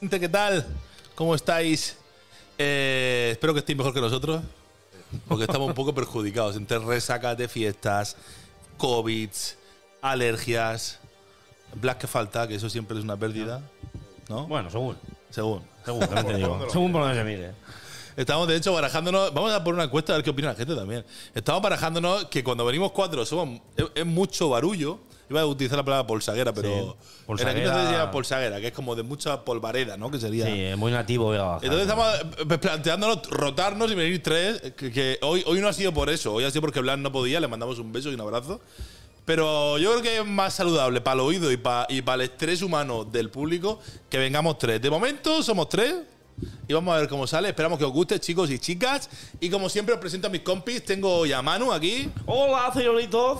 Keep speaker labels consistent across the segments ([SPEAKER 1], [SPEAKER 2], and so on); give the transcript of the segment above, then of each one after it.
[SPEAKER 1] Gente, ¿Qué tal? ¿Cómo estáis? Eh, espero que estéis mejor que nosotros, porque estamos un poco perjudicados entre resacas de fiestas, COVID, alergias, Black que falta, que eso siempre es una pérdida, ¿no?
[SPEAKER 2] Bueno, según.
[SPEAKER 1] Según.
[SPEAKER 2] Según, también te digo. Según por donde se mire.
[SPEAKER 1] Estamos, de hecho, barajándonos. Vamos a poner una encuesta a ver qué opina la gente también. Estamos barajándonos que cuando venimos cuatro somos. Es, es mucho barullo. Iba a utilizar la palabra polsaguera, pero.
[SPEAKER 2] Sí,
[SPEAKER 1] En
[SPEAKER 2] polsaguera.
[SPEAKER 1] aquí no se llama polsaguera, que es como de mucha polvareda, ¿no? Que sería.
[SPEAKER 2] Sí, es muy nativo Vega Baja.
[SPEAKER 1] Entonces estamos eh, planteándonos rotarnos y venir tres, que, que hoy, hoy no ha sido por eso, hoy ha sido porque Blas no podía, le mandamos un beso y un abrazo. Pero yo creo que es más saludable para el oído y para y para el estrés humano del público que vengamos tres. De momento somos tres y vamos a ver cómo sale. Esperamos que os guste, chicos y chicas. Y como siempre os presento a mis compis, tengo hoy a Manu aquí.
[SPEAKER 2] Hola, señoritos.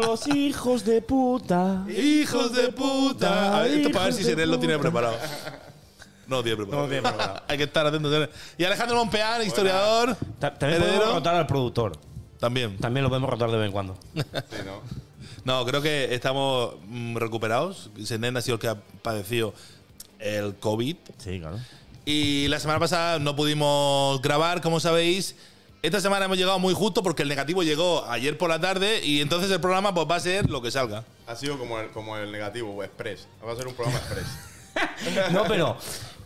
[SPEAKER 2] los hijos de puta.
[SPEAKER 1] Hijos de puta. A ver, esto para ver si Serén lo tiene preparado. No lo tiene preparado.
[SPEAKER 2] No lo tiene preparado.
[SPEAKER 1] Hay que estar atento. Serén. Y Alejandro Monpeán, historiador.
[SPEAKER 2] Ta- También podemos
[SPEAKER 1] heredero.
[SPEAKER 2] rotar al productor.
[SPEAKER 1] También.
[SPEAKER 2] También lo podemos rotar de vez en cuando.
[SPEAKER 3] Este,
[SPEAKER 1] No, creo que estamos mm, recuperados. Senen ha sido el que ha padecido el COVID.
[SPEAKER 2] Sí, claro.
[SPEAKER 1] Y la semana pasada no pudimos grabar, como sabéis. Esta semana hemos llegado muy justo porque el negativo llegó ayer por la tarde y entonces el programa pues, va a ser lo que salga.
[SPEAKER 3] Ha sido como el, como el negativo, Express. Va a ser un programa Express.
[SPEAKER 2] No, pero.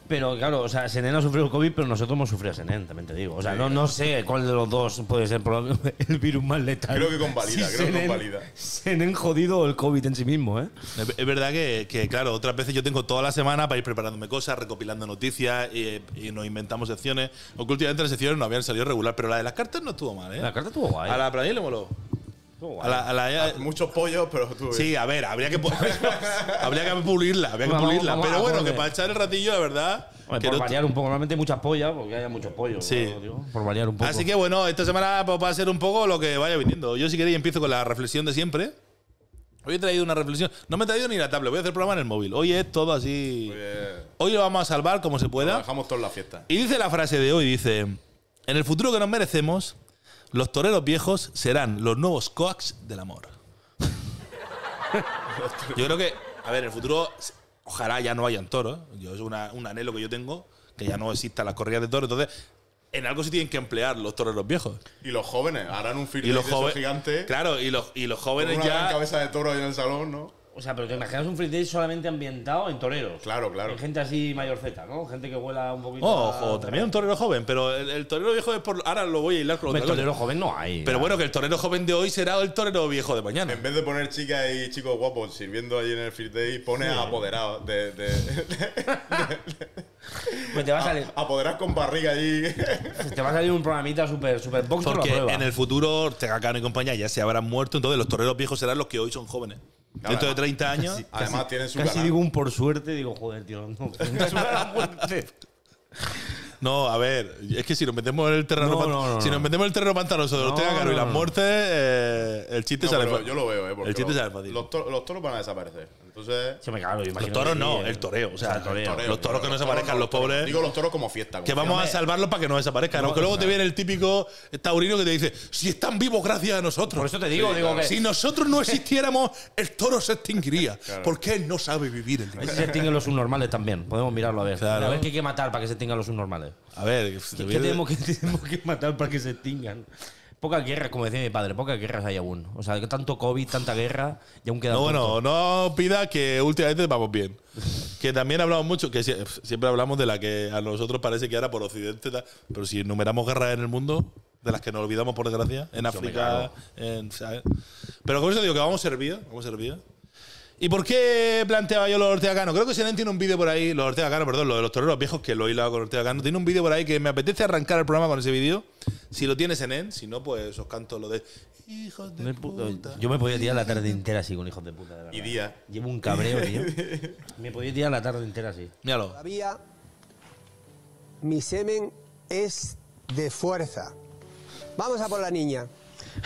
[SPEAKER 2] Pero claro, o sea, Senen ha sufrido el COVID, pero nosotros hemos sufrido Senen, también te digo. O sea, no, no sé cuál de los dos puede ser probable- el virus más letal.
[SPEAKER 3] Creo que convalida, creo que
[SPEAKER 2] Senen-
[SPEAKER 3] convalida.
[SPEAKER 2] Senen jodido o el COVID en sí mismo, ¿eh?
[SPEAKER 1] Es es verdad que, que, claro, otras veces yo tengo toda la semana para ir preparándome cosas, recopilando noticias y, y nos inventamos secciones. Aunque últimamente las secciones no habían salido regular, pero la de las cartas no estuvo mal, ¿eh?
[SPEAKER 2] La carta estuvo guay.
[SPEAKER 1] a la planilla le moló. Ah,
[SPEAKER 2] Estuvo guay.
[SPEAKER 1] A la, a la-
[SPEAKER 3] Muchos pollos, pero tú.
[SPEAKER 1] Sí, a ver, habría que, pu- habría que pulirla, habría que
[SPEAKER 2] Vamos,
[SPEAKER 1] pulirla.
[SPEAKER 2] vamos
[SPEAKER 1] pero
[SPEAKER 2] a
[SPEAKER 1] bueno,
[SPEAKER 2] acorde.
[SPEAKER 1] que para echar el ratillo, la verdad.
[SPEAKER 2] Hombre,
[SPEAKER 1] que
[SPEAKER 2] por
[SPEAKER 1] no-
[SPEAKER 2] variar un poco, normalmente hay muchas pollas, porque haya muchos pollos.
[SPEAKER 1] Sí.
[SPEAKER 2] claro, tío, por variar un poco.
[SPEAKER 1] Así que bueno, esta semana pues, va a ser un poco lo que vaya viniendo. Yo, si queréis, empiezo con la reflexión de siempre. Hoy he traído una reflexión. No me he traído ni la tablet, voy a hacer programa en el móvil. Hoy es todo así.
[SPEAKER 3] Eh,
[SPEAKER 1] Hoy lo vamos a salvar como se
[SPEAKER 3] lo
[SPEAKER 1] pueda.
[SPEAKER 3] dejamos todos en la fiesta.
[SPEAKER 1] Y dice la frase de hoy, dice, en el futuro que nos merecemos, los toreros viejos serán los nuevos coax del amor. yo creo que, a ver, en el futuro, ojalá ya no hayan toros. Yo, es una- un anhelo que yo tengo, que ya no existan las corridas de toros. Entonces, en algo se tienen que emplear los toreros viejos.
[SPEAKER 3] Y los jóvenes harán un firme
[SPEAKER 1] Y los jóvenes...
[SPEAKER 3] gigante.
[SPEAKER 1] Claro, y los, y los
[SPEAKER 3] con
[SPEAKER 1] jóvenes
[SPEAKER 3] una gran
[SPEAKER 1] ya...
[SPEAKER 3] cabeza de toro ahí en el salón, ¿no?
[SPEAKER 2] O sea, pero te imaginas un free day solamente ambientado en toreros.
[SPEAKER 3] Claro, claro.
[SPEAKER 2] En gente así mayorceta, ¿no? Gente que vuela un poquito.
[SPEAKER 1] Oh,
[SPEAKER 2] a-
[SPEAKER 1] ojo, también un torero joven, pero el, el torero viejo es por... Ahora lo voy a hilar con
[SPEAKER 2] Hombre,
[SPEAKER 1] los
[SPEAKER 2] torero joven no hay.
[SPEAKER 1] Pero bueno, que el torero joven de hoy será el torero viejo de mañana.
[SPEAKER 3] En vez de poner chicas y chicos guapos sirviendo allí en el Field Day, pone a apoderados. De, de,
[SPEAKER 2] Pues te va a salir,
[SPEAKER 3] apoderados con barriga allí.
[SPEAKER 2] te va a salir un programita super, super box te lo
[SPEAKER 1] Porque
[SPEAKER 2] aprueba.
[SPEAKER 1] en el futuro Ortega Cano y compañía ya se habrán muerto, entonces los toreros viejos serán los que hoy son jóvenes. Dentro de 30 años.
[SPEAKER 3] Además, tienen su
[SPEAKER 2] Casi
[SPEAKER 3] canal.
[SPEAKER 2] digo un por suerte, digo, joder, tío, no.
[SPEAKER 1] No, a ver, es que si nos metemos en el terreno,
[SPEAKER 2] No,
[SPEAKER 1] pan-
[SPEAKER 2] no, no,
[SPEAKER 1] si nos
[SPEAKER 2] no.
[SPEAKER 1] metemos en el terreno pantanoso de
[SPEAKER 2] No,
[SPEAKER 1] Ortega Cano y
[SPEAKER 2] no,
[SPEAKER 1] las
[SPEAKER 2] no.
[SPEAKER 1] muertes, eh, el chiste
[SPEAKER 3] No,
[SPEAKER 1] sale
[SPEAKER 3] pero
[SPEAKER 1] fácil.
[SPEAKER 3] yo lo veo, ¿eh? Porque
[SPEAKER 1] El chiste
[SPEAKER 3] los-
[SPEAKER 1] sale fácil. Los,
[SPEAKER 3] Los, to- los toros van a desaparecer. Entonces.
[SPEAKER 2] Se me cago, yo imagino
[SPEAKER 1] toros
[SPEAKER 2] que
[SPEAKER 1] no,
[SPEAKER 2] sí, eh.
[SPEAKER 1] el toreo. O sea,
[SPEAKER 2] el toreo.
[SPEAKER 1] los toros que no
[SPEAKER 3] los
[SPEAKER 1] desaparezcan,
[SPEAKER 3] no,
[SPEAKER 1] los pobres.
[SPEAKER 3] Digo los toros como fiesta. como
[SPEAKER 1] que vamos a
[SPEAKER 2] hombre.
[SPEAKER 1] salvarlos para que no desaparezcan. ¿no?
[SPEAKER 2] No,
[SPEAKER 1] que luego
[SPEAKER 2] no.
[SPEAKER 1] te viene el típico taurino que te dice: Si están vivos, gracias a nosotros.
[SPEAKER 2] Por eso te digo, digo que.
[SPEAKER 1] Si nosotros no existiéramos, el toro se extinguiría. Porque él no sabe vivir el
[SPEAKER 2] Ese se extinguen los subnormales también. Podemos mirarlo a ver.
[SPEAKER 1] Claro.
[SPEAKER 2] A ver qué hay que matar para que se extingan los subnormales.
[SPEAKER 1] A ver,
[SPEAKER 2] ¿Qué, qué tenemos, que, tenemos que matar para que se extingan? Pocas guerras, como decía mi padre, pocas guerras hay aún. O sea, que tanto COVID, tanta guerra, y aún queda.
[SPEAKER 1] No,
[SPEAKER 2] poco.
[SPEAKER 1] bueno, no pida que últimamente vamos bien. Que también hablamos mucho, que sie- siempre hablamos de la que a nosotros parece que ahora por Occidente, tal, pero si enumeramos guerras en el mundo, de las que nos olvidamos por desgracia, en África, en, ¿sabes? Pero con eso digo que vamos servidos, vamos servidos. ¿Y por qué planteaba yo los Ortega Cano? Creo que Senen tiene un vídeo por ahí, los Ortega Cano, perdón, los de los toreros viejos que lo he hilado con Ortega Cano. Tiene un vídeo por ahí que me apetece arrancar el programa con ese vídeo. Si lo tiene Senen, si no, pues os canto lo de. Hijos
[SPEAKER 2] No
[SPEAKER 1] de
[SPEAKER 2] hay puto-
[SPEAKER 1] puta.
[SPEAKER 2] Yo me podía tirar la tarde entera así con hijos de puta, de verdad.
[SPEAKER 3] Y día.
[SPEAKER 2] Llevo un cabreo, tío. Me podía tirar la tarde entera así.
[SPEAKER 1] Míralo.
[SPEAKER 4] Todavía mi semen es de fuerza. Vamos a por la niña.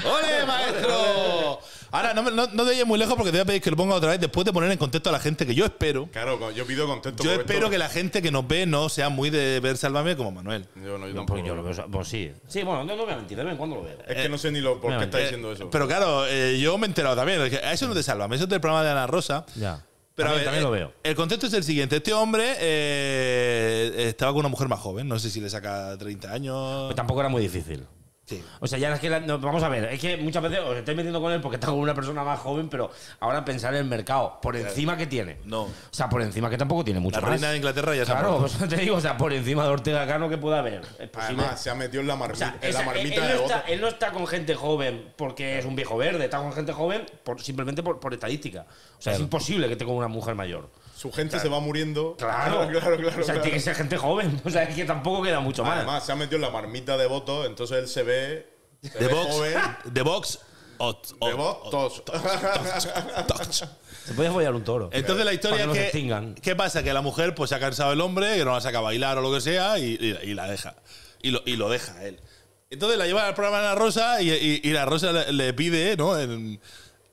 [SPEAKER 1] ¡Ole, maestro! Ahora, no, me- no, no te vayas muy lejos porque te voy a pedir que lo ponga otra vez después de poner en contexto a la gente que yo espero.
[SPEAKER 3] Claro, yo pido contento.
[SPEAKER 1] Yo
[SPEAKER 3] porque
[SPEAKER 1] espero
[SPEAKER 3] esto-
[SPEAKER 1] que la gente que nos ve no sea muy de ver Sálvame como Manuel.
[SPEAKER 3] Yo no, yo
[SPEAKER 2] No,
[SPEAKER 3] tampoco.
[SPEAKER 2] porque yo lo veo. Pues sí. Sí, bueno, no, no voy a mentir, de vez en cuando lo veo.
[SPEAKER 3] Es que no sé ni lo, por
[SPEAKER 2] mira,
[SPEAKER 3] qué está
[SPEAKER 1] Eh,
[SPEAKER 3] diciendo eso.
[SPEAKER 1] Pero claro, eh, yo me he enterado también. es que a Eso no te Sálvame, eso es del programa de Ana Rosa.
[SPEAKER 2] Ya.
[SPEAKER 1] Pero a
[SPEAKER 2] También-
[SPEAKER 1] ver,
[SPEAKER 2] también
[SPEAKER 1] eh,
[SPEAKER 2] lo veo.
[SPEAKER 1] El contexto es el siguiente. Este hombre eh, estaba con una mujer más joven. No sé si le saca 30 años.
[SPEAKER 2] Pero pues tampoco era muy difícil.
[SPEAKER 1] Sí.
[SPEAKER 2] O sea, ya es que la- no, vamos a ver, es que muchas veces os estáis metiendo con él porque está con una persona más joven, pero ahora pensar en el mercado, por encima que tiene.
[SPEAKER 1] No.
[SPEAKER 2] O sea, por encima que tampoco tiene mucho
[SPEAKER 1] La
[SPEAKER 2] más.
[SPEAKER 1] reina de Inglaterra ya se ha
[SPEAKER 2] Claro,
[SPEAKER 1] muerto.
[SPEAKER 2] o sea, te digo, o sea, por encima de Ortega Cano que pueda haber. Es posible.
[SPEAKER 3] Además, se ha metido en la
[SPEAKER 2] pues, O
[SPEAKER 3] marmita,
[SPEAKER 2] sea,
[SPEAKER 3] en
[SPEAKER 2] esa-
[SPEAKER 3] la marmita
[SPEAKER 2] él,
[SPEAKER 3] de
[SPEAKER 2] no
[SPEAKER 3] otro.
[SPEAKER 2] está, él no está con gente joven porque es un viejo verde, está con gente joven por, simplemente por, por estadística. O sea, es imposible que esté con una mujer mayor.
[SPEAKER 3] Su gente se va muriendo.
[SPEAKER 2] Claro,
[SPEAKER 3] claro, claro.
[SPEAKER 2] O sea,
[SPEAKER 3] claro.
[SPEAKER 2] tiene que ser gente joven. O sea, es que tampoco queda mucho más.
[SPEAKER 3] Además, se ha metido en la marmita de votos, entonces él se ve. se
[SPEAKER 1] The
[SPEAKER 3] ve
[SPEAKER 1] Box.
[SPEAKER 3] joven,
[SPEAKER 1] The Box. Ot-
[SPEAKER 3] de
[SPEAKER 2] Oh,
[SPEAKER 1] ot-
[SPEAKER 3] votos.
[SPEAKER 1] Touch.
[SPEAKER 2] Se puede follar un toro.
[SPEAKER 1] Entonces la
[SPEAKER 2] Para
[SPEAKER 1] historia
[SPEAKER 2] que no se
[SPEAKER 1] es que,
[SPEAKER 2] extingan.
[SPEAKER 1] ¿qué pasa? Que la mujer pues se ha cansado el hombre, que no la saca a bailar o lo que sea, y, y- y la deja. Y lo, y lo deja a él. Entonces la lleva al programa de la Rosa y, y- y la Rosa le, le pide, ¿no? En-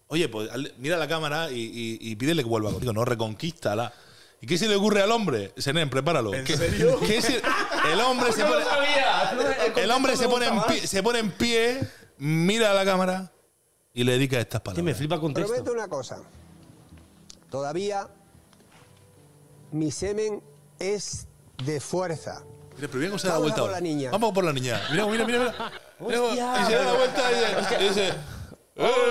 [SPEAKER 1] Oye, pues al- mira la cámara y, y- y pídele que vuelva contigo, no reconquístala. ¿Y qué se le ocurre al hombre? Senén, prepáralo.
[SPEAKER 3] ¿En
[SPEAKER 1] ¿Qué-
[SPEAKER 3] serio?
[SPEAKER 1] qué se- el hombre se pone, el hombre se pone, en pie, se pone en pie, mira a la cámara y le dedica estas
[SPEAKER 2] Que me
[SPEAKER 1] palabras.
[SPEAKER 2] flipa el contexto.
[SPEAKER 4] Prometo una cosa. Todavía mi semen es de fuerza.
[SPEAKER 1] Mira, pero mira cómo se da la
[SPEAKER 4] Vamos a
[SPEAKER 1] vuelta.
[SPEAKER 4] por la
[SPEAKER 1] ahora.
[SPEAKER 4] niña.
[SPEAKER 1] Vamos por la niña. Mira, mira, mira. mira. Mira cómo-
[SPEAKER 2] Hostia.
[SPEAKER 1] y se da la vuelta y dice. y dice,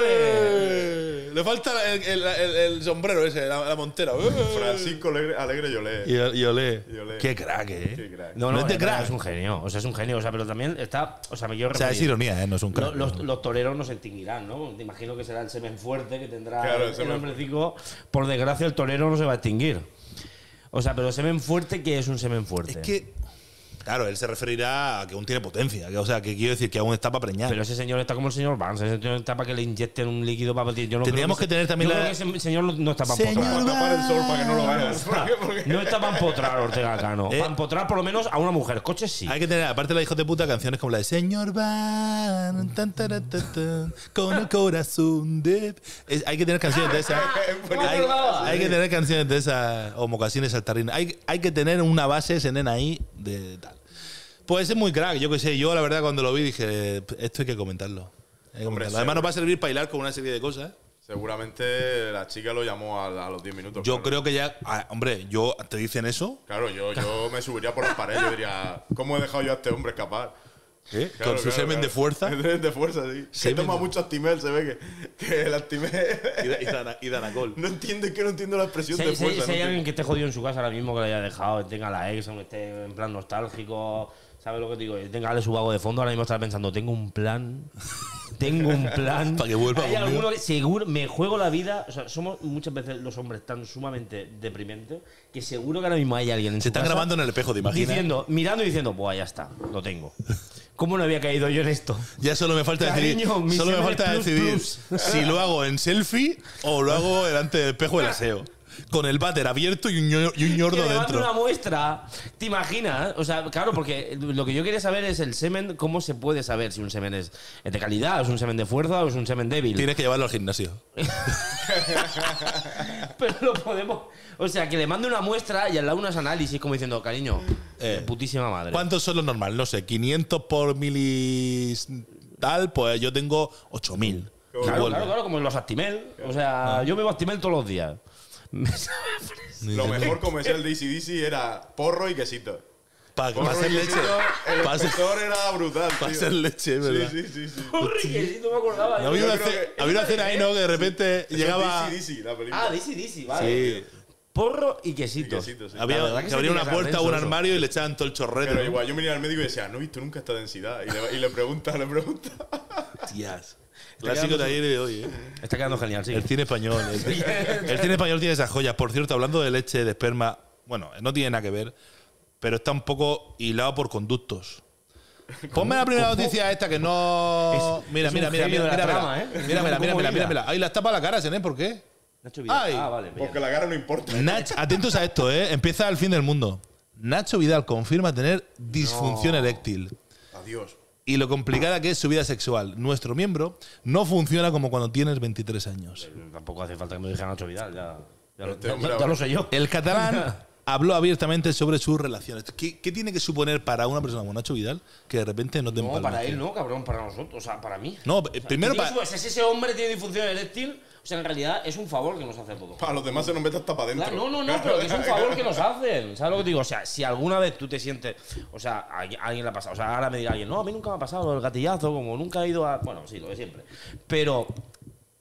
[SPEAKER 1] "Eh". Le falta el, el- el- el sombrero ese, la, la montera.
[SPEAKER 2] oh.
[SPEAKER 1] "Eh".
[SPEAKER 3] Francisco Alegre, Alegre Yolé.
[SPEAKER 1] Y, y olé.
[SPEAKER 3] Y olé.
[SPEAKER 1] Qué crack, eh.
[SPEAKER 3] Qué crack.
[SPEAKER 2] No, no,
[SPEAKER 1] No es de
[SPEAKER 2] es, verdad,
[SPEAKER 1] crack.
[SPEAKER 2] es un genio. O sea, es un genio. O sea, pero también está. O sea, me quiero
[SPEAKER 1] O sea, es
[SPEAKER 2] referir.
[SPEAKER 1] ironía, eh. No es un
[SPEAKER 2] Lo-
[SPEAKER 1] crack.
[SPEAKER 2] Los, los toreros no se extinguirán, ¿no? Te imagino que será el semen fuerte que tendrá
[SPEAKER 3] Claro, el
[SPEAKER 2] el,
[SPEAKER 3] semen
[SPEAKER 2] hombrecico. Por desgracia, el torero no se va a extinguir. O sea, pero semen fuerte, ¿qué es un semen fuerte?
[SPEAKER 1] Es que. Claro, él se referirá a que aún tiene potencia. que- o sea, que quiero decir que aún está para preñar.
[SPEAKER 2] Pero ese señor está como el señor Vance, ese señor está para que le inyecten un líquido para batir. Yo no
[SPEAKER 1] Tendríamos
[SPEAKER 2] creo
[SPEAKER 1] que tener también
[SPEAKER 2] yo
[SPEAKER 1] la-
[SPEAKER 2] creo que ese señor no- no está para
[SPEAKER 1] Señor
[SPEAKER 2] empotrar.
[SPEAKER 3] Para tapar el sol para que no lo veas.
[SPEAKER 2] No está para empotrar Ortega Cano.
[SPEAKER 1] Eh.
[SPEAKER 2] Para empotrar por lo menos a una mujer. Coches sí.
[SPEAKER 1] Hay que tener, aparte de la hijos de puta, canciones como la de Señor Van, tan, taratatatán, con el corazón de. Es- hay que tener canciones de esas.
[SPEAKER 3] No
[SPEAKER 1] hay, hay que tener canciones de esas, o mocasines saltarines. Hay, hay que tener una base, ese nena ahí, de tal. Pues es muy crack, yo qué sé. Yo, la verdad, cuando lo vi dije, esto hay que comentarlo. Hay que
[SPEAKER 3] Hombre,
[SPEAKER 1] comentarlo. Además, nos va a servir para hilar con una serie de cosas.
[SPEAKER 3] Seguramente la chica lo llamó a, a los 10 minutos.
[SPEAKER 1] Yo creo
[SPEAKER 3] claro.
[SPEAKER 1] que ya. ah, hombre, yo te dicen eso.
[SPEAKER 3] Claro, yo, yo me subiría por las paredes. Yo diría, ¿cómo he dejado yo a este hombre escapar?
[SPEAKER 1] ¿eh?
[SPEAKER 3] Claro,
[SPEAKER 1] con su
[SPEAKER 3] claro,
[SPEAKER 1] semen
[SPEAKER 3] claro.
[SPEAKER 1] de fuerza.
[SPEAKER 3] Semen de fuerza, sí. Se
[SPEAKER 1] Semen
[SPEAKER 3] toma
[SPEAKER 1] de-
[SPEAKER 3] mucho Actimel, se ve que, que el Actimel.
[SPEAKER 1] Y, da- y dana- y Danacol.
[SPEAKER 3] No entiendo, es que no entiendo la expresión
[SPEAKER 2] Si
[SPEAKER 3] de
[SPEAKER 2] hay, si hay-
[SPEAKER 3] fuerza.
[SPEAKER 2] si
[SPEAKER 3] no
[SPEAKER 2] hay
[SPEAKER 3] entiendo.
[SPEAKER 2] alguien que esté jodido en su casa ahora mismo que lo haya dejado, tenga la ex, aunque esté en plan nostálgico, ¿sabes lo que te digo? Y Tenga su vago de fondo, ahora mismo estará pensando, tengo un plan, tengo un plan.
[SPEAKER 1] Para que vuelva
[SPEAKER 2] Hay
[SPEAKER 1] conmigo.
[SPEAKER 2] alguno que seguro, me juego la vida, o sea, somos muchas veces los hombres tan sumamente deprimentes que seguro que ahora mismo hay alguien en
[SPEAKER 1] Se están grabando en el espejo, ¿te imaginas?
[SPEAKER 2] Diciendo, mirando y diciendo, buah, ya está, lo tengo. ¿Cómo no había caído yo en esto?
[SPEAKER 1] Ya solo me falta
[SPEAKER 2] Cariño,
[SPEAKER 1] decidir,
[SPEAKER 2] mi
[SPEAKER 1] solo me
[SPEAKER 2] semen
[SPEAKER 1] falta
[SPEAKER 2] plus,
[SPEAKER 1] decidir
[SPEAKER 2] plus.
[SPEAKER 1] si lo hago en selfie o lo hago delante del espejo del aseo. Con el váter abierto y un, ño- y un
[SPEAKER 2] que
[SPEAKER 1] ñordo
[SPEAKER 2] me mande una
[SPEAKER 1] dentro.
[SPEAKER 2] muestra. ¿Te imaginas? O sea, claro, porque lo que yo quería saber es el semen, cómo se puede saber si un semen es de calidad, es un semen de fuerza o es un semen débil.
[SPEAKER 1] Tienes que llevarlo al gimnasio.
[SPEAKER 2] Pero lo podemos. O sea, que le mande una muestra y al lado unos análisis, como diciendo, cariño,
[SPEAKER 1] Eh,
[SPEAKER 2] putísima madre.
[SPEAKER 1] ¿Cuántos son los normal? No sé, 500 por milis tal, pues yo tengo 8000. Y
[SPEAKER 2] Claro,
[SPEAKER 1] vuelvo.
[SPEAKER 2] claro, claro, como los Actimel. O
[SPEAKER 1] Ah.
[SPEAKER 2] sea, yo bebo Actimel todos los días.
[SPEAKER 3] Lo mejor comercial de ACDC era porro y quesito.
[SPEAKER 1] Para
[SPEAKER 3] Porro
[SPEAKER 1] hacer
[SPEAKER 3] y
[SPEAKER 1] leche.
[SPEAKER 3] quesito, El
[SPEAKER 1] Para hacer,
[SPEAKER 3] espesor era brutal.
[SPEAKER 1] pa'
[SPEAKER 3] tío.
[SPEAKER 1] hacer leche, ¿verdad?
[SPEAKER 3] Sí, sí, sí. sí.
[SPEAKER 2] Riquecito, me acordaba.
[SPEAKER 1] Había
[SPEAKER 3] Yo
[SPEAKER 1] una,
[SPEAKER 3] creo
[SPEAKER 1] ce-
[SPEAKER 3] que-
[SPEAKER 1] había una cena ahí, ¿no? Que de repente
[SPEAKER 3] Eso
[SPEAKER 1] llegaba.
[SPEAKER 3] es DC, la película.
[SPEAKER 2] Ah, Dizzy Dizzy, vale.
[SPEAKER 1] Sí.
[SPEAKER 2] Porro y quesito.
[SPEAKER 3] Quesito, sí.
[SPEAKER 2] La
[SPEAKER 1] Había
[SPEAKER 2] verdad
[SPEAKER 1] que,
[SPEAKER 2] que se
[SPEAKER 1] abría
[SPEAKER 2] tiene
[SPEAKER 1] una
[SPEAKER 2] que
[SPEAKER 1] puerta o
[SPEAKER 2] hacer
[SPEAKER 1] un
[SPEAKER 2] eso.
[SPEAKER 1] armario y le echaban todo el chorrete.
[SPEAKER 3] Pero
[SPEAKER 1] ¿no?
[SPEAKER 3] igual, yo miré al médico y decía, no he visto nunca esta densidad. Y le, y le pregunta, le pregunta.
[SPEAKER 1] Hostias. Clásico de ayer y de hoy, ¿eh?
[SPEAKER 2] Está quedando genial, sí.
[SPEAKER 1] El cine español. El, el cine español tiene esas joyas. Por cierto, hablando de leche, de esperma, bueno, no tiene nada que ver, pero está un poco hilado por conductos. Ponme la primera noticia esta que no.
[SPEAKER 2] Es-
[SPEAKER 1] Mira,
[SPEAKER 2] es
[SPEAKER 1] mira,
[SPEAKER 2] un
[SPEAKER 1] mira,
[SPEAKER 2] genio
[SPEAKER 1] mira,
[SPEAKER 2] de
[SPEAKER 1] mira,
[SPEAKER 2] la trama,
[SPEAKER 1] mira,
[SPEAKER 2] ¿eh?
[SPEAKER 1] mira, mira, mira,
[SPEAKER 2] Cómo
[SPEAKER 1] mira,
[SPEAKER 2] hila.
[SPEAKER 1] mira, Ahí la tapa la cara, Sené, ¿por qué?
[SPEAKER 2] Nacho Vidal.
[SPEAKER 1] Ay.
[SPEAKER 2] Ah, vale. bien.
[SPEAKER 3] Porque la cara no importa.
[SPEAKER 1] Nach, atentos a esto, ¿eh? Empieza el fin del mundo. Nacho Vidal confirma tener disfunción eréctil.
[SPEAKER 3] Adiós.
[SPEAKER 1] Y lo complicada que es su vida sexual. Nuestro miembro no funciona como cuando tienes 23 años.
[SPEAKER 2] Tampoco hace falta que me digan Nacho Vidal, ya, ya, lo-
[SPEAKER 3] Este
[SPEAKER 2] ya-
[SPEAKER 3] hombre
[SPEAKER 2] ya
[SPEAKER 3] ahora-
[SPEAKER 2] lo sé yo.
[SPEAKER 1] El catalán habló abiertamente sobre sus relaciones. ¿Qué, qué tiene que suponer para una persona como Nacho Vidal que de repente no te
[SPEAKER 2] No, para él no, cabrón, para nosotros, o sea, para mí.
[SPEAKER 1] No, eh,
[SPEAKER 2] O sea,
[SPEAKER 1] primero
[SPEAKER 2] que tú
[SPEAKER 1] pa-
[SPEAKER 2] subas, es ese hombre tiene disfunción eréctil, o sea, en realidad es un favor que nos hace a todos.
[SPEAKER 3] Para los demás se nos mete hasta para adentro.
[SPEAKER 2] Claro, no, no, no, pero que es un favor que nos hacen. ¿Sabes lo que te digo? O sea, si alguna vez tú te sientes. O sea, a alguien- a alguien le ha pasado. O sea, ahora me dirá alguien, no, a mí nunca me ha pasado el gatillazo, como nunca he ido a. Bueno, sí, lo de siempre. Pero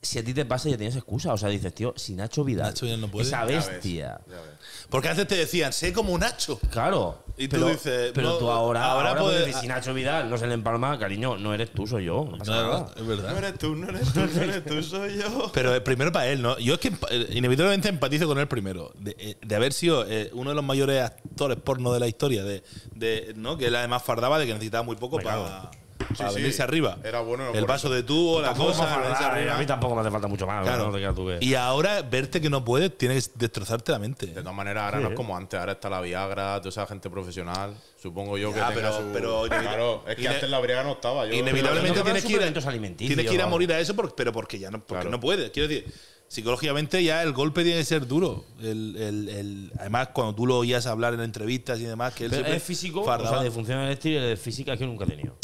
[SPEAKER 2] si a ti te pasa, ya tienes excusa. O sea, dices, tío, si Nacho Vidal.
[SPEAKER 1] Nacho Vidal no puede.
[SPEAKER 2] Esa
[SPEAKER 1] Ya
[SPEAKER 3] ves,
[SPEAKER 2] bestia.
[SPEAKER 3] Ya ves.
[SPEAKER 1] Porque antes te decían, sé como Nacho.
[SPEAKER 2] Claro.
[SPEAKER 1] Y tú
[SPEAKER 2] pero,
[SPEAKER 1] dices,
[SPEAKER 2] Pero
[SPEAKER 1] no,
[SPEAKER 2] tú ahora.
[SPEAKER 1] ahora
[SPEAKER 2] Ahora, puedes.
[SPEAKER 1] puede-
[SPEAKER 2] decir, si Nacho Vidal no se le empalma, cariño, no eres tú, soy yo. No pasa nada.
[SPEAKER 1] es
[SPEAKER 3] No
[SPEAKER 1] verdad.
[SPEAKER 3] eres tú, no eres tú, no eres tú, soy yo.
[SPEAKER 1] Pero eh, primero para él, ¿no? Yo es que empa- eh, inevitablemente empatizo con él primero. De, eh, de haber sido eh, uno de los mayores actores porno de la historia, de, de, ¿no? Que él además fardaba de que necesitaba muy poco
[SPEAKER 2] Me
[SPEAKER 1] para,
[SPEAKER 2] cago.
[SPEAKER 1] para
[SPEAKER 3] Sí, sí.
[SPEAKER 1] venirse arriba.
[SPEAKER 3] Era bueno
[SPEAKER 1] El
[SPEAKER 3] por
[SPEAKER 1] vaso de tubo, la
[SPEAKER 2] Tampoco me
[SPEAKER 1] cosa, ah,
[SPEAKER 2] hace
[SPEAKER 1] venirse
[SPEAKER 2] falta, eh,
[SPEAKER 1] arriba.
[SPEAKER 2] a mí tampoco me hace falta mucho más.
[SPEAKER 1] Claro.
[SPEAKER 2] No te creas tú que.
[SPEAKER 1] Y ahora verte que no puedes tiene que destrozarte la mente.
[SPEAKER 3] De todas maneras, ahora no es como antes. Ahora está la Viagra, toda esa gente profesional. Supongo yo
[SPEAKER 1] Ya,
[SPEAKER 3] que tenga
[SPEAKER 1] Ah, pero-
[SPEAKER 3] su...
[SPEAKER 1] pero-
[SPEAKER 3] Claro, es que
[SPEAKER 1] Ine-
[SPEAKER 3] antes la Viagra no estaba. Yo
[SPEAKER 1] Inevitablemente
[SPEAKER 2] Pero
[SPEAKER 1] tienes que, ir a,
[SPEAKER 2] suplementos alimenticios,
[SPEAKER 1] tienes que ir a
[SPEAKER 2] vamos.
[SPEAKER 1] morir a eso, por- pero porque ya no, porque
[SPEAKER 3] Claro.
[SPEAKER 1] no puedes. Quiero decir, psicológicamente ya el golpe tiene que ser duro. El, el- el- además, cuando tú lo oías hablar en entrevistas y demás, que él
[SPEAKER 2] Pero
[SPEAKER 1] siempre
[SPEAKER 2] es físico,
[SPEAKER 1] fardaba.
[SPEAKER 2] o sea, de función del estilo y de física que nunca he tenido.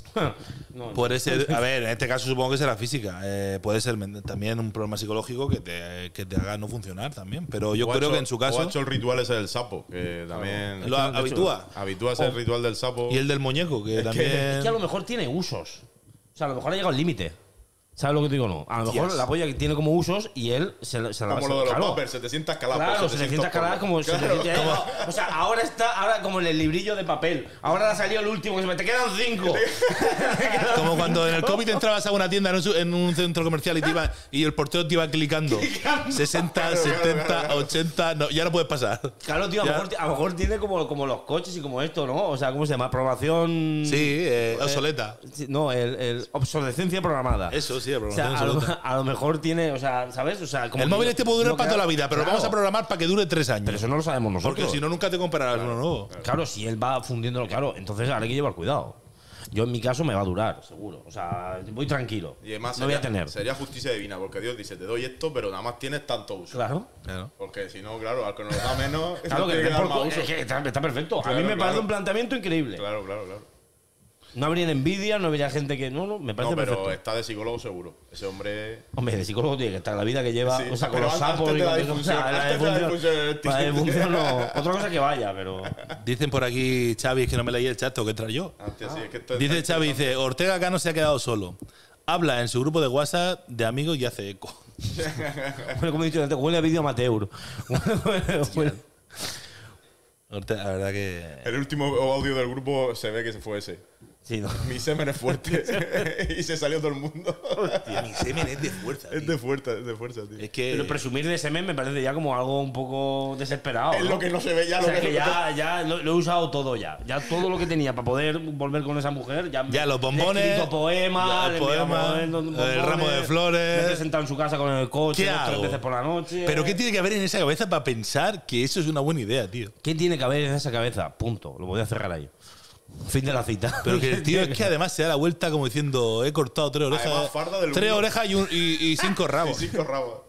[SPEAKER 2] No,
[SPEAKER 1] Puede ser, a ver, en este caso supongo que será física. Eh, puede ser men- también un problema psicológico que te, que te haga no funcionar también. Pero yo
[SPEAKER 3] O ha
[SPEAKER 1] creo
[SPEAKER 3] hecho-
[SPEAKER 1] que en su
[SPEAKER 3] o ha
[SPEAKER 1] caso
[SPEAKER 3] hecho el ritual ese del sapo, que también.
[SPEAKER 1] lo ha- habitúa.
[SPEAKER 3] Habitúa a
[SPEAKER 2] Oh.
[SPEAKER 3] hacer el ritual del sapo.
[SPEAKER 1] Y el del muñeco, que también.
[SPEAKER 2] Es que a lo mejor tiene usos. O sea, a lo mejor ha llegado al límite. ¿Sabes lo que te digo? No. A lo mejor
[SPEAKER 1] Hostias.
[SPEAKER 2] la polla que tiene como usos y él se, la- se la
[SPEAKER 3] como
[SPEAKER 2] se-
[SPEAKER 3] lo de los
[SPEAKER 2] claro.
[SPEAKER 3] poppers, se te sienta escalado.
[SPEAKER 2] Claro, se le sienta escalada como. se le sienta- O sea, ahora está ahora como en el librillo de papel. Ahora ha salido el último, que se me te quedan cinco.
[SPEAKER 1] Como cuando en el COVID entrabas a una tienda en un, su- en un centro comercial y, te iba- y el portero te iba clicando. 60, 70, 80, no, ya no puedes pasar.
[SPEAKER 2] Claro, tío, a lo
[SPEAKER 1] Ya.
[SPEAKER 2] mejor, ti- a lo mejor tiene como, como los coches y como esto, ¿no? O sea, ¿cómo se llama? Aprobación.
[SPEAKER 1] Sí, eh, obsoleta.
[SPEAKER 2] Sí, No, el, el obsolescencia programada.
[SPEAKER 1] Eso sí,
[SPEAKER 2] O sea,
[SPEAKER 1] programación
[SPEAKER 2] a, lo,
[SPEAKER 1] obsoleta.
[SPEAKER 2] a lo mejor tiene, o sea, ¿sabes? O sea, como
[SPEAKER 1] El
[SPEAKER 2] que
[SPEAKER 1] móvil
[SPEAKER 2] no-
[SPEAKER 1] este puede durar
[SPEAKER 2] no
[SPEAKER 1] para
[SPEAKER 2] queda-
[SPEAKER 1] toda la vida, pero
[SPEAKER 2] Claro.
[SPEAKER 1] lo vamos a programar para que dure tres
[SPEAKER 2] Pero
[SPEAKER 1] años.
[SPEAKER 2] eso no lo sabemos nosotros.
[SPEAKER 1] Porque si no, nunca te comprarás uno nuevo.
[SPEAKER 2] Claro, si él va fundiéndolo, claro, entonces ahora hay que llevar cuidado. Yo en mi caso me va a durar, seguro. O sea, voy tranquilo.
[SPEAKER 3] Y además
[SPEAKER 2] no voy
[SPEAKER 3] sería,
[SPEAKER 2] a tener.
[SPEAKER 3] sería justicia divina, porque Dios dice, te doy esto, pero nada más tienes tanto uso.
[SPEAKER 2] Claro.
[SPEAKER 3] Porque si no, claro, al que nos da menos,
[SPEAKER 2] Claro que,
[SPEAKER 3] tiene
[SPEAKER 2] es
[SPEAKER 3] dar
[SPEAKER 2] por
[SPEAKER 3] más
[SPEAKER 2] cu-
[SPEAKER 3] uso.
[SPEAKER 2] es que está, está perfecto.
[SPEAKER 3] Claro,
[SPEAKER 2] a mí me
[SPEAKER 3] claro.
[SPEAKER 2] parece un planteamiento increíble.
[SPEAKER 3] Claro, claro, claro.
[SPEAKER 2] No habría envidia, no habría gente que. No, no, me parece
[SPEAKER 3] No, pero
[SPEAKER 2] perfecto.
[SPEAKER 3] está de psicólogo seguro. Ese hombre.
[SPEAKER 2] Hombre, de psicólogo tiene que estar la vida que lleva,
[SPEAKER 3] Sí,
[SPEAKER 2] o sea, con
[SPEAKER 3] pero
[SPEAKER 2] los
[SPEAKER 3] antes
[SPEAKER 2] sapos
[SPEAKER 3] de
[SPEAKER 2] y
[SPEAKER 3] la
[SPEAKER 2] con
[SPEAKER 3] disfunción,
[SPEAKER 2] o sea,
[SPEAKER 3] antes de la disfunción,
[SPEAKER 2] la
[SPEAKER 3] el tío.
[SPEAKER 2] disfunción no. Otra cosa que vaya, pero.
[SPEAKER 1] Dicen por aquí, Xavi, es que no me leí el chat, tengo que entrar yo.
[SPEAKER 3] Antes,
[SPEAKER 2] Ah.
[SPEAKER 3] sí, es que esto-
[SPEAKER 1] Dice
[SPEAKER 3] esto-
[SPEAKER 1] Xavi, dice, Ortega Cano se ha quedado solo. Habla en su grupo de WhatsApp de amigos y hace eco.
[SPEAKER 2] Bueno, como he dicho antes, huele a vídeo amateur. Huele-
[SPEAKER 1] Ortega, la verdad que...
[SPEAKER 3] El último audio del grupo se ve que se fue ese.
[SPEAKER 2] sí, no.
[SPEAKER 3] Mi semen es fuerte. y se salió todo el mundo.
[SPEAKER 1] Mi semen es de fuerza,
[SPEAKER 3] es de fuerza, es de fuerza, tío.
[SPEAKER 1] Es que...
[SPEAKER 2] Pero presumir de ese mes me parece ya como algo un poco desesperado.
[SPEAKER 3] Es
[SPEAKER 2] ¿no?
[SPEAKER 3] lo que no se ve ya,
[SPEAKER 2] O
[SPEAKER 3] lo
[SPEAKER 2] sea,
[SPEAKER 3] que
[SPEAKER 2] que ya, ya lo, lo he usado todo ya. Ya todo lo que tenía para poder volver con esa mujer. Ya,
[SPEAKER 1] Ya, los
[SPEAKER 2] le he
[SPEAKER 1] bombones,
[SPEAKER 2] escrito poemas,
[SPEAKER 1] los
[SPEAKER 2] le he enviado
[SPEAKER 1] poemas,
[SPEAKER 2] momentos,
[SPEAKER 1] el
[SPEAKER 2] bombones,
[SPEAKER 1] ramo de flores.
[SPEAKER 2] Me he presentado en su casa con el
[SPEAKER 1] ¿Qué
[SPEAKER 2] coche dos, tres
[SPEAKER 1] hago?
[SPEAKER 2] veces por la noche.
[SPEAKER 1] Pero ¿qué tiene que haber en esa cabeza para pensar que eso es una buena idea, tío?
[SPEAKER 2] ¿Qué tiene que haber en esa cabeza? Punto. Lo voy a cerrar ahí. Fin de la cita.
[SPEAKER 1] Pero que el tío es que además se da la vuelta como diciendo he cortado tres orejas.
[SPEAKER 3] Además, farda de lo
[SPEAKER 1] tres
[SPEAKER 3] único.
[SPEAKER 1] orejas y, un- y- y cinco
[SPEAKER 3] Y
[SPEAKER 1] rabos.
[SPEAKER 3] cinco rabos.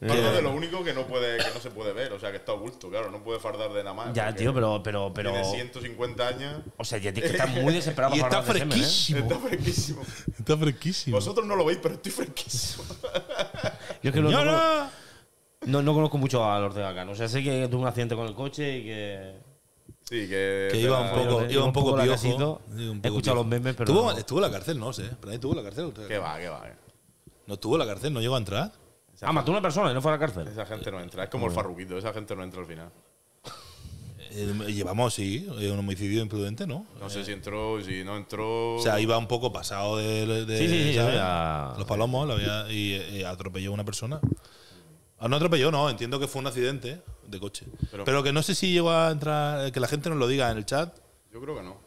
[SPEAKER 3] Fardo de lo único que no puede, que no se puede ver, o sea que está oculto, claro, no puede fardar de nada más.
[SPEAKER 2] Ya,
[SPEAKER 3] porque
[SPEAKER 2] tío, pero. pero, pero
[SPEAKER 3] Tiene 150 años,
[SPEAKER 2] o sea, ya tiene que estar muy desesperado
[SPEAKER 1] Y
[SPEAKER 2] para
[SPEAKER 1] está
[SPEAKER 2] hablar de semen, ¿eh?
[SPEAKER 1] fresquísimo.
[SPEAKER 3] está fresquísimo.
[SPEAKER 1] Está fresquísimo.
[SPEAKER 3] Vosotros no lo veis, pero estoy fresquísimo.
[SPEAKER 2] Yo es que no, no, conozco-
[SPEAKER 1] ¡Señora!
[SPEAKER 2] no- no conozco mucho a Ortega Cano. O sea, sé que tuvo un accidente con el coche y que.
[SPEAKER 3] Sí, que.
[SPEAKER 1] Que iba un
[SPEAKER 3] era-
[SPEAKER 1] poco,
[SPEAKER 2] Iba
[SPEAKER 1] iba un
[SPEAKER 2] un
[SPEAKER 1] poco,
[SPEAKER 2] poco
[SPEAKER 1] piojo.
[SPEAKER 2] lacasito.
[SPEAKER 1] Sí, un
[SPEAKER 2] He
[SPEAKER 1] poco
[SPEAKER 2] escuchado
[SPEAKER 1] piojo.
[SPEAKER 2] los memes, pero
[SPEAKER 1] Estuvo,
[SPEAKER 2] no.
[SPEAKER 1] estuvo en la cárcel, no sé. Pero ahí estuvo en la cárcel.
[SPEAKER 3] Que va, que va.
[SPEAKER 1] No estuvo en la cárcel, no llegó a entrar.
[SPEAKER 2] Ah, mató a una persona y no fue a la cárcel.
[SPEAKER 3] Esa gente no entra, es como el farruquito, esa gente no entra al final.
[SPEAKER 1] Eh, llevamos, sí, eh, un homicidio imprudente, ¿no?
[SPEAKER 3] No sé si entró, si no entró.
[SPEAKER 1] O sea, iba un poco pasado de, de-
[SPEAKER 2] Sí, sí, sí,
[SPEAKER 1] ¿sabes?
[SPEAKER 2] sí, ya.
[SPEAKER 1] los palomos la había- y, eh, atropelló a una persona. Ah, No atropelló, no, entiendo que fue un accidente de coche. Pero,
[SPEAKER 3] Pero-
[SPEAKER 1] que no sé si llegó a entrar, eh, que la gente nos lo diga en el chat.
[SPEAKER 3] Yo creo que no.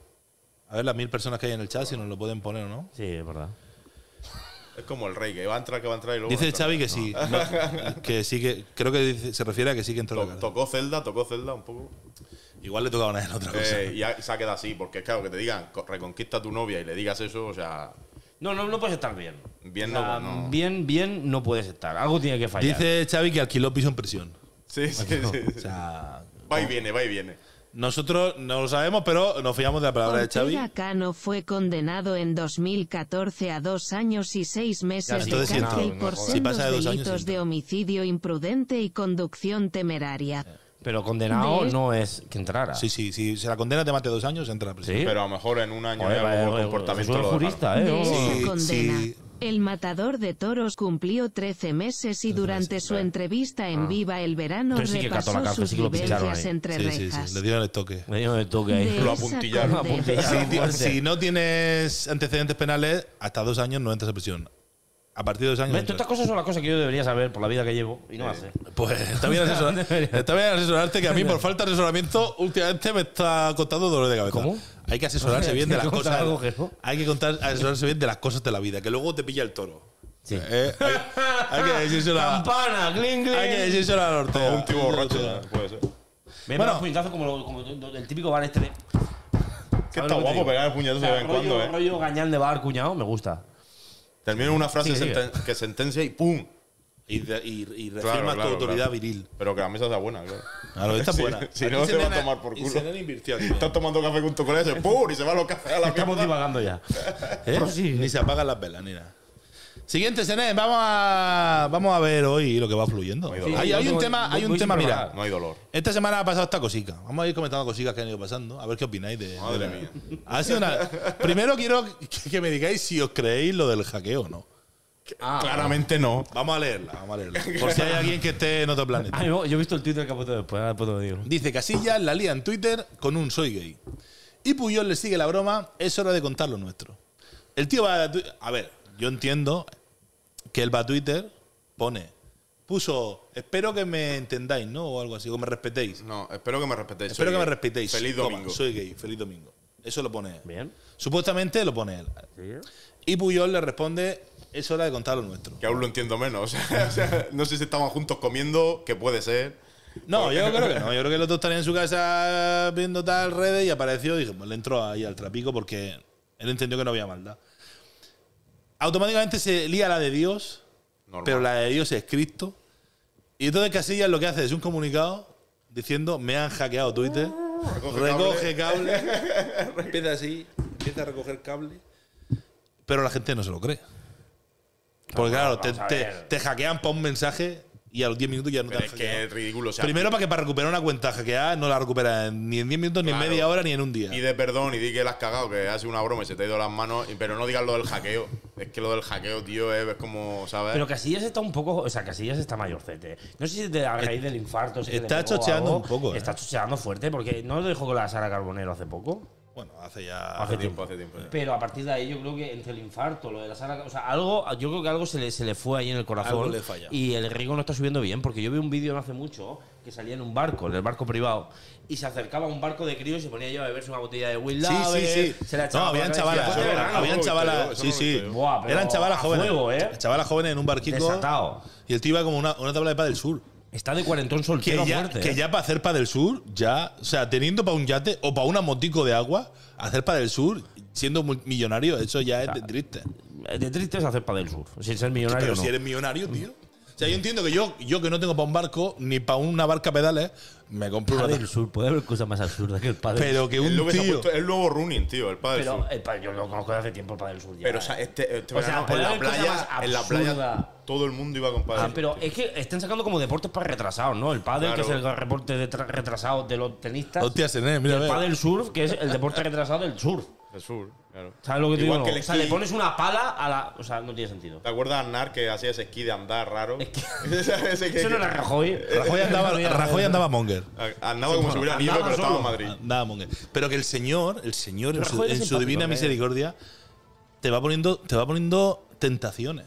[SPEAKER 1] A ver las mil personas que hay en el chat, si nos lo pueden poner o no.
[SPEAKER 2] Sí, es verdad.
[SPEAKER 3] Es como el rey, que va a entrar, que va a entrar y luego.
[SPEAKER 1] Dice
[SPEAKER 3] no entra.
[SPEAKER 1] Xavi que sí, no, que sí que creo que dice- se refiere a que sí que entró. a la
[SPEAKER 3] To-
[SPEAKER 1] cárcel.
[SPEAKER 3] Tocó Zelda, tocó Zelda un poco.
[SPEAKER 1] Igual le tocaba a él otra cosa.
[SPEAKER 3] Eh, y ha- se ha quedado así, porque es claro que te digan, co- reconquista a tu novia y le digas eso, o sea,
[SPEAKER 2] No, no, no puedes estar bien.
[SPEAKER 3] bien
[SPEAKER 2] O sea,
[SPEAKER 3] no. no.
[SPEAKER 2] Bien, bien, no puedes estar. Algo tiene que fallar.
[SPEAKER 1] Dice Xavi que alquiló piso en prisión.
[SPEAKER 3] Sí, sí, sí.
[SPEAKER 1] O sea,
[SPEAKER 3] Va y viene, va y viene.
[SPEAKER 1] Nosotros no lo sabemos, pero nos fiamos de la palabra de Xavi.
[SPEAKER 5] Ortega Cano fue condenado en 2014 a dos años y seis meses de
[SPEAKER 1] entonces siento,
[SPEAKER 5] cárcel
[SPEAKER 1] no
[SPEAKER 5] por
[SPEAKER 1] jodas. Si
[SPEAKER 5] sendos
[SPEAKER 1] pasa de dos años,
[SPEAKER 5] delitos
[SPEAKER 1] siento.
[SPEAKER 5] de homicidio imprudente y conducción temeraria.
[SPEAKER 2] Pero condenado
[SPEAKER 5] De-
[SPEAKER 2] no es que entrara.
[SPEAKER 1] Sí, sí, si se la condena de más de dos años, entra a la prisión.
[SPEAKER 2] Sí.
[SPEAKER 3] Pero a lo mejor en un año
[SPEAKER 2] Joder,
[SPEAKER 3] ya
[SPEAKER 2] vaya,
[SPEAKER 3] algún
[SPEAKER 2] vaya,
[SPEAKER 3] comportamiento
[SPEAKER 2] soy
[SPEAKER 3] lo dejaron.
[SPEAKER 2] eh, jurista, ¿eh?
[SPEAKER 5] De esa
[SPEAKER 1] Sí,
[SPEAKER 5] condena.
[SPEAKER 1] sí.
[SPEAKER 5] El matador de toros cumplió 13 meses y durante su entrevista en Viva el verano
[SPEAKER 2] Entonces sí que cató la
[SPEAKER 5] repasó
[SPEAKER 2] cárcel,
[SPEAKER 5] sus
[SPEAKER 2] sí que lo pillaron
[SPEAKER 5] vivencias
[SPEAKER 2] ahí.
[SPEAKER 5] entre
[SPEAKER 1] Sí, sí,
[SPEAKER 5] rejas.
[SPEAKER 1] sí, Le dieron el toque.
[SPEAKER 2] Me dio el toque
[SPEAKER 5] De
[SPEAKER 2] ahí.
[SPEAKER 3] Lo
[SPEAKER 5] esa
[SPEAKER 3] apuntillaron. Lo
[SPEAKER 5] condena.
[SPEAKER 2] apuntillaron.
[SPEAKER 1] Si, ti-
[SPEAKER 2] fuerte.
[SPEAKER 1] si no tienes antecedentes penales, hasta dos años no entras a prisión. A partir de dos años.
[SPEAKER 2] Ves, todas estas
[SPEAKER 1] entras.
[SPEAKER 2] cosas son las cosas que yo debería saber por la vida que llevo y no hace.
[SPEAKER 1] Pues está bien, asesor- está bien asesorarte, que a mí por falta de asesoramiento últimamente me está costando dolor de cabeza.
[SPEAKER 2] ¿Cómo?
[SPEAKER 1] Hay que asesorarse bien de las
[SPEAKER 2] Hay que contar
[SPEAKER 1] cosas.
[SPEAKER 2] algo que no.
[SPEAKER 1] Hay que contar, asesorarse bien de las cosas de la vida, que luego te pilla el toro.
[SPEAKER 2] Sí.
[SPEAKER 1] Eh, hay, hay que decírselo a,
[SPEAKER 2] Campana, gling, gling.
[SPEAKER 1] hay que decírselo a la Ortega.
[SPEAKER 3] O un tío borracho,
[SPEAKER 1] Ortega.
[SPEAKER 3] puede ser.
[SPEAKER 2] Me
[SPEAKER 1] Bueno.
[SPEAKER 2] bueno, un puñetazo como, lo- como el típico van este. de-
[SPEAKER 3] Que
[SPEAKER 2] ¿Sabes
[SPEAKER 3] está
[SPEAKER 2] lo que te
[SPEAKER 3] guapo
[SPEAKER 2] digo?
[SPEAKER 3] pegar el puñetazo
[SPEAKER 2] O
[SPEAKER 3] de
[SPEAKER 2] sea,
[SPEAKER 3] vez en
[SPEAKER 2] rollo,
[SPEAKER 3] cuando, ¿eh?
[SPEAKER 2] rollo gañán de bar, cuñado, me gusta.
[SPEAKER 3] Termina una frase
[SPEAKER 2] Sigue, sigue.
[SPEAKER 3] senten- que sentencia y ¡pum!
[SPEAKER 1] Y, de- y, y reafirma
[SPEAKER 3] Claro,
[SPEAKER 1] tu
[SPEAKER 3] claro,
[SPEAKER 1] autoridad
[SPEAKER 3] claro.
[SPEAKER 1] viril.
[SPEAKER 3] Pero que la mesa sea buena, claro.
[SPEAKER 1] Claro, esta es
[SPEAKER 3] Sí,
[SPEAKER 1] buena.
[SPEAKER 3] si
[SPEAKER 1] Aquí
[SPEAKER 3] no,
[SPEAKER 1] se
[SPEAKER 3] te va a
[SPEAKER 1] Nena-
[SPEAKER 3] tomar por
[SPEAKER 1] y
[SPEAKER 3] culo.
[SPEAKER 1] se Nena invirtió aquí.
[SPEAKER 3] Estás tomando café con tu colega y dices, ¡pum! Y se va los cafés a la
[SPEAKER 2] Estamos
[SPEAKER 3] mierda.
[SPEAKER 2] divagando ya.
[SPEAKER 1] ¿Eh?
[SPEAKER 2] Pero sí.
[SPEAKER 1] Ni se apagan las velas, ni nada. Siguiente, Sené, vamos a, vamos a ver hoy lo que va fluyendo.
[SPEAKER 3] Muy dolor.
[SPEAKER 1] hay,
[SPEAKER 2] Sí,
[SPEAKER 1] hay
[SPEAKER 2] yo
[SPEAKER 1] un
[SPEAKER 2] tengo-
[SPEAKER 1] tema, hay
[SPEAKER 2] voy-
[SPEAKER 1] un
[SPEAKER 2] voy
[SPEAKER 1] tema
[SPEAKER 2] sin
[SPEAKER 1] mira.
[SPEAKER 2] preparar.
[SPEAKER 3] No hay dolor.
[SPEAKER 1] Esta semana ha pasado esta cosica. Vamos a ir comentando cositas que han ido pasando. A ver qué opináis de.
[SPEAKER 3] Madre
[SPEAKER 1] de-
[SPEAKER 3] mía.
[SPEAKER 1] Ha sido una- Primero quiero que, que me digáis si os creéis lo del hackeo o no.
[SPEAKER 2] Ah,
[SPEAKER 3] Claramente no.
[SPEAKER 1] Vamos a leerla, vamos a leerla. Por si hay alguien que esté en otro planeta.
[SPEAKER 2] Ah, yo yo he visto el Twitter que ha puesto después, ahora después te lo digo.
[SPEAKER 1] Dice Casillas la lía en Twitter con un soy gay. Y Puyol le sigue la broma, es hora de contar lo nuestro. El tío va a Twi- A ver, yo entiendo que él va a Twitter, pone, puso, espero que me entendáis, ¿no? O algo así, o me respetéis.
[SPEAKER 3] No, espero que me respetéis.
[SPEAKER 1] espero
[SPEAKER 3] soy
[SPEAKER 1] que me
[SPEAKER 3] gay.
[SPEAKER 1] respetéis.
[SPEAKER 3] Feliz
[SPEAKER 1] Coma,
[SPEAKER 3] domingo.
[SPEAKER 1] soy gay, feliz domingo. Eso lo pone él.
[SPEAKER 2] Bien.
[SPEAKER 1] Supuestamente lo pone él. Y Puyol le responde, es hora de contar lo nuestro.
[SPEAKER 3] Que aún lo entiendo menos. O sea, no sé si estaban juntos comiendo, que puede ser.
[SPEAKER 1] No, yo creo que no. Yo creo que los dos estarían en su casa viendo tal redes y apareció. Dije, pues le entró ahí al trapico porque él entendió que no había maldad. Automáticamente se lía la de Dios,
[SPEAKER 3] Normal.
[SPEAKER 1] pero la de Dios es Cristo. Y entonces Casillas lo que hace es un comunicado diciendo, me han hackeado Twitter.
[SPEAKER 3] Recoge
[SPEAKER 1] Recoge cable. empieza así, empieza a recoger cable. Pero la gente no se lo cree. Porque claro, te,
[SPEAKER 2] vamos a
[SPEAKER 1] te-
[SPEAKER 2] ver.
[SPEAKER 1] te hackean para un mensaje y a los 10 minutos ya no te
[SPEAKER 3] Pero
[SPEAKER 1] han
[SPEAKER 3] es
[SPEAKER 1] hackeado.
[SPEAKER 3] que es ridículo. O sea,
[SPEAKER 1] Primero, para que para recuperar una cuenta hackeada no la recuperas ni en 10 minutos, ni en
[SPEAKER 3] Claro.
[SPEAKER 1] media hora, ni en un día.
[SPEAKER 3] pide perdón y di que la has cagado, que has sido una broma y se te ha ido las manos, y- pero no digas lo del hackeo. Es que lo del hackeo, tío, es, es como, ¿sabes?
[SPEAKER 2] Pero Casillas está un poco. O sea, Casillas está mayorcete. No sé si de a raíz del infarto. si
[SPEAKER 1] está
[SPEAKER 2] le pegó
[SPEAKER 1] chocheando
[SPEAKER 2] algo.
[SPEAKER 1] un poco, ¿eh?
[SPEAKER 2] Está chocheando fuerte porque no lo dejó con la Sara Carbonero hace poco.
[SPEAKER 1] Bueno, hace ya.
[SPEAKER 2] Hace
[SPEAKER 3] hace tiempo, hace tiempo. ya.
[SPEAKER 2] Pero a partir de ahí yo creo que entre el infarto, lo de la sala, o sea, algo, yo creo que algo se le, se le fue ahí en el corazón.
[SPEAKER 1] Algo le falla.
[SPEAKER 2] Y el riego no está subiendo bien, porque yo vi un vídeo no hace mucho que salía en un barco, en el barco privado, y se acercaba a un barco de críos y se ponía yo a beberse una botella de Will
[SPEAKER 1] Sí, sí, sí.
[SPEAKER 2] Se la echaba
[SPEAKER 1] no,
[SPEAKER 2] por
[SPEAKER 1] habían
[SPEAKER 2] la cabeza,
[SPEAKER 1] chavalas.
[SPEAKER 2] después de verano,
[SPEAKER 1] habían
[SPEAKER 3] ¿no? Eso no
[SPEAKER 1] chavalas.
[SPEAKER 3] lo
[SPEAKER 1] Sí, sí.
[SPEAKER 3] viste yo.
[SPEAKER 2] Buah, pero
[SPEAKER 1] Eran chavalas
[SPEAKER 2] a
[SPEAKER 1] jóvenes.
[SPEAKER 2] fuego, ¿eh?
[SPEAKER 1] Chavalas jóvenes en un barquito.
[SPEAKER 2] Desatado.
[SPEAKER 1] Y el tío iba como una, una tabla de pa del sur.
[SPEAKER 2] Está de cuarentón
[SPEAKER 1] Que
[SPEAKER 2] soltero a
[SPEAKER 1] ya,
[SPEAKER 2] muerte.
[SPEAKER 1] que
[SPEAKER 2] ¿eh?
[SPEAKER 1] ya para hacer pa del sur, ya. O sea, teniendo para un yate o para una motico de agua, hacer pa del sur, siendo mul- millonario, eso ya es de triste.
[SPEAKER 2] De triste es hacer para del sur, sin ser millonario.
[SPEAKER 1] Pero
[SPEAKER 2] Ah, no.
[SPEAKER 1] si eres millonario, tío. O sea, yo entiendo que yo, yo que no tengo para un barco ni para una barca pedales, me compro una.
[SPEAKER 6] Padre del Sur, puede haber cosas más absurdas que el padre del
[SPEAKER 1] Pero que
[SPEAKER 3] Es
[SPEAKER 1] un
[SPEAKER 3] lo que se ha
[SPEAKER 1] tío.
[SPEAKER 3] puesto- es el nuevo running, tío, el padre.
[SPEAKER 2] Pero el pa- yo lo conozco de hace tiempo el para del sur. Ya,
[SPEAKER 3] pero o
[SPEAKER 2] ¿eh?
[SPEAKER 3] sea, este, este
[SPEAKER 2] O sea,
[SPEAKER 3] verano,
[SPEAKER 2] puede
[SPEAKER 3] en la
[SPEAKER 2] haber cosas
[SPEAKER 3] playa,
[SPEAKER 2] más
[SPEAKER 3] en la playa,
[SPEAKER 2] absurdas.
[SPEAKER 3] todo el mundo iba con
[SPEAKER 2] Ah,
[SPEAKER 3] padre.
[SPEAKER 2] pero es que están sacando como deportes para retrasados, ¿no? El pádel,
[SPEAKER 3] Claro.
[SPEAKER 2] que es el deporte de tra- retrasado de los tenistas.
[SPEAKER 1] Hostia, Sené,
[SPEAKER 2] y
[SPEAKER 1] mira, a
[SPEAKER 2] el
[SPEAKER 1] ver.
[SPEAKER 2] pádel surf, que es el deporte retrasado del surf.
[SPEAKER 3] El sur, claro.
[SPEAKER 2] ¿Sabes lo que te
[SPEAKER 3] Igual
[SPEAKER 2] digo?
[SPEAKER 3] que el
[SPEAKER 2] o sea,
[SPEAKER 3] esquí.
[SPEAKER 2] le pones una pala a la. O sea, no tiene sentido.
[SPEAKER 3] ¿Te acuerdas, Aznar, que hacía ese esquí de andar raro?
[SPEAKER 2] Es que-
[SPEAKER 3] Ese- ese que-
[SPEAKER 2] Eso no era Rajoy.
[SPEAKER 1] eh, Rajoy andaba, Rajoy andaba monger.
[SPEAKER 3] Andaba como si hubiera nieve,
[SPEAKER 2] andaba
[SPEAKER 3] pero estaba
[SPEAKER 2] solo.
[SPEAKER 3] en Madrid.
[SPEAKER 1] Andaba monger. Ah, Pero que el señor, el señor en su,
[SPEAKER 2] Rajoy es
[SPEAKER 1] en su
[SPEAKER 2] simpático,
[SPEAKER 1] divina
[SPEAKER 2] ¿eh?
[SPEAKER 1] misericordia te va poniendo, te va poniendo tentaciones.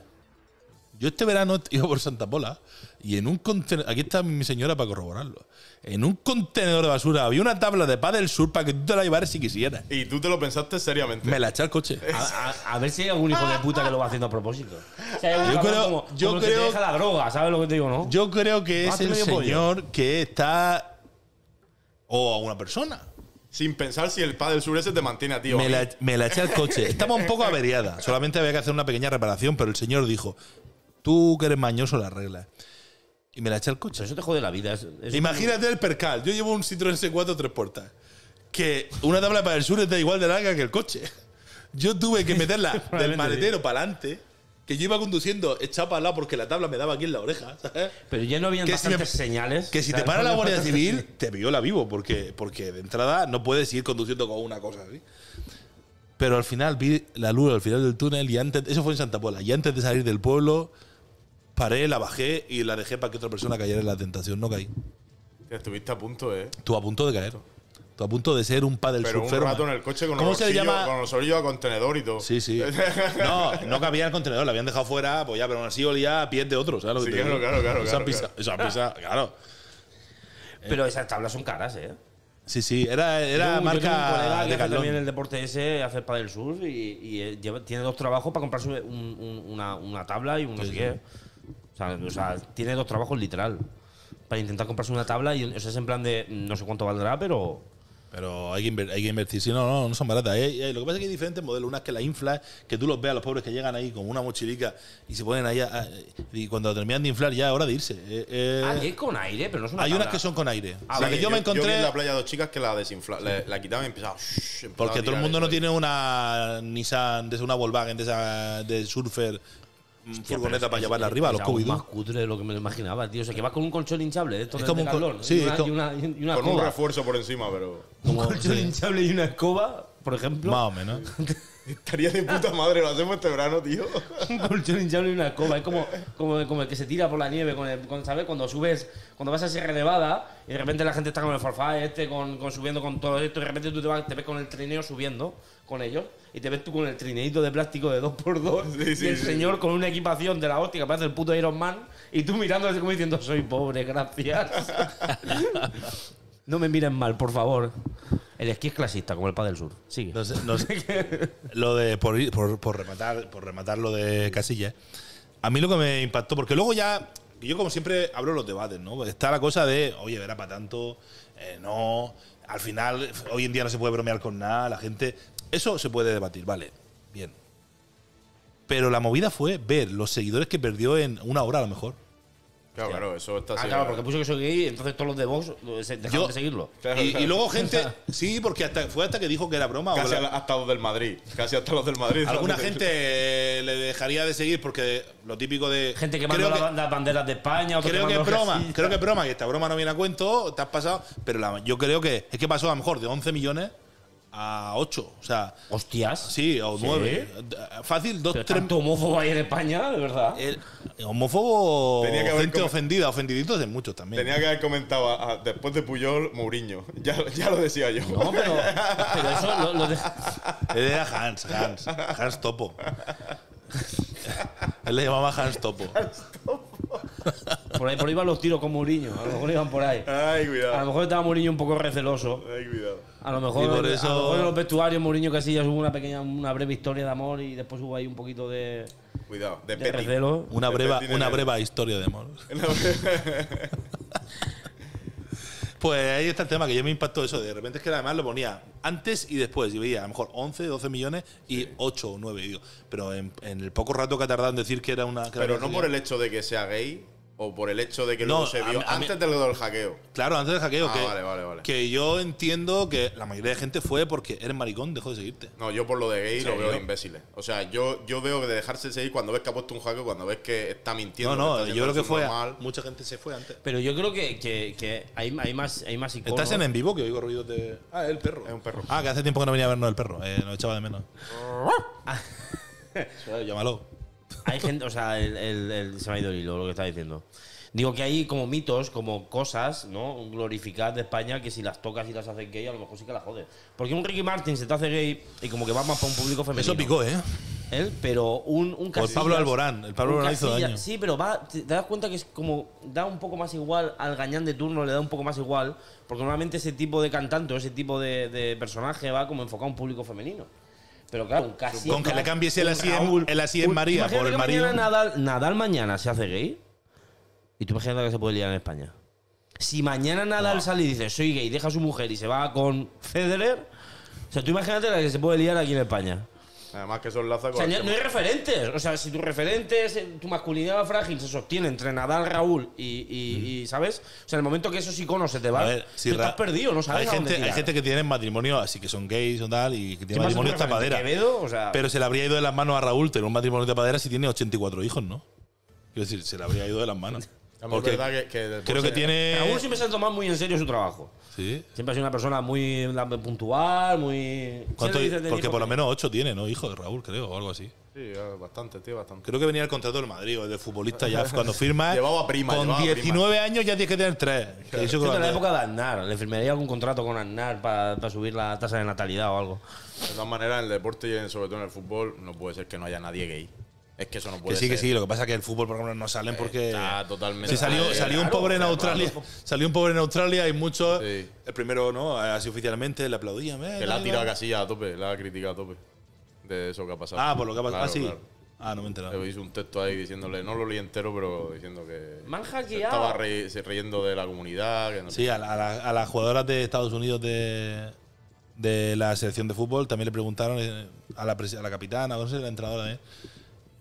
[SPEAKER 1] Yo este verano iba por Santa Pola y en un contenedor, aquí está mi señora para corroborarlo. En un contenedor de basura había una tabla de pádel sur para que tú te la llevaras si quisieras.
[SPEAKER 3] Y tú te lo pensaste seriamente.
[SPEAKER 1] Me la eché al coche.
[SPEAKER 2] A, a- a ver si hay algún hijo de puta que lo va haciendo a propósito. O sea, hay algún
[SPEAKER 1] Yo
[SPEAKER 2] cabrón
[SPEAKER 1] creo-
[SPEAKER 2] como, como
[SPEAKER 1] yo
[SPEAKER 2] el que te
[SPEAKER 1] creo-
[SPEAKER 2] deja la droga, ¿sabes lo que te digo, no?
[SPEAKER 1] Yo creo que
[SPEAKER 2] Ah,
[SPEAKER 1] es
[SPEAKER 2] tú
[SPEAKER 1] el
[SPEAKER 2] medio pollo.
[SPEAKER 1] señor que está o a una persona.
[SPEAKER 3] Sin pensar si el padre del sur ese te mantiene a ti. o a
[SPEAKER 1] Me
[SPEAKER 3] mí.
[SPEAKER 1] la, me la eché al coche. Estaba un poco averiada. Solamente había que hacer una pequeña reparación, pero el señor dijo: Tú que eres mañoso, la regla. y me la echa el coche.
[SPEAKER 2] Pero eso te jode la vida. es- es-
[SPEAKER 1] Imagínate el percal. Yo llevo un Citroën C4 tres puertas. Que una tabla para el sur está igual de larga que el coche. Yo tuve que meterla del
[SPEAKER 6] Probablemente,
[SPEAKER 1] maletero para adelante. Que yo iba conduciendo echado para al lado porque la tabla me daba aquí en la oreja. ¿sabes?
[SPEAKER 2] Pero ya no habían
[SPEAKER 1] Que si
[SPEAKER 2] bastantes
[SPEAKER 1] me-
[SPEAKER 2] señales.
[SPEAKER 1] Que si te
[SPEAKER 2] ¿sabes?
[SPEAKER 1] para la Guardia Civil, te viola vivo. Porque, porque de entrada no puedes ir conduciendo con una cosa así. Pero al final vi la luz al final del túnel y antes. Eso fue en Santa Pola. Y antes de salir del pueblo, paré, la bajé y la dejé para que otra persona cayera en la tentación. No caí.
[SPEAKER 3] Te estuviste a punto, ¿eh?
[SPEAKER 1] Tú a punto de caer. Tú a punto de ser un del
[SPEAKER 3] Pero un
[SPEAKER 1] surfero.
[SPEAKER 3] rato en
[SPEAKER 1] man.
[SPEAKER 3] el coche con
[SPEAKER 1] ¿Cómo
[SPEAKER 3] los
[SPEAKER 1] se le
[SPEAKER 3] orillos,
[SPEAKER 1] llama?
[SPEAKER 3] con los orillos a contenedor y todo.
[SPEAKER 1] Sí, sí. No, no cabía en el contenedor, la habían dejado fuera, pues ya, pero aún así olía a pies de otro, ¿sabes lo que
[SPEAKER 3] Sí,
[SPEAKER 1] te digo?
[SPEAKER 3] claro, claro, claro,
[SPEAKER 1] Eso han
[SPEAKER 3] claro,
[SPEAKER 1] pisado, eso han pisado, claro.
[SPEAKER 2] Pero esas tablas son caras, ¿eh?
[SPEAKER 1] Sí, sí, era,
[SPEAKER 2] Yo-
[SPEAKER 1] era
[SPEAKER 2] yo tengo un colega
[SPEAKER 1] marca
[SPEAKER 2] que
[SPEAKER 1] de
[SPEAKER 2] hace también el
[SPEAKER 1] calón.
[SPEAKER 2] deporte ese, hacer para del sur, y, y, eh, lleva- tiene dos trabajos para comprarse un- un- una, una tabla y un no sé qué. O sea, o sea, tiene dos trabajos literal. Para intentar comprarse una tabla y o sea, es en plan de mm, no sé cuánto valdrá, pero.
[SPEAKER 1] Pero hay que, inver- hay que invertir, si no, no, no son baratas. eh. Eh, Lo que pasa es que hay diferentes modelos, unas que la inflas, que tú los ves a los pobres que llegan ahí con una mochilica y se ponen ahí, a- a- y cuando terminan de inflar ya es hora de irse. Eh, eh,
[SPEAKER 2] ah, que es con aire, pero no es una
[SPEAKER 1] hay
[SPEAKER 2] tabla.
[SPEAKER 1] unas que son con aire.
[SPEAKER 2] Ah,
[SPEAKER 1] la
[SPEAKER 2] vale,
[SPEAKER 1] que yo, me
[SPEAKER 3] Yo vi
[SPEAKER 1] encontré,
[SPEAKER 3] en la playa dos chicas que la desinflaban, la, quitaban y empezaban. shhh, empezaban a
[SPEAKER 1] Porque todo el
[SPEAKER 3] tirar
[SPEAKER 1] mundo
[SPEAKER 3] eso
[SPEAKER 1] no
[SPEAKER 3] ahí.
[SPEAKER 1] tiene una Nissan, de esa- una Volkswagen, de esa de surfer mm,
[SPEAKER 2] Hostia, pero
[SPEAKER 1] furgoneta
[SPEAKER 2] es-
[SPEAKER 1] para
[SPEAKER 2] es-
[SPEAKER 1] llevarla
[SPEAKER 2] es-
[SPEAKER 1] arriba a
[SPEAKER 2] es
[SPEAKER 1] los
[SPEAKER 2] aún
[SPEAKER 1] covid
[SPEAKER 2] más cutre de lo que me lo imaginaba, tío. O sea, que vas con un colchón hinchable de estos
[SPEAKER 1] Es
[SPEAKER 2] del
[SPEAKER 1] como un col-
[SPEAKER 2] Decathlon,
[SPEAKER 1] sí,
[SPEAKER 2] y una-
[SPEAKER 1] es como-
[SPEAKER 2] y una, y una
[SPEAKER 3] Con un
[SPEAKER 2] escoba.
[SPEAKER 3] refuerzo por encima, pero.
[SPEAKER 2] Un colchón hinchable y una escoba, por ejemplo.
[SPEAKER 1] Más o menos.
[SPEAKER 3] Estaría de puta madre, lo hacemos este verano, tío.
[SPEAKER 2] un colchón hinchable y una escoba. Es como, como, como el que se tira por la nieve, con el, con, ¿sabes? Cuando subes, cuando vas a Sierra Nevada y de repente la gente está con el forfait este, con, con subiendo con todo esto, y de repente tú te, vas, te ves con el trineo subiendo con ellos y te ves tú con el trineito de plástico de 2x2
[SPEAKER 3] Sí, sí,
[SPEAKER 2] y el
[SPEAKER 3] sí.
[SPEAKER 2] señor con una equipación de la hostia que parece el puto Iron Man y tú mirando así como diciendo, soy pobre, gracias. no me miren mal, por favor. El esquí es clasista, como el Padel Sur. Sigue.
[SPEAKER 1] No sé- no sé. lo de por, ir- por, por rematar, por rematar lo de Casillas. A mí lo que me impactó, porque luego ya, yo como siempre abro los debates, ¿no? Está la cosa de, oye, era para tanto, eh, no, al final, hoy en día no se puede bromear con nada, la gente. Eso se puede debatir, vale, bien. Pero la movida fue ver los seguidores que perdió en una hora a lo mejor.
[SPEAKER 3] Claro, claro, eso está
[SPEAKER 2] Ah,
[SPEAKER 3] así,
[SPEAKER 2] claro,
[SPEAKER 3] claro.
[SPEAKER 2] porque puso que soy gay, entonces todos los de vos se- dejaron
[SPEAKER 1] Yo-
[SPEAKER 2] de seguirlo.
[SPEAKER 3] Claro,
[SPEAKER 1] y,
[SPEAKER 3] claro.
[SPEAKER 1] y luego gente, sí, porque hasta, fue hasta que dijo que era broma. o
[SPEAKER 3] Casi
[SPEAKER 1] la-
[SPEAKER 3] a la- hasta los del Madrid. Casi hasta los del Madrid.
[SPEAKER 1] Alguna gente eh, le dejaría de seguir porque lo típico de.
[SPEAKER 2] Gente que
[SPEAKER 1] creo
[SPEAKER 2] mandó
[SPEAKER 1] que,
[SPEAKER 2] la- las banderas de España, otros
[SPEAKER 1] creo que es
[SPEAKER 2] mandó
[SPEAKER 1] broma,
[SPEAKER 2] casillas.
[SPEAKER 1] creo que es broma, que esta broma no viene a cuento, te has pasado. Pero la- yo creo que es que pasó a lo mejor de 11 millones a 8. O sea,
[SPEAKER 2] Hostias.
[SPEAKER 1] sí, o 9. Fácil, dos,
[SPEAKER 2] Pero
[SPEAKER 1] tres.
[SPEAKER 2] tanto homófobo hay en España, de verdad.
[SPEAKER 1] El homófobo,
[SPEAKER 3] Tenía que haber
[SPEAKER 1] gente
[SPEAKER 3] come-
[SPEAKER 1] ofendida, ofendiditos de muchos también.
[SPEAKER 3] Tenía que haber comentado a- a- después de Puyol, Mourinho. Ya, ya lo decía yo.
[SPEAKER 2] No, pero, pero eso lo, lo de-
[SPEAKER 1] Era Hans, Hans, Hans Topo. Él le llamaba Hans Topo.
[SPEAKER 2] por, ahí, por ahí van los tiros con Mourinho. A lo mejor iban por ahí.
[SPEAKER 3] Ay,
[SPEAKER 2] A lo
[SPEAKER 3] cuidado.
[SPEAKER 2] mejor estaba Mourinho un poco receloso.
[SPEAKER 3] Ay, cuidado.
[SPEAKER 2] A lo mejor,
[SPEAKER 1] Y por
[SPEAKER 2] a lo
[SPEAKER 1] eso-
[SPEAKER 2] mejor en los vestuarios Mourinho Casillas hubo una pequeña, una breve historia de amor y después hubo ahí un poquito de,
[SPEAKER 3] Cuidado. De
[SPEAKER 2] de
[SPEAKER 3] Petit.
[SPEAKER 2] recelo.
[SPEAKER 1] Una
[SPEAKER 3] Pepe
[SPEAKER 1] breva,
[SPEAKER 3] tiene
[SPEAKER 1] una
[SPEAKER 3] que-
[SPEAKER 1] breva historia de amor. pues ahí está el tema que yo me impactó eso. De repente es que además lo ponía antes y después. Y veía a lo mejor 11, 12 millones y 8 o 9. Digo, pero en, en el poco rato que ha tardado en decir que era una. que era
[SPEAKER 3] Pero
[SPEAKER 1] una
[SPEAKER 3] no por
[SPEAKER 1] serie.
[SPEAKER 3] el hecho de que sea gay o por el hecho de que
[SPEAKER 1] No,
[SPEAKER 3] luego se
[SPEAKER 1] a
[SPEAKER 3] vio
[SPEAKER 1] mí- a mí-
[SPEAKER 3] antes de lo del hackeo.
[SPEAKER 1] Claro, antes del hackeo.
[SPEAKER 3] Ah,
[SPEAKER 1] que,
[SPEAKER 3] vale, vale, vale.
[SPEAKER 1] que yo entiendo que la mayoría de gente fue porque eres maricón, dejó de seguirte.
[SPEAKER 3] No, yo por lo de gay lo veo
[SPEAKER 1] ¿Serio?
[SPEAKER 3] de imbéciles. O sea, yo, yo veo que de dejarse seguir cuando ves que ha puesto un hackeo, cuando ves que está mintiendo.
[SPEAKER 1] No,
[SPEAKER 3] que está
[SPEAKER 1] no, yo
[SPEAKER 3] haciendo
[SPEAKER 1] creo que
[SPEAKER 3] algo
[SPEAKER 1] fue.
[SPEAKER 3] normal.
[SPEAKER 1] Mucha gente se fue antes.
[SPEAKER 2] Pero yo creo que, que, que hay, hay más, hay más iconos.
[SPEAKER 1] ¿Estás en en vivo? Que oigo ruidos de. Ah, es el perro.
[SPEAKER 3] Es un perro.
[SPEAKER 1] Ah, que hace tiempo que no venía a vernos el perro. Eh, lo echaba de menos. Eh, Llámalo.
[SPEAKER 2] Hay gente, o sea, el, el- el- se me ha ido el hilo lo que estaba diciendo. Digo que hay como mitos, como cosas, ¿no? Glorificadas de España que si las tocas y las haces gay, a lo mejor sí que la jodes. Porque un Ricky Martin se te hace gay y como que va más para un público femenino.
[SPEAKER 1] Eso picó, ¿eh?
[SPEAKER 2] ¿eh? Pero un, un
[SPEAKER 1] O el
[SPEAKER 2] Casillas-
[SPEAKER 1] Pablo Alborán. El Pablo
[SPEAKER 2] un
[SPEAKER 1] Alborán hizo
[SPEAKER 2] Casillas-
[SPEAKER 1] daño.
[SPEAKER 2] Sí, pero va, te, te das cuenta que es como da un poco más igual al gañán de turno, le da un poco más igual, porque normalmente ese tipo de cantante o ese tipo de, de personaje va como enfocado a un público femenino. Pero claro, un Casillas,
[SPEAKER 1] Con que le cambies el
[SPEAKER 2] un
[SPEAKER 1] así en-
[SPEAKER 2] Raúl,
[SPEAKER 1] el así en
[SPEAKER 2] un-
[SPEAKER 1] María
[SPEAKER 2] imagínate
[SPEAKER 1] por el
[SPEAKER 2] que
[SPEAKER 1] marido.
[SPEAKER 2] mañana Nadal, Nadal mañana se hace gay. Y tú imaginas que se puede liar en España. Si mañana Nadal sale y dice soy gay, deja a su mujer y se va con Federer. O sea, tú imagínate la que se puede liar aquí en España.
[SPEAKER 3] Además que eso enlaza
[SPEAKER 2] O
[SPEAKER 3] con...
[SPEAKER 2] sea,
[SPEAKER 3] el
[SPEAKER 2] no, no
[SPEAKER 3] tema-
[SPEAKER 2] hay referentes. O sea, si tus referentes, eh, tu masculinidad frágil se sostiene entre Nadal, Raúl y, y- y, ¿sabes? O sea, en el momento que esos iconos se te
[SPEAKER 1] Mm. A
[SPEAKER 2] van,
[SPEAKER 1] ver, si
[SPEAKER 2] tú
[SPEAKER 1] ra-
[SPEAKER 2] estás perdido, no sabes
[SPEAKER 1] hay
[SPEAKER 2] a dónde
[SPEAKER 1] gente, hay
[SPEAKER 2] tirar.
[SPEAKER 1] gente que tiene matrimonio, así que son gays o tal, y que
[SPEAKER 2] ¿Qué
[SPEAKER 1] tiene
[SPEAKER 2] más es un
[SPEAKER 1] matrimonio
[SPEAKER 2] referente?
[SPEAKER 1] tapadera.
[SPEAKER 2] Quevedo, o sea,
[SPEAKER 1] Pero se le habría ido de las manos a Raúl tener un matrimonio tapadera si tiene 84 hijos, ¿no? Quiero decir, se le habría ido de las manos.
[SPEAKER 3] Es
[SPEAKER 1] Porque
[SPEAKER 3] verdad que- que después
[SPEAKER 1] creo que
[SPEAKER 3] se-
[SPEAKER 1] tiene.
[SPEAKER 2] Raúl siempre se ha tomado muy en serio su trabajo.
[SPEAKER 1] Sí.
[SPEAKER 2] Siempre ha sido una persona muy la- puntual, muy.
[SPEAKER 1] ¿Cuánto-
[SPEAKER 2] ¿Sí le dices de
[SPEAKER 1] porque
[SPEAKER 2] hijo
[SPEAKER 1] por lo
[SPEAKER 2] que-
[SPEAKER 1] menos 8 tiene, ¿no? Hijo de Raúl, creo, o algo así.
[SPEAKER 3] Sí, eh, bastante, tío, bastante.
[SPEAKER 1] Creo que venía el contrato del Madrid o el de futbolista ya cuando firmas.
[SPEAKER 3] Llevaba prima,
[SPEAKER 1] Con
[SPEAKER 3] llevaba prima.
[SPEAKER 1] 19 años ya tienes que tener 3.
[SPEAKER 2] Esto es de la época de Aznar. Le firmaría algún contrato con Aznar para subir la tasa de natalidad o algo.
[SPEAKER 3] De todas maneras, en el deporte y en- sobre todo en el fútbol, no puede ser que no haya nadie gay. Es que eso no
[SPEAKER 1] Que
[SPEAKER 3] puede
[SPEAKER 1] sí,
[SPEAKER 3] ser.
[SPEAKER 1] que sí. Lo que pasa es que el fútbol, por ejemplo, no salen porque.
[SPEAKER 3] Está totalmente.
[SPEAKER 1] Sí, salió,
[SPEAKER 3] Eh,
[SPEAKER 1] salió un
[SPEAKER 3] claro,
[SPEAKER 1] pobre en
[SPEAKER 3] claro.
[SPEAKER 1] Australia. Salió un pobre en Australia, hay muchos.
[SPEAKER 3] Sí.
[SPEAKER 1] El primero, ¿no? Así oficialmente le aplaudían. eh,
[SPEAKER 3] Que la ha
[SPEAKER 1] tal,
[SPEAKER 3] tirado a
[SPEAKER 1] tal.
[SPEAKER 3] casilla a tope, la ha criticado a tope. De eso que ha pasado.
[SPEAKER 1] Ah, por lo que ha pasado.
[SPEAKER 3] Claro,
[SPEAKER 1] ah, sí.
[SPEAKER 3] claro.
[SPEAKER 1] Ah, no me he enterado.
[SPEAKER 3] Le hice un texto ahí diciéndole, no lo leí entero, pero diciendo que.
[SPEAKER 2] Me han
[SPEAKER 3] se
[SPEAKER 2] hackeado.
[SPEAKER 3] Estaba re- se riendo de la comunidad. Que no
[SPEAKER 1] Sí, a, la- a la- a las jugadoras de Estados Unidos de, de la selección de fútbol también le preguntaron eh, a la, presi- a la capitana, no sé, la entrenadora, ¿eh?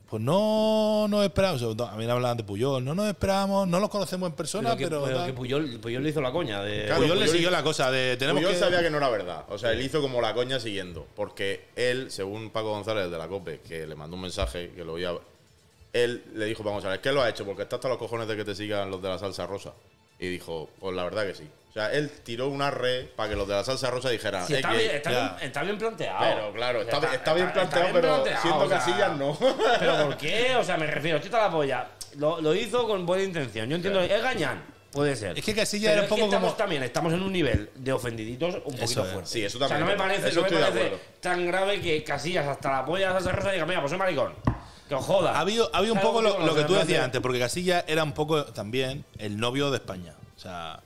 [SPEAKER 1] Pues no nos esperamos, sobre todo, a mí me hablaban de Puyol, no nos esperamos, no los conocemos en persona,
[SPEAKER 2] Pero que,
[SPEAKER 1] pero.
[SPEAKER 2] pero
[SPEAKER 1] tal.
[SPEAKER 2] que Puyol, Puyol le hizo la coña. De,
[SPEAKER 3] Claro,
[SPEAKER 1] Puyol le
[SPEAKER 3] Puyol-
[SPEAKER 1] siguió la cosa de tenemos
[SPEAKER 3] Puyol
[SPEAKER 1] que.
[SPEAKER 3] sabía que no era verdad. O sea, él hizo como la coña siguiendo. Porque él, según Paco González de la COPE, que le mandó un mensaje, que lo oía. Él le dijo, vamos a ver, ¿qué lo ha hecho? Porque está hasta los cojones de que te sigan los de la salsa rosa. Y dijo, pues la verdad que sí. O sea, él tiró una red para que los de la salsa rosa dijeran.
[SPEAKER 2] Sí,
[SPEAKER 3] "Eh,
[SPEAKER 2] está,
[SPEAKER 3] que-
[SPEAKER 2] bien, está,
[SPEAKER 1] ya.
[SPEAKER 2] bien, está bien planteado.
[SPEAKER 3] Pero claro, está,
[SPEAKER 2] Está-
[SPEAKER 3] está bien
[SPEAKER 2] está- está
[SPEAKER 3] planteado,
[SPEAKER 2] bien
[SPEAKER 3] pero
[SPEAKER 2] planteado,
[SPEAKER 3] siendo
[SPEAKER 2] o sea.
[SPEAKER 3] casillas no.
[SPEAKER 2] ¿Pero por qué? O sea, me refiero, tita la polla. Lo, lo hizo con buena intención. Yo entiendo. Es gañán, puede ser.
[SPEAKER 1] Es que Casilla
[SPEAKER 2] Pero
[SPEAKER 1] era un
[SPEAKER 2] es que
[SPEAKER 1] poco
[SPEAKER 2] estamos
[SPEAKER 1] como-
[SPEAKER 2] también, estamos en un nivel de ofendiditos un poquito
[SPEAKER 1] es.
[SPEAKER 2] fuerte.
[SPEAKER 3] Sí, eso
[SPEAKER 2] O sea,
[SPEAKER 3] también.
[SPEAKER 2] no me parece,
[SPEAKER 3] Eso
[SPEAKER 2] no me
[SPEAKER 3] estoy de
[SPEAKER 2] parece
[SPEAKER 3] acuerdo.
[SPEAKER 2] tan grave que Casillas hasta la polla de Salsa Rosa diga, mira, pues soy maricón. Que os joda.
[SPEAKER 1] Ha habido, ha habido un
[SPEAKER 2] Claro,
[SPEAKER 1] poco lo,
[SPEAKER 2] tío,
[SPEAKER 1] lo que tú
[SPEAKER 2] no,
[SPEAKER 1] decías
[SPEAKER 2] no,
[SPEAKER 1] antes, porque Casilla era un poco también el novio de España. O sea,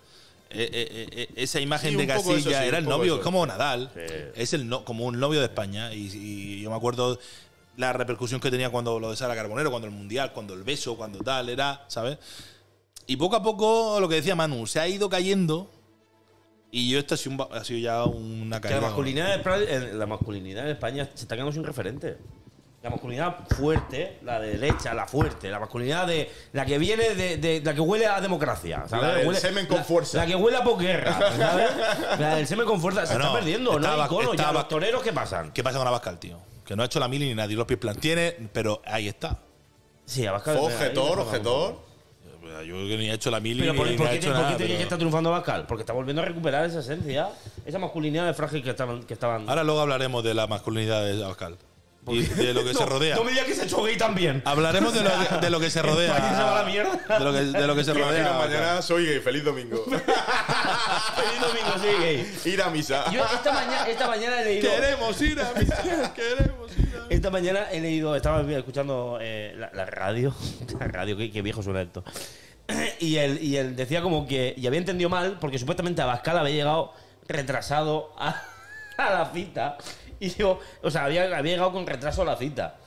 [SPEAKER 1] eh, eh, eh, esa imagen
[SPEAKER 3] Sí,
[SPEAKER 1] de
[SPEAKER 3] un poco
[SPEAKER 1] Casilla
[SPEAKER 3] eso, sí,
[SPEAKER 1] era el
[SPEAKER 3] un poco
[SPEAKER 1] novio,
[SPEAKER 3] eso.
[SPEAKER 1] es como Nadal, es el no- como un novio de España. Y, y yo me acuerdo la repercusión que tenía cuando lo de Sara Carbonero, cuando el Mundial, cuando el beso, cuando tal, era, ¿sabes? Y poco a poco, lo que decía Manu, se ha ido cayendo. Y yo esto ha sido, un ba- ha sido ya una
[SPEAKER 2] Que
[SPEAKER 1] caída.
[SPEAKER 2] la masculinidad, de Pra- eh, la masculinidad en España se está quedando sin referente. La masculinidad fuerte, la de derecha, la fuerte, la masculinidad de la que viene de, de- la que huele a democracia, ¿sabes?
[SPEAKER 3] La del
[SPEAKER 2] Huele-
[SPEAKER 3] semen con
[SPEAKER 2] la-
[SPEAKER 3] fuerza.
[SPEAKER 2] La que huele a posguerra, ¿sabes? La del semen con fuerza se
[SPEAKER 1] Bueno,
[SPEAKER 2] está perdiendo,
[SPEAKER 1] está
[SPEAKER 2] ¿no?
[SPEAKER 1] Abas-
[SPEAKER 2] Hay iconos
[SPEAKER 1] está
[SPEAKER 2] ya,
[SPEAKER 1] Abas-
[SPEAKER 2] los toreros que pasan.
[SPEAKER 1] ¿Qué pasa con Abascal, tío? Que no ha hecho la mili ni nadie, los pies plan tiene, pero ahí está.
[SPEAKER 2] Sí, Abascal.
[SPEAKER 3] Fue
[SPEAKER 2] ahí me
[SPEAKER 3] objetor,
[SPEAKER 2] jodan un poco.
[SPEAKER 3] objetor.
[SPEAKER 1] Yo que ni he hecho la mili
[SPEAKER 2] Pero ¿por,
[SPEAKER 1] ni,
[SPEAKER 2] por
[SPEAKER 1] he
[SPEAKER 2] qué,
[SPEAKER 1] hecho
[SPEAKER 2] te- por
[SPEAKER 1] nada,
[SPEAKER 2] qué te
[SPEAKER 1] pero-
[SPEAKER 2] crees que está triunfando Abascal? Porque está volviendo a recuperar esa esencia, esa masculinidad de frágil que estaban. Que estaban.
[SPEAKER 1] Ahora luego hablaremos de la masculinidad de Abascal. Y de lo que
[SPEAKER 2] No,
[SPEAKER 1] se rodea. Ah.
[SPEAKER 2] No me digas que se ha hecho gay también.
[SPEAKER 1] Hablaremos de lo, que, de lo que se rodea.
[SPEAKER 2] país se va a la mierda.
[SPEAKER 1] De lo que, de lo que se
[SPEAKER 3] Imagino
[SPEAKER 1] rodea. a Abascal.
[SPEAKER 3] mañana soy gay, feliz domingo.
[SPEAKER 2] Feliz domingo, sí, gay.
[SPEAKER 3] Ir a misa.
[SPEAKER 2] Yo esta mañana, esta mañana he leído.
[SPEAKER 1] Queremos ir a misa, queremos ir a misa.
[SPEAKER 2] Esta mañana he leído, estaba escuchando eh, la, la radio. La radio, qué, qué viejo suena esto. Y él, y él decía como que. Y había entendido mal, porque supuestamente Abascal había llegado retrasado a, a la cita. Y digo, o sea, había, había llegado con retraso a la cita.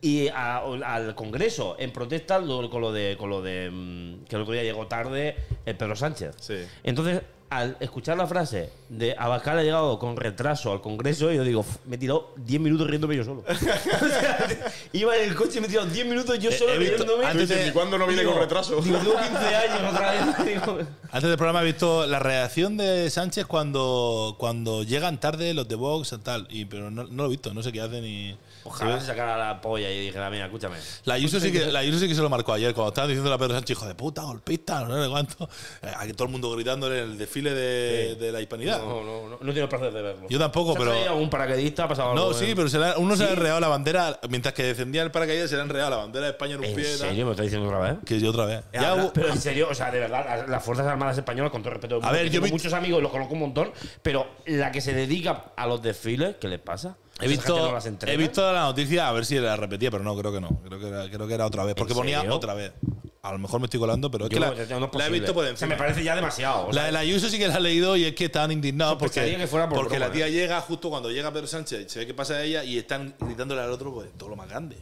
[SPEAKER 2] Y a- al Congreso, en protesta lo- con lo de. Con lo de mm, que el otro día llegó tarde el Pedro Sánchez.
[SPEAKER 3] Sí.
[SPEAKER 2] Entonces, al escuchar la frase de Abascal ha llegado con retraso al Congreso, yo digo, "Uf, me he tirado 10 minutos riéndome yo solo. O sea, Iba en el coche y me he tirado 10 minutos yo
[SPEAKER 1] He-
[SPEAKER 2] solo
[SPEAKER 1] he visto-
[SPEAKER 2] riéndome.
[SPEAKER 1] antes
[SPEAKER 3] Dices,
[SPEAKER 1] de-
[SPEAKER 3] ¿Y cuándo no viene
[SPEAKER 2] Digo,
[SPEAKER 3] con retraso?
[SPEAKER 2] Digo, tengo 15 años otra vez. Digo,
[SPEAKER 1] Antes del programa he visto la reacción de Sánchez cuando, cuando llegan tarde los de Vox y tal. Y, pero no, no lo he visto, no sé qué hacen y.
[SPEAKER 2] Ojalá se sacara la polla y dijera, mira, escúchame.
[SPEAKER 1] La Ayuso, sí que, la Ayuso sí que se lo marcó ayer, cuando estaban diciendo a Pedro Sánchez, hijo de puta, golpista, no sé cuánto. Eh, Aquí todo el mundo gritándole en el desfile de, de la hispanidad.
[SPEAKER 2] No, no, no, no tengo el placer de verlo.
[SPEAKER 1] Yo tampoco,
[SPEAKER 2] ¿Se ha
[SPEAKER 1] pero-
[SPEAKER 2] traído algún paracaidista ha pasado
[SPEAKER 1] No,
[SPEAKER 2] algo eh.
[SPEAKER 1] sí,
[SPEAKER 2] en-
[SPEAKER 1] pero se la- uno se le ha
[SPEAKER 2] ¿Sí?
[SPEAKER 1] enredado la bandera, mientras que descendía el paracaídas se le ha enredado la bandera de España en un
[SPEAKER 2] ¿En
[SPEAKER 1] pie. y tal.
[SPEAKER 2] serio? ¿Me lo estás diciendo otra vez?
[SPEAKER 1] Que yo otra vez. Ya
[SPEAKER 2] Eh, Habla-
[SPEAKER 1] hubo-
[SPEAKER 2] pero en serio, o sea, de verdad, las, las Fuerzas Armadas Españolas, con todo respeto, del
[SPEAKER 1] A
[SPEAKER 2] mundo,
[SPEAKER 1] ver,
[SPEAKER 2] que
[SPEAKER 1] yo
[SPEAKER 2] tengo
[SPEAKER 1] vi-
[SPEAKER 2] muchos amigos, los conozco un montón, pero la que se dedica a los desfiles, ¿qué les pasa?
[SPEAKER 1] he,
[SPEAKER 2] Esa gente
[SPEAKER 1] visto,
[SPEAKER 2] no las entrena.
[SPEAKER 1] he visto la noticia, a ver si la repetía, pero no, creo que no. Creo que era, creo que era otra vez, porque ponía
[SPEAKER 2] serio?
[SPEAKER 1] otra vez. A lo mejor me estoy colando, pero es
[SPEAKER 2] Yo
[SPEAKER 1] que la,
[SPEAKER 2] no- no es
[SPEAKER 1] la he
[SPEAKER 2] posible.
[SPEAKER 1] visto por
[SPEAKER 2] O sea, me
[SPEAKER 1] encima.
[SPEAKER 2] parece ya demasiado. o
[SPEAKER 1] La
[SPEAKER 2] sea,
[SPEAKER 1] de la Ayuso sí que la he leído y es que están indignados porque,
[SPEAKER 2] Sospecharía que fuera por
[SPEAKER 1] porque
[SPEAKER 2] broma, ¿eh?
[SPEAKER 1] la tía llega justo cuando llega Pedro Sánchez, se ve que pasa a ella y están gritándole al otro pues, todo lo más grande.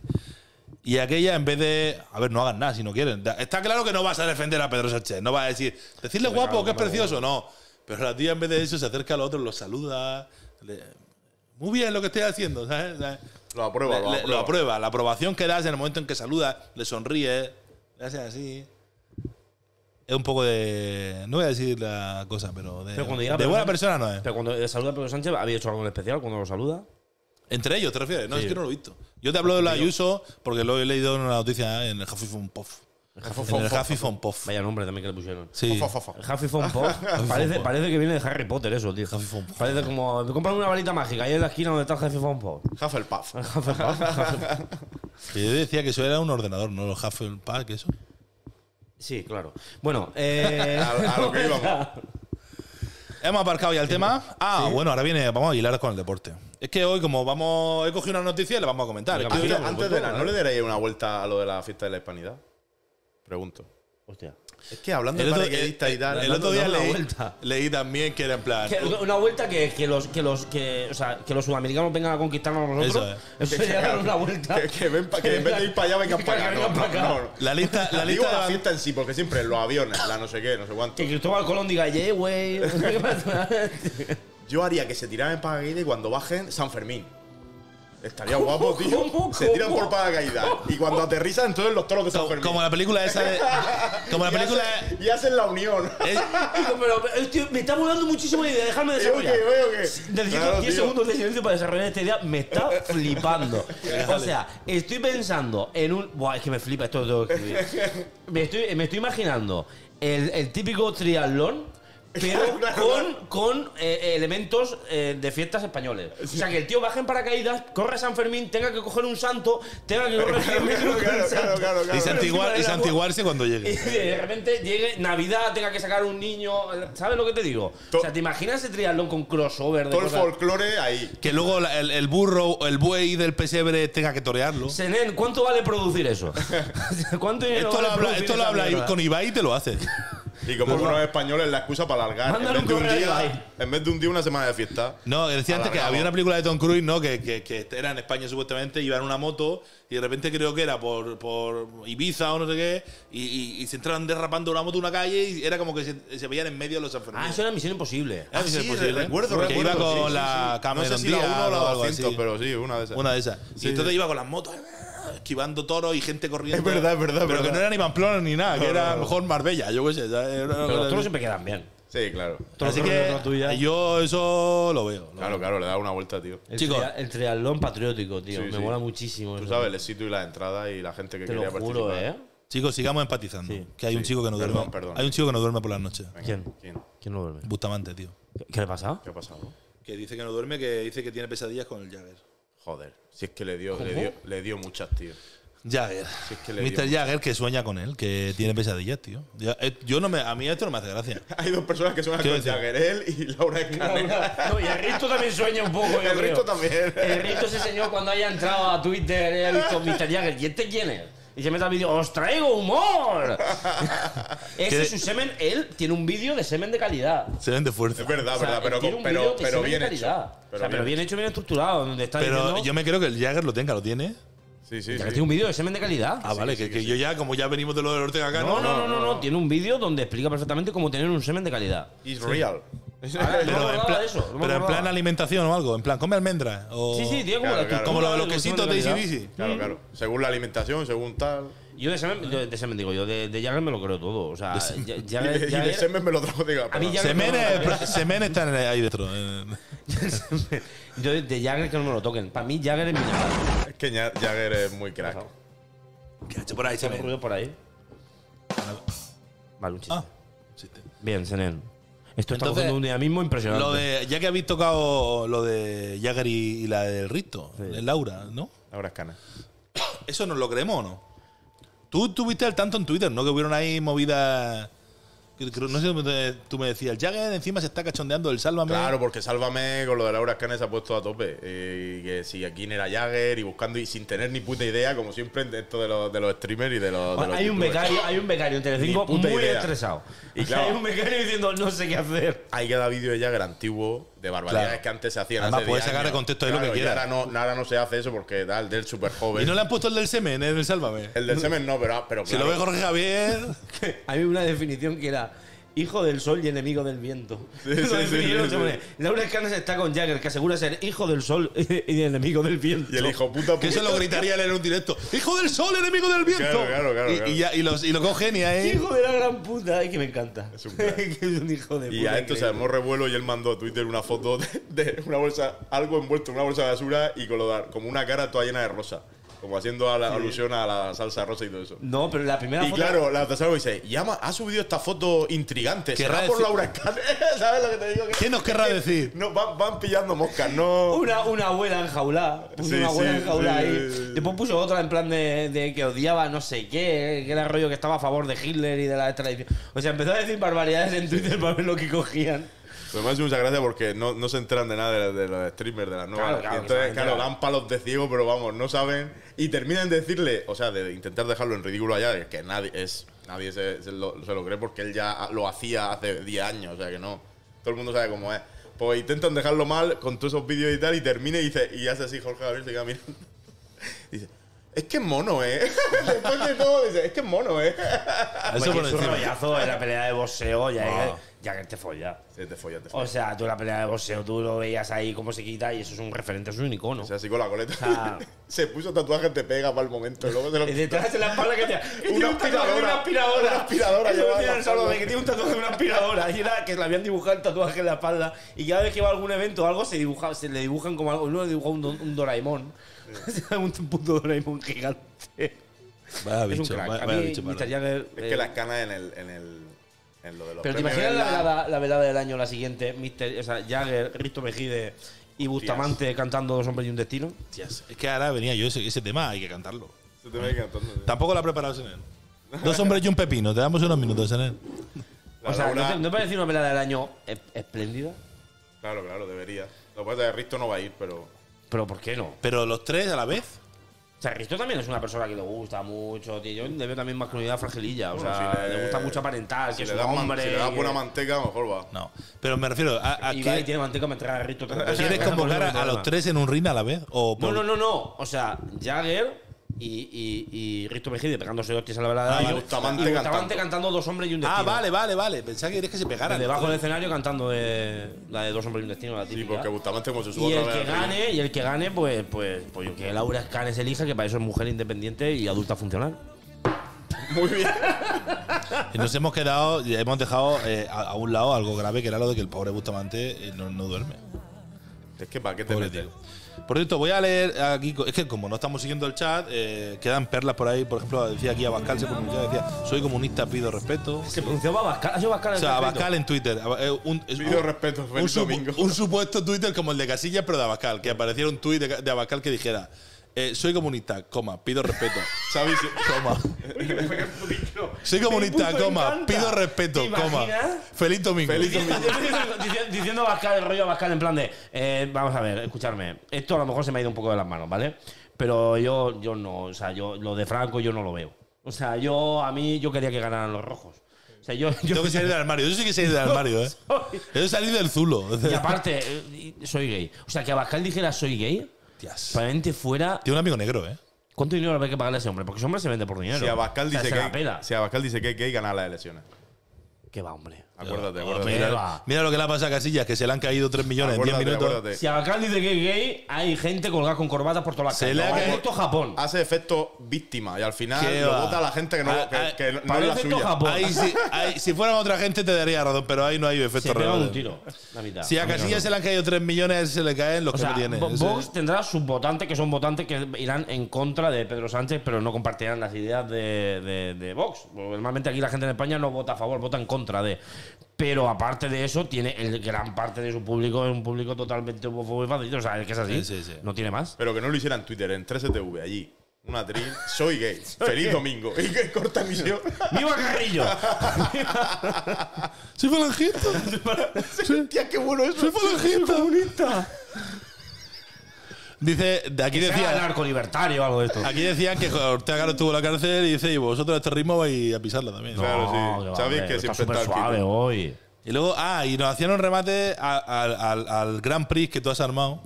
[SPEAKER 1] Y aquella, en vez de. A ver, no hagan nada si no quieren. Da- Está claro que no vas a defender a Pedro Sánchez. No vas a decir, decirle guapo que es precioso. No. Pero la tía, en vez de eso, se acerca a los otros, los saluda. le- muy bien lo que estoy haciendo, ¿sabes? ¿Sabes?
[SPEAKER 3] Lo aprueba, lo
[SPEAKER 1] Le-
[SPEAKER 3] aprueba.
[SPEAKER 1] lo aprueba. La aprobación que das en el momento en que saluda, le sonríe, le hace así. Es un poco de. No voy a decir la cosa, pero de,
[SPEAKER 2] Pero cuando llega
[SPEAKER 1] de
[SPEAKER 2] Pedro
[SPEAKER 1] buena
[SPEAKER 2] Sánchez-
[SPEAKER 1] persona no es.
[SPEAKER 2] Pero cuando eh, saluda a Pedro Sánchez, ¿había hecho algo en especial cuando lo saluda?
[SPEAKER 1] Entre ellos, ¿te refieres? No,
[SPEAKER 2] Sí.
[SPEAKER 1] es que no lo he visto. Yo te hablo de la Ayuso porque lo he leído en una noticia en el Huffington Post. En el Huffington Post.
[SPEAKER 2] Vaya nombre también que le pusieron.
[SPEAKER 1] Sí.
[SPEAKER 2] Huffy parece, parece que viene de Harry Potter eso, tío. Parece como. Cómprame una balita mágica ahí en la esquina donde está Huffy Pop.
[SPEAKER 3] Hufflepuff.
[SPEAKER 1] Que yo decía que eso era un ordenador, no los Hufflepuff, que eso.
[SPEAKER 2] Sí, claro. Bueno, eh.
[SPEAKER 3] A, a lo que íbamos.
[SPEAKER 1] Hemos aparcado ya el tema. Ah, bueno, ahora viene, vamos a hilar con el deporte. Es que hoy, como vamos, he cogido una noticia y la vamos a comentar. Es que hoy-
[SPEAKER 3] Antes, antes de nada, ¿no le daréis una vuelta a lo de la fiesta de la hispanidad? Pregunto.
[SPEAKER 2] Hostia.
[SPEAKER 3] Es que hablando
[SPEAKER 1] el
[SPEAKER 3] de
[SPEAKER 1] otro, eh,
[SPEAKER 3] paracaidistas y tal.
[SPEAKER 1] el otro día
[SPEAKER 2] dando la
[SPEAKER 1] leí,
[SPEAKER 2] vuelta.
[SPEAKER 1] leí también que era en plan. uh,
[SPEAKER 2] Que- una vuelta que, que los, que, los, que, o sea, que los sudamericanos vengan a conquistarnos a nosotros. Eso, sería dar una vuelta.
[SPEAKER 3] Que, que ven pa- que en vez de ir para allá vengan para acá. No,
[SPEAKER 2] Vengan para
[SPEAKER 3] no,
[SPEAKER 2] acá.
[SPEAKER 3] no.
[SPEAKER 1] La lista, la
[SPEAKER 3] Digo la
[SPEAKER 1] lista
[SPEAKER 3] fiesta en sí, porque siempre los aviones, la no sé qué, no sé cuánto.
[SPEAKER 2] Que Cristóbal Colón diga, yeah, güey.
[SPEAKER 3] Yo haría que se tiraran en paracaídas y cuando bajen, San Fermín. Estaría guapo, tío.
[SPEAKER 2] cómo,
[SPEAKER 3] Se tiran
[SPEAKER 2] cómo?
[SPEAKER 3] por paracaídas. Y cuando aterrizan, entonces los toros de San Fermín.
[SPEAKER 1] como la película esa de. Como la
[SPEAKER 3] y,
[SPEAKER 1] película.
[SPEAKER 3] hacen, y hacen la unión.
[SPEAKER 1] es-
[SPEAKER 2] Digo, pero eh, tío, me está volando muchísimo la idea, déjame
[SPEAKER 3] Oye,
[SPEAKER 2] desarrollar.
[SPEAKER 3] oye, oye.
[SPEAKER 2] Necesito 10
[SPEAKER 3] Claro, tío.
[SPEAKER 2] segundos de silencio para desarrollar esta idea. Me está flipando. o sea, estoy pensando en un. Buah, es que me flipa esto de todo escribir. Me estoy, me estoy imaginando el, el típico triatlón. Pero con, con eh, elementos eh, de fiestas españoles. O sea, que el tío baje en paracaídas, corre a San Fermín, tenga que coger un santo, tenga que correr 100 metros
[SPEAKER 3] Claro,
[SPEAKER 2] con
[SPEAKER 3] claro,
[SPEAKER 2] un santo.
[SPEAKER 3] claro, claro, claro.
[SPEAKER 1] y santiguar- y
[SPEAKER 2] Encima del agua.
[SPEAKER 1] santiguarse cuando
[SPEAKER 2] Y
[SPEAKER 1] llegue.
[SPEAKER 2] de repente llegue Navidad, tenga que sacar un niño. ¿Sabes lo que te digo?
[SPEAKER 3] To-
[SPEAKER 2] o sea, ¿te imaginas ese triatlón con crossover de
[SPEAKER 3] Todo el
[SPEAKER 2] cosas?
[SPEAKER 3] folclore ahí.
[SPEAKER 1] Que luego la- el, el burro, el buey del pesebre tenga que torearlo.
[SPEAKER 2] Senen, ¿cuánto vale producir eso? ¿Cuánto dinero
[SPEAKER 1] Esto
[SPEAKER 2] vale
[SPEAKER 1] lo habla,
[SPEAKER 2] producir
[SPEAKER 1] esto lo
[SPEAKER 2] esa
[SPEAKER 1] habla
[SPEAKER 2] mierda?
[SPEAKER 1] con Ibai y te lo hace.
[SPEAKER 3] Y como buenos españoles, la excusa para alargar.
[SPEAKER 2] Mándale
[SPEAKER 3] En vez, de
[SPEAKER 2] un
[SPEAKER 3] un
[SPEAKER 2] correo
[SPEAKER 3] día,
[SPEAKER 2] ahí.
[SPEAKER 3] en vez de un día, una semana de fiesta.
[SPEAKER 1] No, decía antes que
[SPEAKER 3] Alargamos.
[SPEAKER 1] había una película de Tom Cruise, ¿no? Que, que, que era en España supuestamente, iba en una moto y de repente creo que era por, por Ibiza o no sé qué, y, y- y se entraban derrapando una moto en una calle y era como que se, se veían en medio de los enfermos.
[SPEAKER 2] Ah, eso era Misión Imposible.
[SPEAKER 1] Ah, sí, posible.
[SPEAKER 3] recuerdo,
[SPEAKER 1] Porque
[SPEAKER 3] recuerdo,
[SPEAKER 1] iba
[SPEAKER 3] sí,
[SPEAKER 1] con
[SPEAKER 3] sí,
[SPEAKER 1] la
[SPEAKER 3] sí.
[SPEAKER 1] Cameron
[SPEAKER 3] No sé si la
[SPEAKER 1] Díaz
[SPEAKER 3] 1 o la
[SPEAKER 1] o algo
[SPEAKER 3] 200,
[SPEAKER 1] así.
[SPEAKER 3] pero sí, una de esas.
[SPEAKER 1] Una de esas.
[SPEAKER 3] Sí.
[SPEAKER 1] y entonces iba con las motos, eh, esquivando toros y gente corriendo.
[SPEAKER 3] Es verdad, es verdad, es
[SPEAKER 1] Pero que
[SPEAKER 3] verdad.
[SPEAKER 1] no era ni Pamplona ni nada, que era mejor Marbella, yo qué sé. ¿sabes? Era una
[SPEAKER 2] Pero
[SPEAKER 1] cosa
[SPEAKER 2] los toros
[SPEAKER 1] así.
[SPEAKER 2] siempre quedan bien.
[SPEAKER 3] Sí, claro.
[SPEAKER 1] Así
[SPEAKER 2] toros en contra tuya.
[SPEAKER 1] que yo eso lo veo. lo
[SPEAKER 3] Claro, claro, le da una vuelta, tío.
[SPEAKER 2] El,
[SPEAKER 1] Chicos.
[SPEAKER 2] tria- el triatlón patriótico, tío.
[SPEAKER 3] Sí,
[SPEAKER 2] me
[SPEAKER 3] sí.
[SPEAKER 2] mola muchísimo.
[SPEAKER 3] Tú
[SPEAKER 2] eso.
[SPEAKER 3] sabes el sitio y las entradas y la gente que
[SPEAKER 2] Te lo
[SPEAKER 3] quería
[SPEAKER 2] juro,
[SPEAKER 3] participar.
[SPEAKER 2] ¿eh?
[SPEAKER 1] Chicos, sigamos empatizando.
[SPEAKER 2] Sí,
[SPEAKER 1] que hay un
[SPEAKER 3] sí.
[SPEAKER 1] chico que no
[SPEAKER 3] Perdón,
[SPEAKER 1] duerme.
[SPEAKER 3] perdón.
[SPEAKER 1] Hay un chico que no duerme por las noches.
[SPEAKER 3] Venga,
[SPEAKER 2] ¿Quién?
[SPEAKER 3] ¿Quién?
[SPEAKER 2] ¿Quién no duerme?
[SPEAKER 1] Bustamante, tío.
[SPEAKER 2] ¿Qué- ¿Qué le pasa?
[SPEAKER 3] ¿Qué ha pasado?
[SPEAKER 1] Que dice que no duerme, que dice que tiene pesadillas con el Jagger.
[SPEAKER 3] Joder, si es que le dio, le dio, le dio muchas, tío.
[SPEAKER 1] Jagger.
[SPEAKER 3] Si es que le
[SPEAKER 1] Mr.
[SPEAKER 3] dio.
[SPEAKER 1] Jagger que sueña con él, que tiene pesadillas, tío. Ya, eh, Yo no me, a mí esto no me hace gracia.
[SPEAKER 3] Hay dos personas que suenan
[SPEAKER 1] ¿Qué
[SPEAKER 3] con
[SPEAKER 1] decir?
[SPEAKER 3] Jagger, él y Laura Escanera.
[SPEAKER 2] No, y el Risto también sueña un poco. yo
[SPEAKER 3] El
[SPEAKER 2] creo.
[SPEAKER 3] Risto también.
[SPEAKER 2] El Risto Eh, ese señor cuando haya entrado a Twitter y haya visto Mr. Jagger. ¿Y este quién es? Y se mete al vídeo, ¡os traigo humor! ese
[SPEAKER 1] Que-
[SPEAKER 2] es su semen. Él tiene un vídeo de semen de calidad.
[SPEAKER 1] Se ven de fuerza.
[SPEAKER 3] Es verdad,
[SPEAKER 2] O sea,
[SPEAKER 3] verdad,
[SPEAKER 2] él
[SPEAKER 3] pero,
[SPEAKER 2] tiene un
[SPEAKER 3] pero,
[SPEAKER 2] vídeo de
[SPEAKER 3] pero
[SPEAKER 2] semen de
[SPEAKER 3] bien hecho.
[SPEAKER 2] calidad. o sea, pero bien hecho, bien estructurado. Donde está
[SPEAKER 1] Pero
[SPEAKER 2] diciendo,
[SPEAKER 1] yo me creo que el Jagger lo tenga, lo tiene.
[SPEAKER 3] Sí, sí,
[SPEAKER 2] "Jagger
[SPEAKER 3] sí.
[SPEAKER 2] tiene un vídeo de semen de calidad.
[SPEAKER 1] Ah, vale, que, que yo ya, como ya venimos de lo del Ortega acá,
[SPEAKER 2] no, no,
[SPEAKER 1] no,
[SPEAKER 2] no, no, no, Tiene un vídeo donde explica perfectamente cómo tener un semen de calidad.
[SPEAKER 3] It's real.
[SPEAKER 1] Pero,
[SPEAKER 2] Ahora, no me
[SPEAKER 1] en
[SPEAKER 2] acordaba
[SPEAKER 1] plan,
[SPEAKER 2] de eso. no me
[SPEAKER 1] pero en
[SPEAKER 2] acordaba.
[SPEAKER 1] plan alimentación o algo, en plan, come almendra. O
[SPEAKER 2] Sí, sí, tiene como
[SPEAKER 3] Claro,
[SPEAKER 2] la
[SPEAKER 3] claro.
[SPEAKER 1] Como lo de los
[SPEAKER 2] estructura del
[SPEAKER 1] quesitos de
[SPEAKER 2] semen calidad.
[SPEAKER 1] ACDC.
[SPEAKER 3] Claro, claro. Según la alimentación, según tal.
[SPEAKER 2] Yo de semen, yo de semen digo, yo de, de Jagger me lo creo todo. O sea, Ya-
[SPEAKER 3] Y
[SPEAKER 2] Jagger-
[SPEAKER 3] de, y de
[SPEAKER 2] Jagger-
[SPEAKER 3] semen me lo trajo de
[SPEAKER 2] A mí Jagger
[SPEAKER 1] Semen,
[SPEAKER 2] no me lo creo.
[SPEAKER 1] es- semen está en- ahí dentro. en-
[SPEAKER 2] Yo de- de Jagger que no me lo toquen. Para mí Jagger es mi nada.
[SPEAKER 3] Es que Ya- Jagger es muy crack.
[SPEAKER 1] ¿Qué ha hecho por ahí,
[SPEAKER 2] ¿Tiene
[SPEAKER 1] semen?
[SPEAKER 2] ruido por ahí? Vale, un chiste.
[SPEAKER 1] Ah, chiste.
[SPEAKER 2] Bien, Senen. Esto está
[SPEAKER 1] Entonces,
[SPEAKER 2] cogiendo un dinamismo impresionante.
[SPEAKER 1] Lo de, ya que habéis tocado lo de Jagger y, y la del Rito, de Laura, ¿no?
[SPEAKER 3] Ahora es cana.
[SPEAKER 1] ¿Eso nos lo creemos o no? Tú tuviste al tanto en Twitter, ¿no? Que hubieron ahí movidas. que- que No sé, eh, tú me decías, el Jagger encima se está cachondeando el Sálvame.
[SPEAKER 3] Claro, porque Sálvame con lo de Laura Escanes se ha puesto a tope. Eh, Y que si aquí era Jagger y buscando y sin tener ni puta idea, como siempre, en esto de los, de los streamers y de los. de los
[SPEAKER 2] Ah, hay un
[SPEAKER 3] youtubers.
[SPEAKER 2] becario, hay un becario en Telecinco
[SPEAKER 3] Ni puta
[SPEAKER 2] muy
[SPEAKER 3] idea.
[SPEAKER 2] estresado.
[SPEAKER 3] Y claro-
[SPEAKER 2] hay un becario diciendo no sé qué hacer.
[SPEAKER 3] Hay que dar vídeo de Jagger antiguo, de barbaridades
[SPEAKER 1] Claro.
[SPEAKER 3] que antes se hacían.
[SPEAKER 1] Además,
[SPEAKER 3] hace
[SPEAKER 1] puedes
[SPEAKER 3] 10
[SPEAKER 1] sacar de
[SPEAKER 3] años.
[SPEAKER 1] contexto ahí lo que
[SPEAKER 3] Claro, y
[SPEAKER 1] quieras.
[SPEAKER 3] Ahora no, ahora no se hace eso porque da el del super joven.
[SPEAKER 1] ¿Y no le han puesto el del semen en el Sálvame?
[SPEAKER 3] El del semen no, pero, pero
[SPEAKER 1] Si
[SPEAKER 3] claro,
[SPEAKER 1] lo ve Jorge Javier.
[SPEAKER 2] Hay una definición que era hijo del sol y enemigo del viento.
[SPEAKER 3] sí,
[SPEAKER 2] Lo
[SPEAKER 3] sí,
[SPEAKER 2] definieron,
[SPEAKER 3] sí,
[SPEAKER 2] se
[SPEAKER 3] sí.
[SPEAKER 2] pone, Laura Escanes está con Jagger, que asegura ser hijo del sol y enemigo del viento.
[SPEAKER 3] Y el hijo puta
[SPEAKER 1] Que
[SPEAKER 3] puta.
[SPEAKER 1] eso lo gritaría él en un directo. ¡Hijo del sol, enemigo del viento!
[SPEAKER 3] Claro, claro, claro,
[SPEAKER 1] Y, y ya- y los- y lo cogen y ahí.
[SPEAKER 2] Hijo de la gran puta, ay, que me encanta.
[SPEAKER 3] Es un crack.
[SPEAKER 2] Que es un hijo de puta.
[SPEAKER 3] Y a esto se
[SPEAKER 2] increíble.
[SPEAKER 3] armó revuelo y él mandó a Twitter una foto de, de una bolsa, algo envuelto en una bolsa de basura y con lo de- como una cara toda llena de rosa. Como haciendo a la- alusión a la salsa rosa y todo eso.
[SPEAKER 2] No, pero la primera
[SPEAKER 3] y
[SPEAKER 2] foto-
[SPEAKER 3] claro, la tasaron y dice, y ama- ha subido esta foto intrigante.
[SPEAKER 1] Querrá
[SPEAKER 3] ¿Será por
[SPEAKER 1] decir-
[SPEAKER 3] Laura Escanes? ¿Sabes lo que te digo? Que-
[SPEAKER 1] ¿Qué nos querrá decir?
[SPEAKER 3] No, van, van pillando moscas, no.
[SPEAKER 2] Una, una abuela enjaulada. Puso
[SPEAKER 3] Sí,
[SPEAKER 2] una abuela
[SPEAKER 3] sí,
[SPEAKER 2] enjaulada
[SPEAKER 3] sí,
[SPEAKER 2] ahí.
[SPEAKER 3] sí, sí.
[SPEAKER 2] Después puso otra en plan de, de que odiaba no sé qué, que era rollo que estaba a favor de Hitler y de la extradición. O sea, empezó a decir barbaridades en Twitter para ver lo que cogían.
[SPEAKER 3] Pero me hace mucha gracia porque no, no se enteran de nada de, de los streamers, de las
[SPEAKER 2] Claro,
[SPEAKER 3] nuevas.
[SPEAKER 2] claro,
[SPEAKER 3] Y entonces,
[SPEAKER 2] que se
[SPEAKER 3] claro,
[SPEAKER 2] enteran.
[SPEAKER 3] dan palos de ciego, pero vamos, no saben. Y terminan de decirle, o sea, de intentar dejarlo en ridículo allá, de que nadie es nadie se, se lo, se lo cree porque él ya lo hacía hace 10 años, o sea que no. Todo el mundo sabe cómo es. Pues intentan dejarlo mal con todos esos vídeos y tal, y termina y dice, y hace así Jorge Gabriel, se queda mirando. Dice, es que es mono, ¿eh? Después de todo, dice, es que es mono, ¿eh?
[SPEAKER 1] Eso por
[SPEAKER 2] Pues es un
[SPEAKER 1] encima.
[SPEAKER 2] rollazo en la pelea de boxeo, ya,
[SPEAKER 3] Ah.
[SPEAKER 2] que, ya que te follas.
[SPEAKER 3] Se te folla, te folla.
[SPEAKER 2] O sea, tú en la pelea de boxeo, tú lo veías ahí cómo se quita y eso es un referente, eso es un icono.
[SPEAKER 3] O sea, así con la coleta.
[SPEAKER 2] sea-
[SPEAKER 3] se puso tatuajes de pega para el momento. y Luego se lo
[SPEAKER 2] Y detrás de la espalda que tenía. Que tiene
[SPEAKER 3] Una
[SPEAKER 2] un tatuaje de
[SPEAKER 3] aspiradora.
[SPEAKER 2] una aspiradora.
[SPEAKER 3] Una aspiradora
[SPEAKER 2] Eso
[SPEAKER 3] llevaba
[SPEAKER 2] decía
[SPEAKER 3] en la
[SPEAKER 2] el Salvador,
[SPEAKER 3] espalda.
[SPEAKER 2] que tiene un tatuaje de una aspiradora. Y era que le habían dibujado el tatuaje en la espalda. Y cada vez que va a algún evento o algo, se, dibuja, se le dibujan como algo. Uno le dibuja un, do- un Doraemon. un puto Doraemon gigante.
[SPEAKER 1] Vaya
[SPEAKER 2] es
[SPEAKER 1] bicho,
[SPEAKER 2] un crack.
[SPEAKER 1] vaya-
[SPEAKER 2] a
[SPEAKER 1] vaya
[SPEAKER 2] mí,
[SPEAKER 1] bicho,
[SPEAKER 2] Mr.
[SPEAKER 1] pana.
[SPEAKER 2] Jagger,
[SPEAKER 3] Es
[SPEAKER 2] eh,
[SPEAKER 3] que las canas en el, en el. En lo de los
[SPEAKER 2] pero te
[SPEAKER 3] premios
[SPEAKER 2] imaginas la
[SPEAKER 3] es la-
[SPEAKER 2] velada, la velada del año, la siguiente, Mr. o sea, Jagger, Risto Mejide y Bustamante cantando Dos hombres y un destino.
[SPEAKER 1] Hostias, Es que ahora venía yo ese, ese tema, hay que cantarlo.
[SPEAKER 3] Se te va encantando.
[SPEAKER 1] Tampoco lo ha preparado Senén. Dos hombres y un pepino, te damos unos minutos, Senén.
[SPEAKER 3] La
[SPEAKER 2] o sea,
[SPEAKER 3] Laura-
[SPEAKER 2] ¿no, te, ¿no parece una velada del año es- espléndida?
[SPEAKER 3] Claro, claro, debería. Lo que pasa es que Risto no va a ir, pero.
[SPEAKER 2] Pero ¿por qué no?
[SPEAKER 1] Pero los tres a la vez.
[SPEAKER 2] O sea, Risto también es una persona que le gusta mucho, tío. Yo le veo también masculinidad fragililla. O
[SPEAKER 3] Bueno,
[SPEAKER 2] sea,
[SPEAKER 3] si
[SPEAKER 2] le,
[SPEAKER 3] le-
[SPEAKER 2] gusta mucho aparentar,
[SPEAKER 3] Si
[SPEAKER 2] que es
[SPEAKER 3] le
[SPEAKER 2] un
[SPEAKER 3] das man-
[SPEAKER 2] hombre.
[SPEAKER 3] si le das
[SPEAKER 2] que-
[SPEAKER 3] buena manteca, a lo mejor va.
[SPEAKER 1] No, pero me refiero a, a
[SPEAKER 2] y
[SPEAKER 1] que-
[SPEAKER 2] va y tiene manteca para entrar a Risto.
[SPEAKER 1] ¿Quieres convocar a, a los tres en un ring a la vez? O
[SPEAKER 2] No,
[SPEAKER 1] por- Ah,
[SPEAKER 2] no, no, no. O sea, Jagger y, y, y Risto Mejide pegándose hostias a la velada.
[SPEAKER 1] Ah,
[SPEAKER 2] del
[SPEAKER 1] y
[SPEAKER 2] año.
[SPEAKER 3] Bustamante
[SPEAKER 2] y Bustamante
[SPEAKER 3] cantando.
[SPEAKER 2] cantando Dos hombres y un destino.
[SPEAKER 1] Ah, vale, vale, vale. Pensaba que querías que se pegaran.
[SPEAKER 2] De Debajo del escenario cantando de, la de Dos hombres y un destino, la
[SPEAKER 3] Sí,
[SPEAKER 2] típica.
[SPEAKER 3] porque Bustamante como se sube
[SPEAKER 2] y el
[SPEAKER 3] otra
[SPEAKER 2] que
[SPEAKER 3] vez al ring.
[SPEAKER 2] gane, y el que gane, pues, pues, pues que Laura Escanes elija, que para eso es mujer independiente y adulta funcional.
[SPEAKER 3] Muy bien.
[SPEAKER 1] Y Nos hemos quedado, y hemos dejado eh, a, a un lado algo grave que era lo de que el pobre Bustamante eh, no, no duerme.
[SPEAKER 3] es que para qué te
[SPEAKER 1] Pobre
[SPEAKER 3] metes.
[SPEAKER 1] tío. Por cierto, voy a leer aquí. co- Es que como no estamos siguiendo el chat, eh, quedan perlas por ahí. Por ejemplo, decía aquí Abascal se pronunciaba, decía, soy comunista, pido respeto.
[SPEAKER 2] Se pronunció Abascal. ¿Ha sido Abascal
[SPEAKER 1] O
[SPEAKER 2] el
[SPEAKER 1] sea,
[SPEAKER 2] favorito?
[SPEAKER 1] Abascal en Twitter. Aba- eh, Un, es-
[SPEAKER 3] Pido
[SPEAKER 1] un-
[SPEAKER 3] respeto,
[SPEAKER 1] un
[SPEAKER 3] feliz
[SPEAKER 1] supu-
[SPEAKER 3] domingo.
[SPEAKER 1] Un supuesto Twitter como el de Casillas, pero de Abascal. Que apareciera un tuit de, de Abascal que dijera: eh, Soy comunista, coma, pido respeto.
[SPEAKER 3] Xavi, si-
[SPEAKER 1] Coma. Soy comunista,
[SPEAKER 2] Puto, me
[SPEAKER 1] coma,
[SPEAKER 2] encanta.
[SPEAKER 1] pido respeto,
[SPEAKER 2] ¿Te
[SPEAKER 1] coma.
[SPEAKER 2] imaginas?
[SPEAKER 1] Feliz domingo.
[SPEAKER 3] Feliz domingo.
[SPEAKER 2] Diciendo- diciendo- Diciendo a Abascal, el rollo Abascal en plan de. eh, vamos a ver, escucharme. Esto a lo mejor se me ha ido un poco de las manos, ¿vale? Pero yo, yo no, o sea, yo lo de Franco yo no lo veo. O sea, yo a mí yo quería que ganaran los rojos. O sea, yo. yo
[SPEAKER 1] Tengo que salir del armario. Yo sí que salir del armario, ¿eh? Yo salí del zulo.
[SPEAKER 2] y aparte, eh, y- soy gay. O sea, que Abascal dijera soy gay,
[SPEAKER 1] Hostias.
[SPEAKER 2] probablemente fuera.
[SPEAKER 1] Tiene un amigo negro, ¿eh?
[SPEAKER 2] ¿Cuánto dinero habrá que pagarle a ese hombre? Porque ese hombre se vende por dinero.
[SPEAKER 3] si Abascal
[SPEAKER 2] O sea,
[SPEAKER 3] dice
[SPEAKER 2] se la
[SPEAKER 3] que.
[SPEAKER 2] pela.
[SPEAKER 3] Si Abascal dice que es gay, gana las elecciones.
[SPEAKER 2] Que va, hombre.
[SPEAKER 3] Acuérdate,
[SPEAKER 2] mira.
[SPEAKER 3] acuérdate.
[SPEAKER 1] Mira, mira lo que le ha pasado a Casillas, que se le han caído 3 millones en 10
[SPEAKER 3] Acuérdate,
[SPEAKER 1] minutos.
[SPEAKER 3] acuérdate.
[SPEAKER 2] Si Abascal dice que es gay, hay gente colgada con corbatas por todas las
[SPEAKER 1] Se le ha
[SPEAKER 2] calles.
[SPEAKER 1] caído- Ah,
[SPEAKER 2] Efecto Japón.
[SPEAKER 3] Hace efecto víctima y al
[SPEAKER 1] ¿Qué
[SPEAKER 3] final lo
[SPEAKER 1] va?
[SPEAKER 3] vota la gente que no,
[SPEAKER 1] Ah, ah,
[SPEAKER 3] que, que no- no es
[SPEAKER 2] parece
[SPEAKER 3] la
[SPEAKER 2] efecto
[SPEAKER 3] suya.
[SPEAKER 2] Japón.
[SPEAKER 1] Ahí sí- ahí- si fuera otra gente te daría razón, pero ahí no hay efecto
[SPEAKER 2] Se pega
[SPEAKER 1] real.
[SPEAKER 2] un tiro. La mitad.
[SPEAKER 1] Si a Casillas se le han caído 3 millones, se le caen los
[SPEAKER 2] o
[SPEAKER 1] que
[SPEAKER 2] sea,
[SPEAKER 1] no tiene.
[SPEAKER 2] Vo-
[SPEAKER 1] Ese-
[SPEAKER 2] Vox tendrá sus votantes, que son votantes que irán en contra de Pedro Sánchez, pero no compartirán las ideas de, de- de Vox. Porque Normalmente aquí la gente en España no vota a favor, vota en contra de. Pero aparte de eso, tiene el gran parte de su público es un público totalmente homófobo y fascista. O sea, es que es así.
[SPEAKER 1] Sí, sí, sí.
[SPEAKER 2] No tiene más.
[SPEAKER 3] Pero que no lo hiciera en Twitter, en 3TV, allí. Una atril. Soy gay. Feliz domingo. Y que corta misión.
[SPEAKER 2] ¡Viva Carrillo!
[SPEAKER 1] Soy falangista.
[SPEAKER 3] Tía, qué bueno eso.
[SPEAKER 1] Soy falangista. Dice, de aquí
[SPEAKER 2] Sea
[SPEAKER 1] decía.
[SPEAKER 2] narco libertario o algo de esto.
[SPEAKER 1] Aquí decían que Ortega Caro estuvo en la cárcel y dice, y vosotros a este ritmo vais a pisarla también.
[SPEAKER 3] Claro, sí.
[SPEAKER 2] que va,
[SPEAKER 3] Sabéis
[SPEAKER 2] hombre,
[SPEAKER 3] que
[SPEAKER 2] está
[SPEAKER 3] siempre está
[SPEAKER 2] súper
[SPEAKER 3] el
[SPEAKER 2] suave
[SPEAKER 3] quito.
[SPEAKER 2] hoy.
[SPEAKER 1] Y luego, ah, y nos hacían un remate a- al, al- al Grand Prix que tú has armado.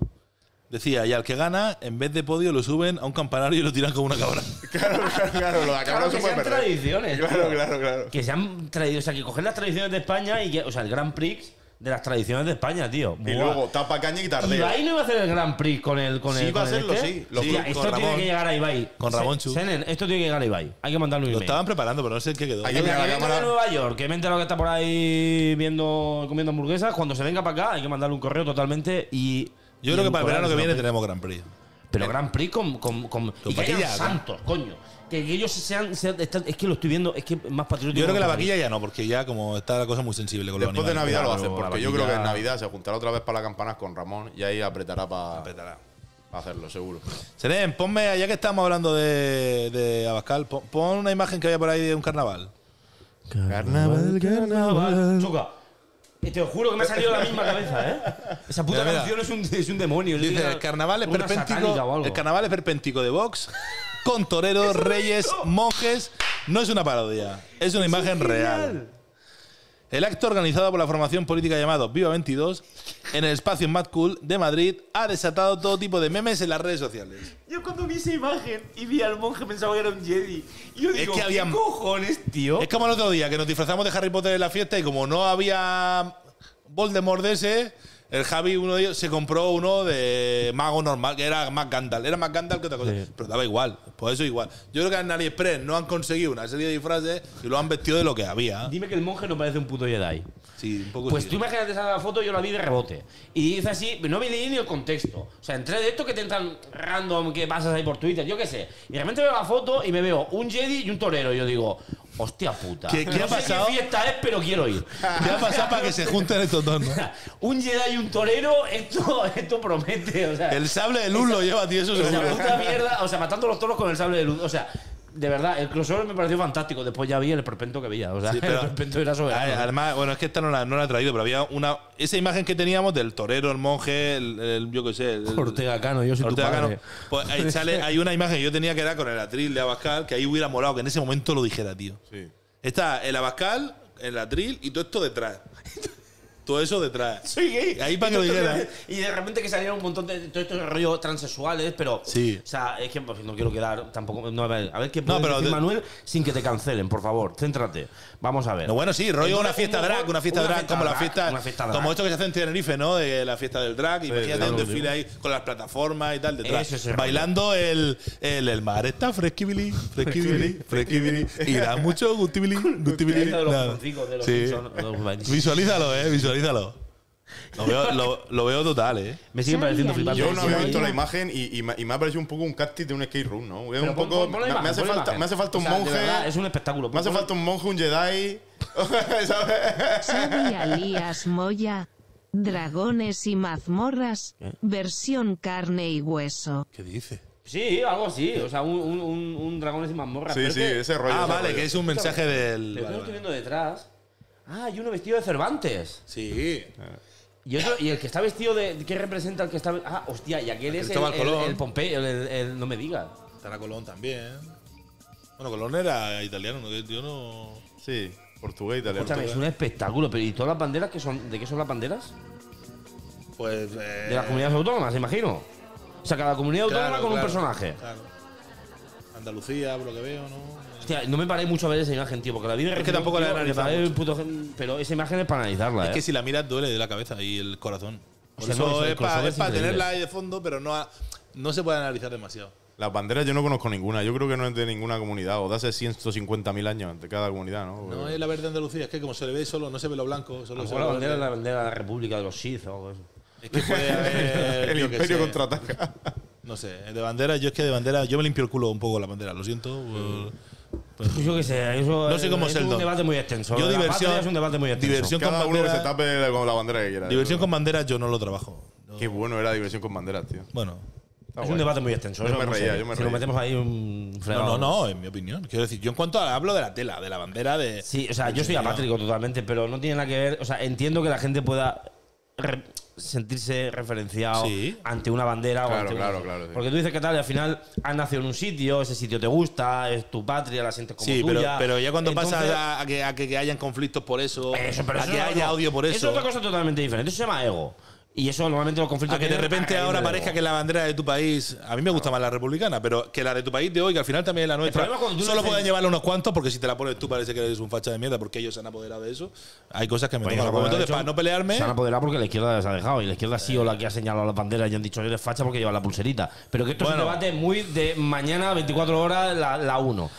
[SPEAKER 1] Decía, y al que gana, en vez de podio, lo suben a un campanario y lo tiran como una cabra.
[SPEAKER 3] Claro, claro, claro. Lo de acabar
[SPEAKER 2] Claro,
[SPEAKER 3] se
[SPEAKER 2] que
[SPEAKER 3] puede
[SPEAKER 2] sean
[SPEAKER 3] perder.
[SPEAKER 2] tradiciones.
[SPEAKER 3] Claro,
[SPEAKER 2] tío.
[SPEAKER 3] claro, claro.
[SPEAKER 2] Que se han traído, o sea, que coger las tradiciones de España y que, o sea, el Grand Prix de las tradiciones de España, tío.
[SPEAKER 3] Y
[SPEAKER 2] Buah.
[SPEAKER 3] luego tapa caña y tardea.
[SPEAKER 2] Ibai no iba a hacer el Grand Prix con el con
[SPEAKER 3] Sí,
[SPEAKER 2] el
[SPEAKER 3] iba a
[SPEAKER 2] con el
[SPEAKER 3] hacerlo,
[SPEAKER 2] este.
[SPEAKER 3] sí. Lo
[SPEAKER 2] Hostia,
[SPEAKER 1] fui-
[SPEAKER 2] esto
[SPEAKER 1] con
[SPEAKER 2] tiene
[SPEAKER 1] Ramón.
[SPEAKER 2] que llegar a Ibai.
[SPEAKER 1] Con
[SPEAKER 2] Se-
[SPEAKER 1] Ramón Chu.
[SPEAKER 2] Senen, esto tiene que llegar a Ibai. Hay que mandarlo un
[SPEAKER 1] Lo
[SPEAKER 2] email.
[SPEAKER 1] estaban preparando, pero no sé en qué quedó.
[SPEAKER 3] Ahí
[SPEAKER 2] Que
[SPEAKER 3] viene
[SPEAKER 2] mira,
[SPEAKER 3] la
[SPEAKER 2] que venga
[SPEAKER 3] cámara.
[SPEAKER 2] de Nueva York, que me he enterado que está por ahí viendo comiendo hamburguesas, cuando se venga para acá hay que mandarle un correo totalmente y
[SPEAKER 1] Yo
[SPEAKER 2] y
[SPEAKER 1] creo que para el
[SPEAKER 2] edulcorar
[SPEAKER 1] verano que
[SPEAKER 2] ese
[SPEAKER 1] viene
[SPEAKER 2] Grand Prix.
[SPEAKER 1] tenemos Gran Prix.
[SPEAKER 2] Pero Grand Prix con. con, con, y que hayan
[SPEAKER 1] vaquilla, ¿no?
[SPEAKER 2] santos, coño. Que que ellos sean. sean- están- es que lo estoy viendo, es que es más patriótico.
[SPEAKER 1] Yo creo que la
[SPEAKER 2] los
[SPEAKER 1] vaquilla ya no, porque ya como está la cosa muy sensible con
[SPEAKER 3] Después
[SPEAKER 1] los
[SPEAKER 3] de
[SPEAKER 1] animales.
[SPEAKER 3] Navidad lo
[SPEAKER 2] claro,
[SPEAKER 3] hacen,
[SPEAKER 2] la
[SPEAKER 3] porque yo creo que en
[SPEAKER 2] vaquilla-
[SPEAKER 3] Navidad se juntará otra vez para las campanas con Ramón y ahí apretará para
[SPEAKER 1] Apretará.
[SPEAKER 3] hacerlo, seguro.
[SPEAKER 1] Seren, ponme, allá que estamos hablando de, de Abascal, pon, pon una imagen que haya por ahí de un carnaval.
[SPEAKER 3] Carnaval,
[SPEAKER 2] carnavales. Chuca. eh, Te juro que me ha salido la misma cabeza, ¿eh? Esa puta
[SPEAKER 1] Mira, mira.
[SPEAKER 2] canción es un, es un demonio. es
[SPEAKER 1] Dice,
[SPEAKER 2] una-
[SPEAKER 1] el carnaval es
[SPEAKER 2] una satánica o
[SPEAKER 1] perpéntico.
[SPEAKER 2] algo.
[SPEAKER 1] El carnaval es perpéntico de Vox, con toreros, reyes, monjes. No es una parodia, es una imagen real. El acto organizado por la formación política llamado Viva 22 en el espacio Mad Cool de Madrid ha desatado todo tipo de memes en las redes sociales.
[SPEAKER 2] Yo cuando vi esa imagen y vi al monje pensaba que era un Jedi. Y yo
[SPEAKER 1] Es
[SPEAKER 2] digo,
[SPEAKER 1] que había-
[SPEAKER 2] ¿qué cojones, tío?
[SPEAKER 1] Es como el otro día que nos disfrazamos de Harry Potter en la fiesta y como no había Voldemort de ese, el Javi uno de ellos se compró uno de mago normal, que era más Gandalf, era más Gandalf que otra cosa, pero daba igual, por eso igual. Yo creo que en AliExpress no han conseguido una serie de disfraces y lo han vestido de lo que había.
[SPEAKER 2] Dime que el monje no parece un puto Jedi.
[SPEAKER 1] Sí, un poco
[SPEAKER 2] Pues
[SPEAKER 1] sí.
[SPEAKER 2] tú imagínate esa foto, yo la vi de rebote. Y dice así, no vi ni el contexto. O sea, entré de esto que te entran random, que pasas ahí por Twitter, yo qué sé. Y realmente veo la foto y me veo un Jedi y un torero. Y yo digo, hostia puta.
[SPEAKER 1] ¿Qué- qué
[SPEAKER 2] no
[SPEAKER 1] ha
[SPEAKER 2] sé
[SPEAKER 1] pasado?
[SPEAKER 2] qué fiesta es, pero quiero ir.
[SPEAKER 1] ¿Qué ha pasado para que se junten estos dos? no?
[SPEAKER 2] un Jedi y un torero, esto, esto promete. O sea,
[SPEAKER 1] El sable de luz lo lleva, tío, eso
[SPEAKER 2] esa
[SPEAKER 1] seguro.
[SPEAKER 2] puta mierda, o sea, matando los toros con el sable de luz. O sea, de verdad, el crossover me pareció fantástico. Después ya vi el perpento que veía. O sea,
[SPEAKER 1] Sí, pero-
[SPEAKER 2] el perpento era soberano.
[SPEAKER 1] Ah, Además, bueno, es que esta no la, no la ha traído, pero había una. Esa imagen que teníamos del torero, el monje, el, el- yo qué sé. el-
[SPEAKER 6] Ortega Cano, yo soy tu
[SPEAKER 1] Ortega
[SPEAKER 6] padre.
[SPEAKER 1] Cano. Pues ahí sale, hay una imagen que yo tenía que era con el atril de Abascal, que ahí hubiera molado que en ese momento lo dijera, tío.
[SPEAKER 3] Sí.
[SPEAKER 1] Está el Abascal, el atril y todo esto detrás. todo eso detrás.
[SPEAKER 2] soy gay.
[SPEAKER 1] Ahí para que lo dijera. ¿eh?
[SPEAKER 2] Y de repente que salieron un montón de todo estos rollos transexuales, pero.
[SPEAKER 1] Sí.
[SPEAKER 2] O sea, es que pues, no quiero quedar tampoco. No, a ver, a ver qué
[SPEAKER 1] No,
[SPEAKER 2] puede
[SPEAKER 1] pero
[SPEAKER 2] decir
[SPEAKER 1] de-
[SPEAKER 2] Manuel sin que te cancelen, por favor. Céntrate. Vamos a ver.
[SPEAKER 1] No, bueno, sí, rollo
[SPEAKER 2] Entonces,
[SPEAKER 1] una fiesta
[SPEAKER 2] un-
[SPEAKER 1] drag, una fiesta
[SPEAKER 2] una
[SPEAKER 1] drag,
[SPEAKER 2] fiesta
[SPEAKER 1] como la
[SPEAKER 2] drag,
[SPEAKER 1] fiesta,
[SPEAKER 2] una fiesta drag.
[SPEAKER 1] como esto que se hace en Tenerife, ¿no? De la fiesta del drag, imagínate
[SPEAKER 3] claro,
[SPEAKER 1] un desfile ahí con las plataformas y tal detrás,
[SPEAKER 2] Eso es el
[SPEAKER 1] bailando el, el, el mar está fresquibili, fresquibili, fresquibili y da mucho gustibili, gustibili.
[SPEAKER 2] Fiesta de los
[SPEAKER 1] nada.
[SPEAKER 2] botoncicos, de los
[SPEAKER 1] Sí.
[SPEAKER 2] Simpson, de los-
[SPEAKER 1] Visualízalo, eh, visualízalo. Lo veo, lo, lo veo total, eh.
[SPEAKER 2] Me sigue pareciendo
[SPEAKER 5] Sabía,
[SPEAKER 2] flipante.
[SPEAKER 3] Yo no había
[SPEAKER 5] Sí,
[SPEAKER 3] visto
[SPEAKER 5] sí.
[SPEAKER 3] la imagen y, y me, y me ha parecido un poco un casting de un skate room, ¿no? Es
[SPEAKER 2] Pero
[SPEAKER 3] un
[SPEAKER 2] pon-
[SPEAKER 3] poco.
[SPEAKER 2] pon- pon la
[SPEAKER 3] me- me,
[SPEAKER 2] imagen,
[SPEAKER 3] hace
[SPEAKER 2] pon la
[SPEAKER 3] falta,
[SPEAKER 2] imagen.
[SPEAKER 3] me hace falta un
[SPEAKER 2] O sea, de
[SPEAKER 3] monje.
[SPEAKER 2] verdad, es un espectáculo.
[SPEAKER 3] Me hace
[SPEAKER 2] Pon-
[SPEAKER 3] falta un monje, un Jedi. ¿Sabes?
[SPEAKER 5] Xavi Alías Moya, Dragones y mazmorras, versión carne y hueso.
[SPEAKER 1] ¿Qué dice?
[SPEAKER 2] Sí, algo así. O sea, un, un, un, un dragón encima mazmorra.
[SPEAKER 3] Sí,
[SPEAKER 2] pero
[SPEAKER 3] sí,
[SPEAKER 2] es que-
[SPEAKER 3] ese rollo.
[SPEAKER 1] Ah,
[SPEAKER 3] ese
[SPEAKER 1] vale,
[SPEAKER 3] rollo.
[SPEAKER 1] que es un mensaje del. vale,
[SPEAKER 2] Pero yo lo estoy
[SPEAKER 1] vale.
[SPEAKER 2] viendo detrás. Ah, hay uno vestido de Cervantes.
[SPEAKER 1] Sí.
[SPEAKER 2] Y, otro, y el que está vestido de. ¿Qué representa el que está.? Ah, hostia, y aquel es el,
[SPEAKER 1] Cristóbal
[SPEAKER 2] el,
[SPEAKER 1] Colón.
[SPEAKER 2] el Pompey, el, el- el- No me digas.
[SPEAKER 1] Estará Colón también. Bueno, Colón era italiano, ¿no? yo no.
[SPEAKER 3] Sí, portugués, italiano.
[SPEAKER 2] Escúchame, es un espectáculo, pero ¿y todas las banderas que son. ¿De qué son las banderas?
[SPEAKER 1] Pues. eh,
[SPEAKER 2] De las comunidades autónomas, imagino. O sea, cada comunidad
[SPEAKER 1] claro,
[SPEAKER 2] autónoma con un
[SPEAKER 1] claro,
[SPEAKER 2] personaje.
[SPEAKER 1] Claro. Andalucía, por lo que veo, ¿no?
[SPEAKER 2] Hostia, no me paré mucho a ver esa imagen, tío, porque la vi de
[SPEAKER 1] que
[SPEAKER 2] repente,
[SPEAKER 1] tampoco la he
[SPEAKER 2] tío,
[SPEAKER 1] analizado
[SPEAKER 2] me paré
[SPEAKER 1] mucho.
[SPEAKER 2] puto gen- Pero esa imagen es para analizarla,
[SPEAKER 1] Es
[SPEAKER 2] ¿eh?
[SPEAKER 1] que si la miras duele de la cabeza y el corazón. Por
[SPEAKER 2] O sea,
[SPEAKER 1] eso
[SPEAKER 2] no, eso, el
[SPEAKER 1] es
[SPEAKER 2] corazón
[SPEAKER 1] para
[SPEAKER 2] es increíble.
[SPEAKER 1] tenerla ahí de fondo, pero no, a- no se puede analizar demasiado.
[SPEAKER 3] Las banderas yo no conozco ninguna. Yo creo que no es de ninguna comunidad. O de hace 150.000 años de cada comunidad, ¿no?
[SPEAKER 1] No es la verde Andalucía, es que como se le ve solo, no se ve lo blanco,
[SPEAKER 2] A lo
[SPEAKER 1] solo se
[SPEAKER 2] mejor
[SPEAKER 1] ve
[SPEAKER 2] Ah, la
[SPEAKER 1] lo
[SPEAKER 2] bandera es
[SPEAKER 1] verde.
[SPEAKER 2] la bandera de la República de los Sith o algo así.
[SPEAKER 1] Es que puede haber.
[SPEAKER 3] el
[SPEAKER 1] yo qué
[SPEAKER 3] imperio
[SPEAKER 1] sé.
[SPEAKER 3] contraataca.
[SPEAKER 1] No sé, de bandera, yo es que de bandera, yo me limpio el culo un poco con la bandera, lo siento. eh, pues-
[SPEAKER 2] Pues yo qué sé, eso
[SPEAKER 1] No sé cómo
[SPEAKER 2] es
[SPEAKER 1] es el
[SPEAKER 2] un
[SPEAKER 1] don.
[SPEAKER 2] debate muy extenso.
[SPEAKER 1] Yo
[SPEAKER 2] La
[SPEAKER 1] diversión-
[SPEAKER 2] patria es un debate muy extenso.
[SPEAKER 1] diversión-
[SPEAKER 3] Cada
[SPEAKER 1] con
[SPEAKER 3] uno que
[SPEAKER 1] bandera-
[SPEAKER 3] se tape con la bandera que quiera.
[SPEAKER 1] Diversión
[SPEAKER 3] Yo
[SPEAKER 1] con banderas yo no lo trabajo.
[SPEAKER 3] creo. Qué bueno era diversión con banderas, tío.
[SPEAKER 1] Bueno.
[SPEAKER 3] Está
[SPEAKER 2] es
[SPEAKER 3] guay.
[SPEAKER 2] un debate muy extenso.
[SPEAKER 3] Yo
[SPEAKER 2] eso
[SPEAKER 3] me
[SPEAKER 2] no sé.
[SPEAKER 3] reía, yo me
[SPEAKER 2] Si nos
[SPEAKER 3] reía.
[SPEAKER 2] metemos ahí un
[SPEAKER 1] No, no,
[SPEAKER 2] fregado.
[SPEAKER 1] no, en mi opinión. Quiero decir, yo en cuanto a- hablo de la tela, de la bandera, de...
[SPEAKER 2] Sí, o sea, yo soy apátrico totalmente, pero no tiene nada que ver. O sea, entiendo que la gente pueda re- sentirse referenciado
[SPEAKER 1] Sí.
[SPEAKER 2] ante una bandera o
[SPEAKER 3] Claro,
[SPEAKER 2] ante una-
[SPEAKER 3] claro, claro, sí.
[SPEAKER 2] Porque tú dices que tal, y al final has nacido en un sitio, ese sitio te gusta, es tu patria, la sientes como
[SPEAKER 1] Sí, pero,
[SPEAKER 2] tuya.
[SPEAKER 1] pero ya cuando
[SPEAKER 2] Entonces,
[SPEAKER 1] pasas a, a que, a que- que hayan conflictos por eso,
[SPEAKER 2] Eso, pero
[SPEAKER 1] a
[SPEAKER 2] eso
[SPEAKER 1] que
[SPEAKER 2] es
[SPEAKER 1] haya
[SPEAKER 2] algo-
[SPEAKER 1] odio por
[SPEAKER 2] Eso es
[SPEAKER 1] eso,
[SPEAKER 2] otra cosa totalmente diferente. Eso se llama ego. Y eso normalmente los conflictos.
[SPEAKER 1] A que de
[SPEAKER 2] vienen
[SPEAKER 1] repente
[SPEAKER 2] raíz
[SPEAKER 1] ahora
[SPEAKER 2] de-
[SPEAKER 1] parezca que la bandera de tu país. A mí me gusta más la republicana, pero que la de tu país de hoy, que al final también es la nuestra.
[SPEAKER 2] problema es cuando tú
[SPEAKER 1] Solo
[SPEAKER 2] dices-
[SPEAKER 1] pueden llevarla unos cuantos, porque si te la pones tú parece que eres un facha de mierda, porque ellos se han apoderado de eso. Hay cosas que me
[SPEAKER 2] Pues
[SPEAKER 1] tocan.
[SPEAKER 2] ellos
[SPEAKER 1] los huevos.
[SPEAKER 2] se han
[SPEAKER 1] Entonces, para
[SPEAKER 2] apoderado
[SPEAKER 1] no pelearme.
[SPEAKER 2] Se han apoderado porque la izquierda se ha dejado. Y la izquierda ha sido la que ha señalado las banderas y han dicho eres facha porque lleva la pulserita. Pero que esto es un
[SPEAKER 1] Bueno.
[SPEAKER 2] debate muy de mañana, 24 horas, la, la 1.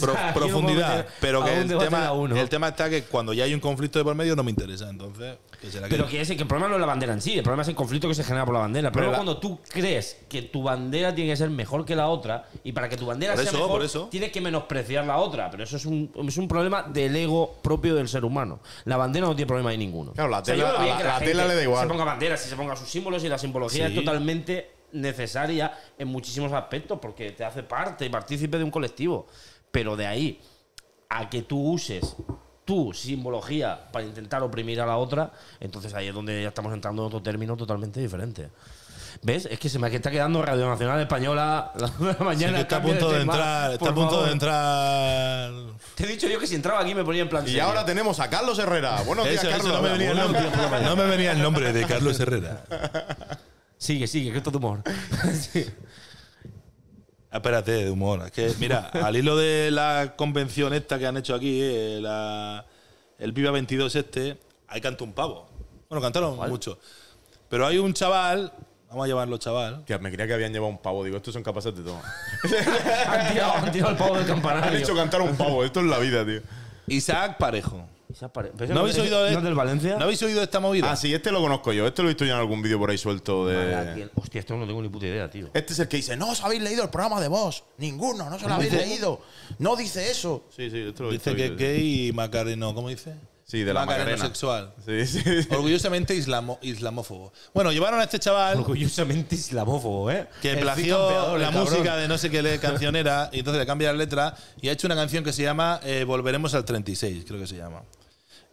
[SPEAKER 1] pro- profundidad, pero que el tema, el
[SPEAKER 2] El
[SPEAKER 1] tema está que cuando ya hay un conflicto de por medio no me interesa, entonces que se la
[SPEAKER 2] pero
[SPEAKER 1] quede.
[SPEAKER 2] que, ese, que el problema no es la bandera en sí, el problema es el conflicto que se genera por la bandera. El
[SPEAKER 3] Pero
[SPEAKER 2] problema es
[SPEAKER 3] la-
[SPEAKER 2] cuando tú crees que tu bandera tiene que ser mejor que la otra y para que tu bandera
[SPEAKER 1] Por
[SPEAKER 2] sea
[SPEAKER 1] eso,
[SPEAKER 2] mejor
[SPEAKER 1] por eso.
[SPEAKER 2] tienes que menospreciar la otra. Pero eso es un, es un problema del ego propio del ser humano. La bandera no tiene problema ahí ninguno.
[SPEAKER 3] Claro, la
[SPEAKER 2] yo
[SPEAKER 3] tela-
[SPEAKER 2] veo bien
[SPEAKER 3] a la-
[SPEAKER 2] que
[SPEAKER 3] la
[SPEAKER 2] gente
[SPEAKER 3] tela le da igual.
[SPEAKER 2] Se ponga banderas, si se ponga sus símbolos y la simbología
[SPEAKER 1] Sí.
[SPEAKER 2] es totalmente necesaria en muchísimos aspectos porque te hace parte y partícipe de un colectivo. Pero de ahí a que tú uses tu simbología para intentar oprimir a la otra, entonces ahí es donde ya estamos entrando en otro término totalmente diferente. ¿Ves? Es que se me está quedando Radio Nacional Española la una de la
[SPEAKER 1] Sí,
[SPEAKER 2] mañana.
[SPEAKER 1] que está a
[SPEAKER 2] cambia
[SPEAKER 1] punto de
[SPEAKER 2] tema,
[SPEAKER 1] entrar, está
[SPEAKER 2] por
[SPEAKER 1] a punto
[SPEAKER 2] favor.
[SPEAKER 1] de entrar.
[SPEAKER 2] Te he dicho yo que si entraba aquí me ponía en plan.
[SPEAKER 3] Y
[SPEAKER 2] serio.
[SPEAKER 3] ahora tenemos a Carlos Herrera. Buenos días,
[SPEAKER 1] Eso, eso
[SPEAKER 3] Carlos.
[SPEAKER 1] no me venía el nombre. No me venía el nombre de Carlos Herrera.
[SPEAKER 2] Sigue, sigue, que esto es tu humor. Sí.
[SPEAKER 1] Ah, Espérate, de humor. Es que, mira, al hilo de la convención esta que han hecho aquí, eh, la- el Viva 22 este, ahí cantó un pavo. Bueno, cantaron mucho. Pero hay un chaval, vamos a llamarlo chaval.
[SPEAKER 3] Tía, me creía que habían llevado un pavo. Digo, estos son capaces de todo.
[SPEAKER 2] Han tirado, han tirado el pavo del
[SPEAKER 3] Han hecho
[SPEAKER 2] campanario.
[SPEAKER 3] cantar un pavo. Esto es la vida, tío.
[SPEAKER 1] Isaac Parejo.
[SPEAKER 2] Se ha pare- pero eso
[SPEAKER 1] ¿No habéis
[SPEAKER 2] es-
[SPEAKER 1] oído de-
[SPEAKER 2] ¿No es del Valencia?
[SPEAKER 1] ¿No habéis oído esta movida?
[SPEAKER 3] Ah, sí, este lo conozco yo. Este lo he visto ya en algún vídeo por ahí suelto
[SPEAKER 1] Eh.
[SPEAKER 2] Mala,
[SPEAKER 3] de.
[SPEAKER 2] tío. Hostia, esto no tengo ni puta idea, tío.
[SPEAKER 3] Este es el que dice, no os habéis leído el programa de vos. Ninguno, no se lo habéis leído. No dice eso. Sí, sí, esto lo he visto,
[SPEAKER 1] Dice que es
[SPEAKER 3] visto.
[SPEAKER 1] gay y macareno, ¿cómo dice?
[SPEAKER 3] Sí, de la
[SPEAKER 1] macareno
[SPEAKER 3] Macarena.
[SPEAKER 1] sexual.
[SPEAKER 3] Sí, sí. sí.
[SPEAKER 1] Orgullosamente islamo- islamófobo. Bueno, llevaron a este chaval
[SPEAKER 2] Orgullosamente islamófobo, ¿eh?
[SPEAKER 1] que
[SPEAKER 2] El
[SPEAKER 1] plagió
[SPEAKER 2] bicampeador,
[SPEAKER 1] la
[SPEAKER 2] el cabrón.
[SPEAKER 1] música de no sé qué le- cancionera y entonces le cambia la letra y ha hecho una canción que se llama eh, Volveremos al 36, creo que se llama.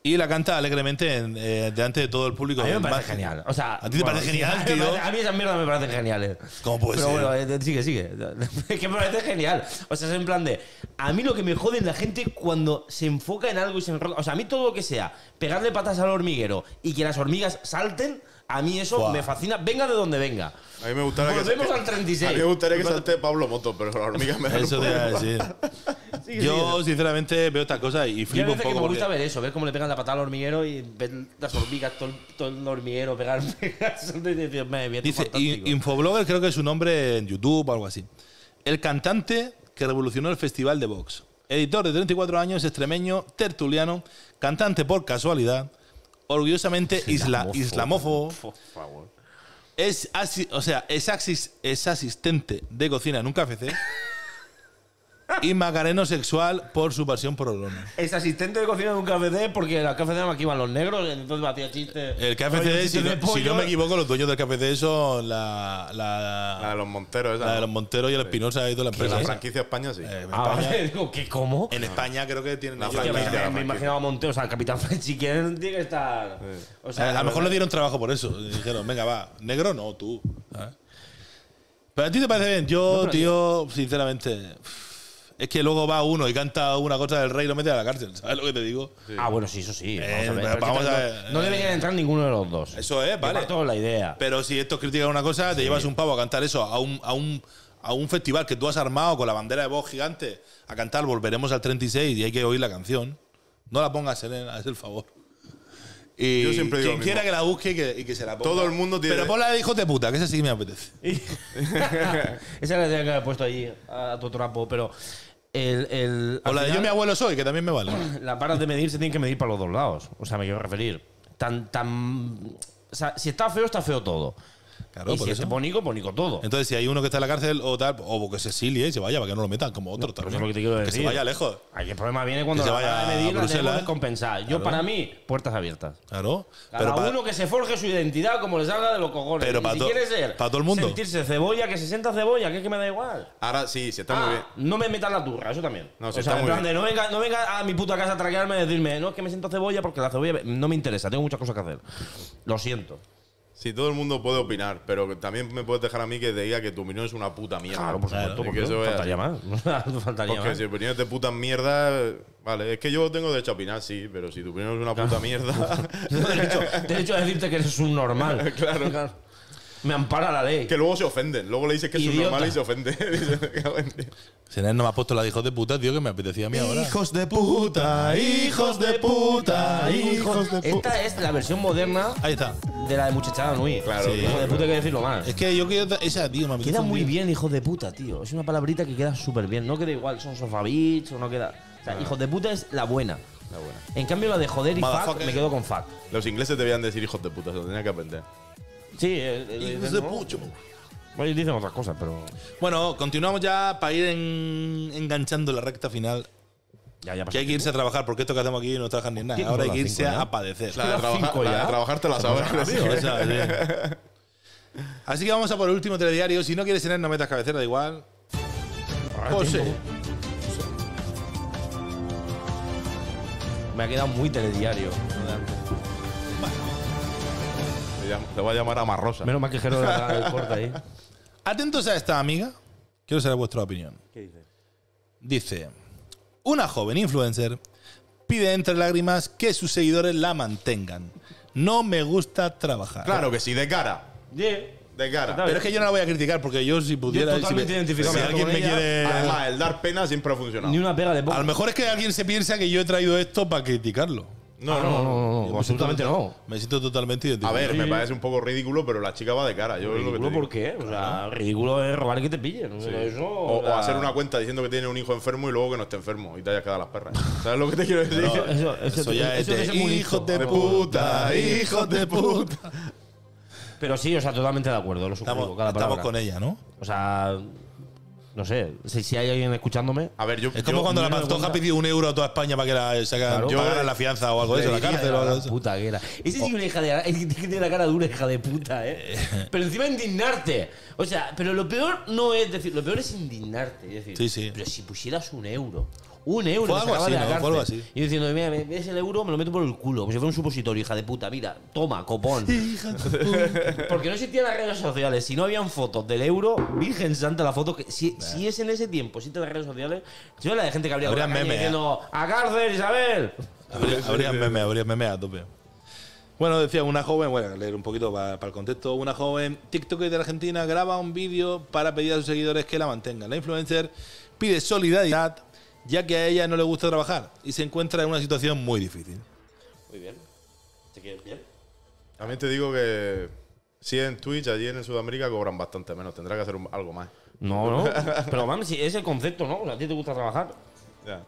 [SPEAKER 1] Y la canta alegremente en, eh, delante de todo el público.
[SPEAKER 2] A mí me
[SPEAKER 1] En
[SPEAKER 2] parece
[SPEAKER 1] más-
[SPEAKER 2] genial. O sea,
[SPEAKER 1] ¿A ti te
[SPEAKER 2] bueno,
[SPEAKER 1] parece
[SPEAKER 2] sí,
[SPEAKER 1] genial,
[SPEAKER 2] a mí me
[SPEAKER 1] tío?
[SPEAKER 2] parece- A mí esas mierdas me parecen geniales.
[SPEAKER 1] ¿Cómo puede
[SPEAKER 2] Pero
[SPEAKER 1] ser?
[SPEAKER 2] bueno, eh, sigue, sigue. Es que me parece genial. O sea, es en plan de. A mí lo que me jode es la gente cuando se enfoca en algo y se enroca. O sea, a mí todo lo que sea pegarle patas al hormiguero y que las hormigas salten, a mí eso
[SPEAKER 1] Buah.
[SPEAKER 2] me fascina, venga de donde venga.
[SPEAKER 3] A mí me gustaría
[SPEAKER 2] Volvemos
[SPEAKER 3] que.
[SPEAKER 2] al 36.
[SPEAKER 3] A mí me gustaría que salte Pablo Moto, pero la hormiga me da.
[SPEAKER 1] Eso te iba a decir. Yo, sinceramente, veo esta cosa y
[SPEAKER 2] Yo hay
[SPEAKER 1] flipo un
[SPEAKER 2] veces que
[SPEAKER 1] poco.
[SPEAKER 2] me gusta
[SPEAKER 1] porque-
[SPEAKER 2] ver eso, ver cómo le pegan la patada al hormiguero y ver las hormigas, todo el, todo el hormiguero pegar, pegar. son de- de- Dios mío, esto es
[SPEAKER 1] Dice,
[SPEAKER 2] fantástico.
[SPEAKER 1] in- Infobloger creo que es su nombre en YouTube o algo así. El cantante que revolucionó el festival de Vox. Editor de 34 años, extremeño, tertuliano, cantante por casualidad, orgullosamente isla- islamófobo. Es, asi- o sea, es, axis- es asistente de cocina en un KFC. y macareno sexual por su pasión por Olona.
[SPEAKER 2] Es asistente de cocina de un KFC porque en la KFC nada más que iban los negros, entonces batía chistes.
[SPEAKER 1] El
[SPEAKER 2] Rollo
[SPEAKER 1] KFC,
[SPEAKER 2] chistes
[SPEAKER 1] si
[SPEAKER 2] de
[SPEAKER 1] no, si
[SPEAKER 2] pollo.
[SPEAKER 1] no me equivoco, los dueños del KFC son la, la,
[SPEAKER 3] La de los monteros, esa.
[SPEAKER 1] la de los Monteros y el Espinosa y toda la
[SPEAKER 3] Pero
[SPEAKER 1] empresa.
[SPEAKER 3] la
[SPEAKER 1] esa.
[SPEAKER 3] franquicia España, sí.
[SPEAKER 1] Eh, en
[SPEAKER 2] Ah,
[SPEAKER 1] España-
[SPEAKER 2] vale, digo, ¿qué cómo?
[SPEAKER 1] En España creo que tienen
[SPEAKER 3] La
[SPEAKER 1] ellos la
[SPEAKER 2] Hostia,
[SPEAKER 3] franquicia.
[SPEAKER 1] misma.
[SPEAKER 2] me, me imaginaba a Monteo, o sea, el Capitán Frenchy, ¿quién tiene que estar? O sea,
[SPEAKER 1] Eh, A lo mejor le dieron trabajo por eso. Y Dijeron, venga, va, negro no, tú. ¿sabes? Pero a ti te parece bien. Yo, tío, sinceramente, es que luego va uno y canta una cosa del rey y lo mete a la cárcel. ¿Sabes lo que te digo?
[SPEAKER 2] Ah, bueno, sí, eso sí. Vamos
[SPEAKER 1] Eh,
[SPEAKER 2] a ver.
[SPEAKER 1] pero vamos a ver. eh,
[SPEAKER 2] No, no deberían entrar ninguno de los dos.
[SPEAKER 1] Eso es, vale.
[SPEAKER 2] Comparto la idea.
[SPEAKER 1] Pero si estos critican una cosa, te llevas un pavo a cantar eso a un, a un, a un festival que tú has armado con la bandera de voz gigante a cantar Volveremos al 36 y hay que oír la canción. No la pongas, Elena, haz el favor. Y
[SPEAKER 3] Yo siempre
[SPEAKER 1] quien
[SPEAKER 3] digo lo mismo.
[SPEAKER 1] quiera que la busque y que, y que se la ponga.
[SPEAKER 3] Todo el mundo tiene-
[SPEAKER 1] Pero ponla de hijo de puta, que esa sí que me apetece.
[SPEAKER 2] Ah, Esa la tenía que haber puesto allí a tu trapo, pero el. el
[SPEAKER 1] O
[SPEAKER 2] al
[SPEAKER 1] la de
[SPEAKER 2] final-
[SPEAKER 1] Yo mi abuelo soy, que también me vale.
[SPEAKER 2] las varas de medir se tienen que medir para los dos lados. O sea, me quiero referir. Tan, tan. O sea, si está feo, está feo todo.
[SPEAKER 1] Claro,
[SPEAKER 2] y
[SPEAKER 1] por
[SPEAKER 2] si
[SPEAKER 1] eso.
[SPEAKER 2] es bonico, bonico todo.
[SPEAKER 1] Entonces, si hay uno que está en la cárcel o tal, o que se silie y se vaya, para que no lo metan, como otro
[SPEAKER 2] Pero
[SPEAKER 1] también.
[SPEAKER 2] eso es lo que te quiero decir.
[SPEAKER 1] se vaya lejos.
[SPEAKER 2] Aquí el problema viene cuando
[SPEAKER 1] Que se
[SPEAKER 2] la
[SPEAKER 1] vaya
[SPEAKER 2] vara de
[SPEAKER 1] a
[SPEAKER 2] medir la tenemos
[SPEAKER 1] Bruselas.
[SPEAKER 2] que compensar. Yo, para mí, puertas abiertas.
[SPEAKER 1] Claro.
[SPEAKER 2] Cada
[SPEAKER 1] para-
[SPEAKER 2] uno que se forje su identidad como le salga de los cojones.
[SPEAKER 1] Pero
[SPEAKER 2] Y
[SPEAKER 1] pa'
[SPEAKER 2] si
[SPEAKER 1] to-
[SPEAKER 2] quiere ser.
[SPEAKER 1] pa' todo el mundo.
[SPEAKER 2] Sentirse cebolla, que se sienta cebolla, que es que me da igual.
[SPEAKER 3] Ahora sí, se está
[SPEAKER 2] Ah,
[SPEAKER 3] muy bien.
[SPEAKER 2] No me metan la turra, eso también.
[SPEAKER 3] No,
[SPEAKER 2] o
[SPEAKER 3] sí,
[SPEAKER 2] sea,
[SPEAKER 3] está
[SPEAKER 2] en
[SPEAKER 3] muy
[SPEAKER 2] plan
[SPEAKER 3] bien.
[SPEAKER 2] de no venga, no venga a mi puta casa a traquearme y decirme, no, es que me siento cebolla porque la cebolla no me interesa, tengo muchas cosas que hacer. Lo siento.
[SPEAKER 3] Sí, todo el mundo puede opinar, pero también me puedes dejar a mí que te diga que tu opinión es una puta mierda.
[SPEAKER 2] Claro, por
[SPEAKER 3] Claro,
[SPEAKER 2] supuesto.
[SPEAKER 3] y
[SPEAKER 2] ¿por
[SPEAKER 3] que
[SPEAKER 2] qué no?
[SPEAKER 3] eso es
[SPEAKER 2] faltaría más. No faltaría
[SPEAKER 3] Porque
[SPEAKER 2] más.
[SPEAKER 3] si opiniones de puta mierda. Vale, es que yo tengo derecho a opinar, sí, pero si tu opinión es una puta mierda.
[SPEAKER 2] derecho, derecho a decirte que eres un normal.
[SPEAKER 3] Claro.
[SPEAKER 2] Me ampara la ley.
[SPEAKER 3] que luego se ofenden. Luego le dices que es un
[SPEAKER 2] Idiota.
[SPEAKER 3] normal y se ofende. Dice, "Me cago en ti".
[SPEAKER 1] Senén no me ha puesto la de hijos de puta, tío, que me apetecía a mí ahora.
[SPEAKER 7] Hijos de puta, hijos de puta, hijos de
[SPEAKER 2] Esta
[SPEAKER 7] puta.
[SPEAKER 2] es la versión moderna
[SPEAKER 1] Ahí está.
[SPEAKER 2] de la de Muchachada Nui.
[SPEAKER 3] Claro,
[SPEAKER 2] Hijo de puta, hay que decirlo más.
[SPEAKER 1] Es que yo quiero esa, tío, me apetece
[SPEAKER 2] Queda
[SPEAKER 1] un
[SPEAKER 2] muy
[SPEAKER 1] día.
[SPEAKER 2] bien, hijo de puta, tío. Es una palabrita que queda súper bien. No queda igual, son sofabits o no queda. O sea, hijos de puta es la buena.
[SPEAKER 3] Ah, bueno.
[SPEAKER 2] En cambio, la de joder y fuck,
[SPEAKER 1] Motherfucker.
[SPEAKER 2] me quedo con fuck.
[SPEAKER 3] Los ingleses debían decir hijos de puta, se lo tenía que aprender.
[SPEAKER 2] Sí, eh, eh,
[SPEAKER 1] Hijos
[SPEAKER 2] dicen,
[SPEAKER 1] de
[SPEAKER 2] ¿no?
[SPEAKER 1] pucho.
[SPEAKER 2] Bueno, dicen otras cosas, pero.
[SPEAKER 1] Bueno, continuamos ya para ir en- enganchando la recta final.
[SPEAKER 2] Ya, ya
[SPEAKER 1] Que hay que irse a trabajar, porque esto que hacemos aquí no trabajan ni
[SPEAKER 2] ¿Qué
[SPEAKER 1] nada. Ahora hay
[SPEAKER 2] son
[SPEAKER 1] que
[SPEAKER 2] las
[SPEAKER 1] irse
[SPEAKER 2] cinco ya?
[SPEAKER 1] a padecer.
[SPEAKER 3] La de, trabajar,
[SPEAKER 2] cinco
[SPEAKER 3] la de
[SPEAKER 2] ya.
[SPEAKER 3] trabajar te la sabes.
[SPEAKER 1] Esa, sí. Así que vamos a por el último telediario. Si no quieres tener, no metas cabecera, da igual. José.
[SPEAKER 2] Me ha quedado muy telediario.
[SPEAKER 3] Te llam- Te voy a llamar a Marrosa.
[SPEAKER 2] Menos mal que Jero la la corta ahí.
[SPEAKER 1] Atentos a esta amiga. Quiero saber vuestra opinión.
[SPEAKER 2] ¿Qué dices?
[SPEAKER 1] Dice, una joven influencer pide entre lágrimas que sus seguidores la mantengan. No me gusta trabajar.
[SPEAKER 3] Claro que sí, de cara. De cara.
[SPEAKER 1] Pero es que yo no la voy a criticar porque yo si pudiera... si,
[SPEAKER 2] totalmente identificado
[SPEAKER 1] si
[SPEAKER 2] con
[SPEAKER 1] alguien me
[SPEAKER 2] ella.
[SPEAKER 1] quiere...
[SPEAKER 3] Además, el dar pena siempre ha funcionado.
[SPEAKER 2] Ni una pega le pongo.
[SPEAKER 1] A lo mejor es que alguien se piensa que yo he traído esto para criticarlo.
[SPEAKER 3] No,
[SPEAKER 2] Ah, no, no, no, no, absolutamente no.
[SPEAKER 1] Me siento totalmente
[SPEAKER 3] A
[SPEAKER 1] identificado.
[SPEAKER 3] ver, me parece un poco ridículo, pero la chica va de cara. Yo es lo que te
[SPEAKER 2] ¿Ridículo
[SPEAKER 3] digo.
[SPEAKER 2] por qué? O sea, ridículo es robar y que te pillen. O sea, eso,
[SPEAKER 3] O, o
[SPEAKER 2] sea,
[SPEAKER 3] hacer una cuenta diciendo que tiene un hijo enfermo y luego que no esté enfermo y te hayas quedado las perras. ¿Sabes lo que te quiero decir?
[SPEAKER 2] Eso, eso, eso,
[SPEAKER 1] Eso ya es
[SPEAKER 2] eso que
[SPEAKER 1] de
[SPEAKER 2] es muy listo.
[SPEAKER 1] hijos de puta, hijos de puta.
[SPEAKER 2] Pero sí, o sea, totalmente de acuerdo. Lo suscribo,
[SPEAKER 1] Estamos,
[SPEAKER 2] cada
[SPEAKER 1] estamos
[SPEAKER 2] palabra.
[SPEAKER 1] con ella, ¿no?
[SPEAKER 2] O sea, no sé, si, si hay alguien escuchándome.
[SPEAKER 3] A ver, yo,
[SPEAKER 1] Es como
[SPEAKER 3] yo-
[SPEAKER 1] cuando la
[SPEAKER 2] me doy
[SPEAKER 1] pantoja
[SPEAKER 2] cuenta.
[SPEAKER 1] pidió un euro a toda España para que la sacaran,
[SPEAKER 2] Claro.
[SPEAKER 1] pagaran la fianza o algo de eso, la
[SPEAKER 2] Hija de
[SPEAKER 1] cárcel o algo de eso.
[SPEAKER 2] Puta que era. Ese sí que una hija de es que tiene la cara dura, hija de puta, ¿eh? Pero encima indignarte. O sea, pero lo peor no es decir, lo peor es indignarte. Es decir,
[SPEAKER 1] Sí, sí.
[SPEAKER 2] pero si pusieras un euro. Un euro.
[SPEAKER 1] Fue
[SPEAKER 2] me
[SPEAKER 1] algo
[SPEAKER 2] sacaba
[SPEAKER 1] así,
[SPEAKER 2] de la
[SPEAKER 1] ¿no? Fue
[SPEAKER 2] cárcel.
[SPEAKER 1] algo así.
[SPEAKER 2] Y yo diciendo, mira, me ves el euro, me lo meto por el culo. Como si fuera un supositorio, hija de puta. Mira, toma, copón. Porque no existían las redes sociales. Si no habían fotos del euro, Virgen Santa, la foto que. Si, si es en ese tiempo, si te las redes sociales, yo la de gente que habría, por
[SPEAKER 1] Habría
[SPEAKER 2] la calle
[SPEAKER 1] memes, ¿eh?
[SPEAKER 2] diciendo, ¡A cárcel, Isabel!
[SPEAKER 1] Habría, habría memes, habría memes a tope. Bueno, decía una joven, bueno, leer un poquito para, el contexto. Una joven TikToker de Argentina graba un vídeo para pedir a sus seguidores que la mantengan. La influencer pide solidaridad, ya que a ella no le gusta trabajar y se encuentra en una situación muy difícil.
[SPEAKER 2] Muy bien. ¿Te quieres bien?
[SPEAKER 3] También te digo que si en Twitch, allí en Sudamérica cobran bastante menos. Tendrá que hacer un- algo más.
[SPEAKER 2] No, no. Pero mami, si es el concepto, ¿no? O sea, a ti te gusta trabajar,
[SPEAKER 3] Ya.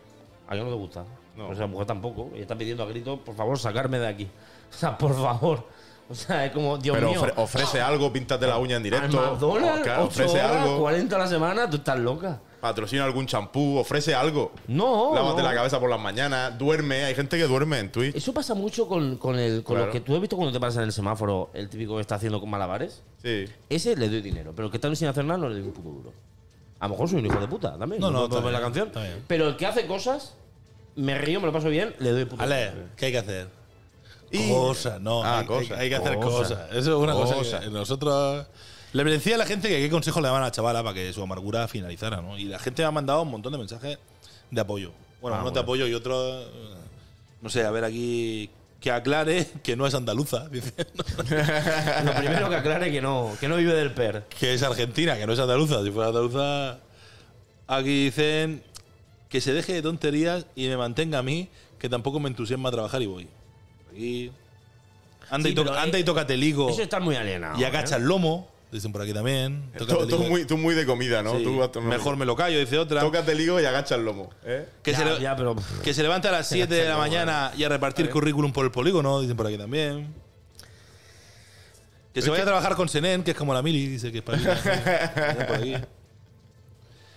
[SPEAKER 2] a yo no te gusta.
[SPEAKER 3] No.
[SPEAKER 2] O sea, a la mujer tampoco. Y está pidiendo a gritos, por favor, sacarme de aquí. O sea, por favor. O sea, es como, Dios
[SPEAKER 3] Pero
[SPEAKER 2] mío.
[SPEAKER 3] ofre- ofrece algo, píntate la uña en directo.
[SPEAKER 2] Al McDonald's,
[SPEAKER 3] O, claro,
[SPEAKER 2] 8
[SPEAKER 3] ofrece
[SPEAKER 2] horas,
[SPEAKER 3] algo.
[SPEAKER 2] 40 a la semana, tú estás loca.
[SPEAKER 3] Patrocina algún champú, ofrece algo.
[SPEAKER 2] No,
[SPEAKER 3] Lávate
[SPEAKER 2] no.
[SPEAKER 3] la cabeza por las mañanas, duerme. Hay gente que duerme en Twitch.
[SPEAKER 2] Eso pasa mucho con, con, el, con
[SPEAKER 3] Claro.
[SPEAKER 2] lo que tú has visto cuando te pasan en el semáforo, el típico que está haciendo con malabares.
[SPEAKER 3] Sí.
[SPEAKER 2] Ese le doy dinero, pero el que está sin hacer nada no le doy un puto duro. A lo mejor soy un hijo de puta también.
[SPEAKER 1] No, no,
[SPEAKER 2] puedo
[SPEAKER 1] está
[SPEAKER 2] ver
[SPEAKER 1] bien,
[SPEAKER 2] la canción.
[SPEAKER 1] está bien.
[SPEAKER 2] Pero el que hace cosas, me río, me lo paso bien, le doy puto
[SPEAKER 1] Ale,
[SPEAKER 2] duro.
[SPEAKER 1] ¿qué hay que hacer?
[SPEAKER 3] Y-
[SPEAKER 1] Cosas, no.
[SPEAKER 3] Ah,
[SPEAKER 1] hay,
[SPEAKER 3] cosas.
[SPEAKER 1] hay- hay que hacer
[SPEAKER 3] Cosas.
[SPEAKER 1] cosas. Eso es una cosa
[SPEAKER 3] Cosas.
[SPEAKER 1] que nosotros. Le decía a la gente que qué consejo le daban a la chavala para que su amargura finalizara, ¿no? Y la gente me ha mandado un montón de mensajes de apoyo. Ah, Bueno, uno de apoyo y otro. eh, No sé, a ver aquí. Que aclare que no es andaluza, dice.
[SPEAKER 2] Lo primero que aclare que no, que no vive del PER.
[SPEAKER 1] que es argentina, que no es andaluza. Si fuera andaluza. Aquí dicen que se deje de tonterías y me mantenga a mí, que tampoco me entusiasma trabajar y voy. Aquí. Anda,
[SPEAKER 2] Sí,
[SPEAKER 1] y, toca-
[SPEAKER 2] pero, eh,
[SPEAKER 1] anda y tócate el higo.
[SPEAKER 2] Eso está muy alienado.
[SPEAKER 1] y agacha
[SPEAKER 2] ¿eh?
[SPEAKER 1] el lomo, dicen por aquí también. Tócate
[SPEAKER 3] Tú,
[SPEAKER 1] el
[SPEAKER 3] tú
[SPEAKER 1] higo.
[SPEAKER 3] muy, tú muy de comida, ¿no?
[SPEAKER 1] Sí.
[SPEAKER 3] Tú vas-
[SPEAKER 1] Mejor me lo callo, dice otra.
[SPEAKER 3] Tócate el higo y agacha el lomo. ¿eh?
[SPEAKER 1] que,
[SPEAKER 2] Ya,
[SPEAKER 1] se le-
[SPEAKER 2] ya, pero.
[SPEAKER 1] que se levanta a las 7 de la mañana y a repartir currículum por el polígono, dicen por aquí también. Que se vaya a trabajar con Senén, que es como la Mili, dice que es para Dicen por aquí.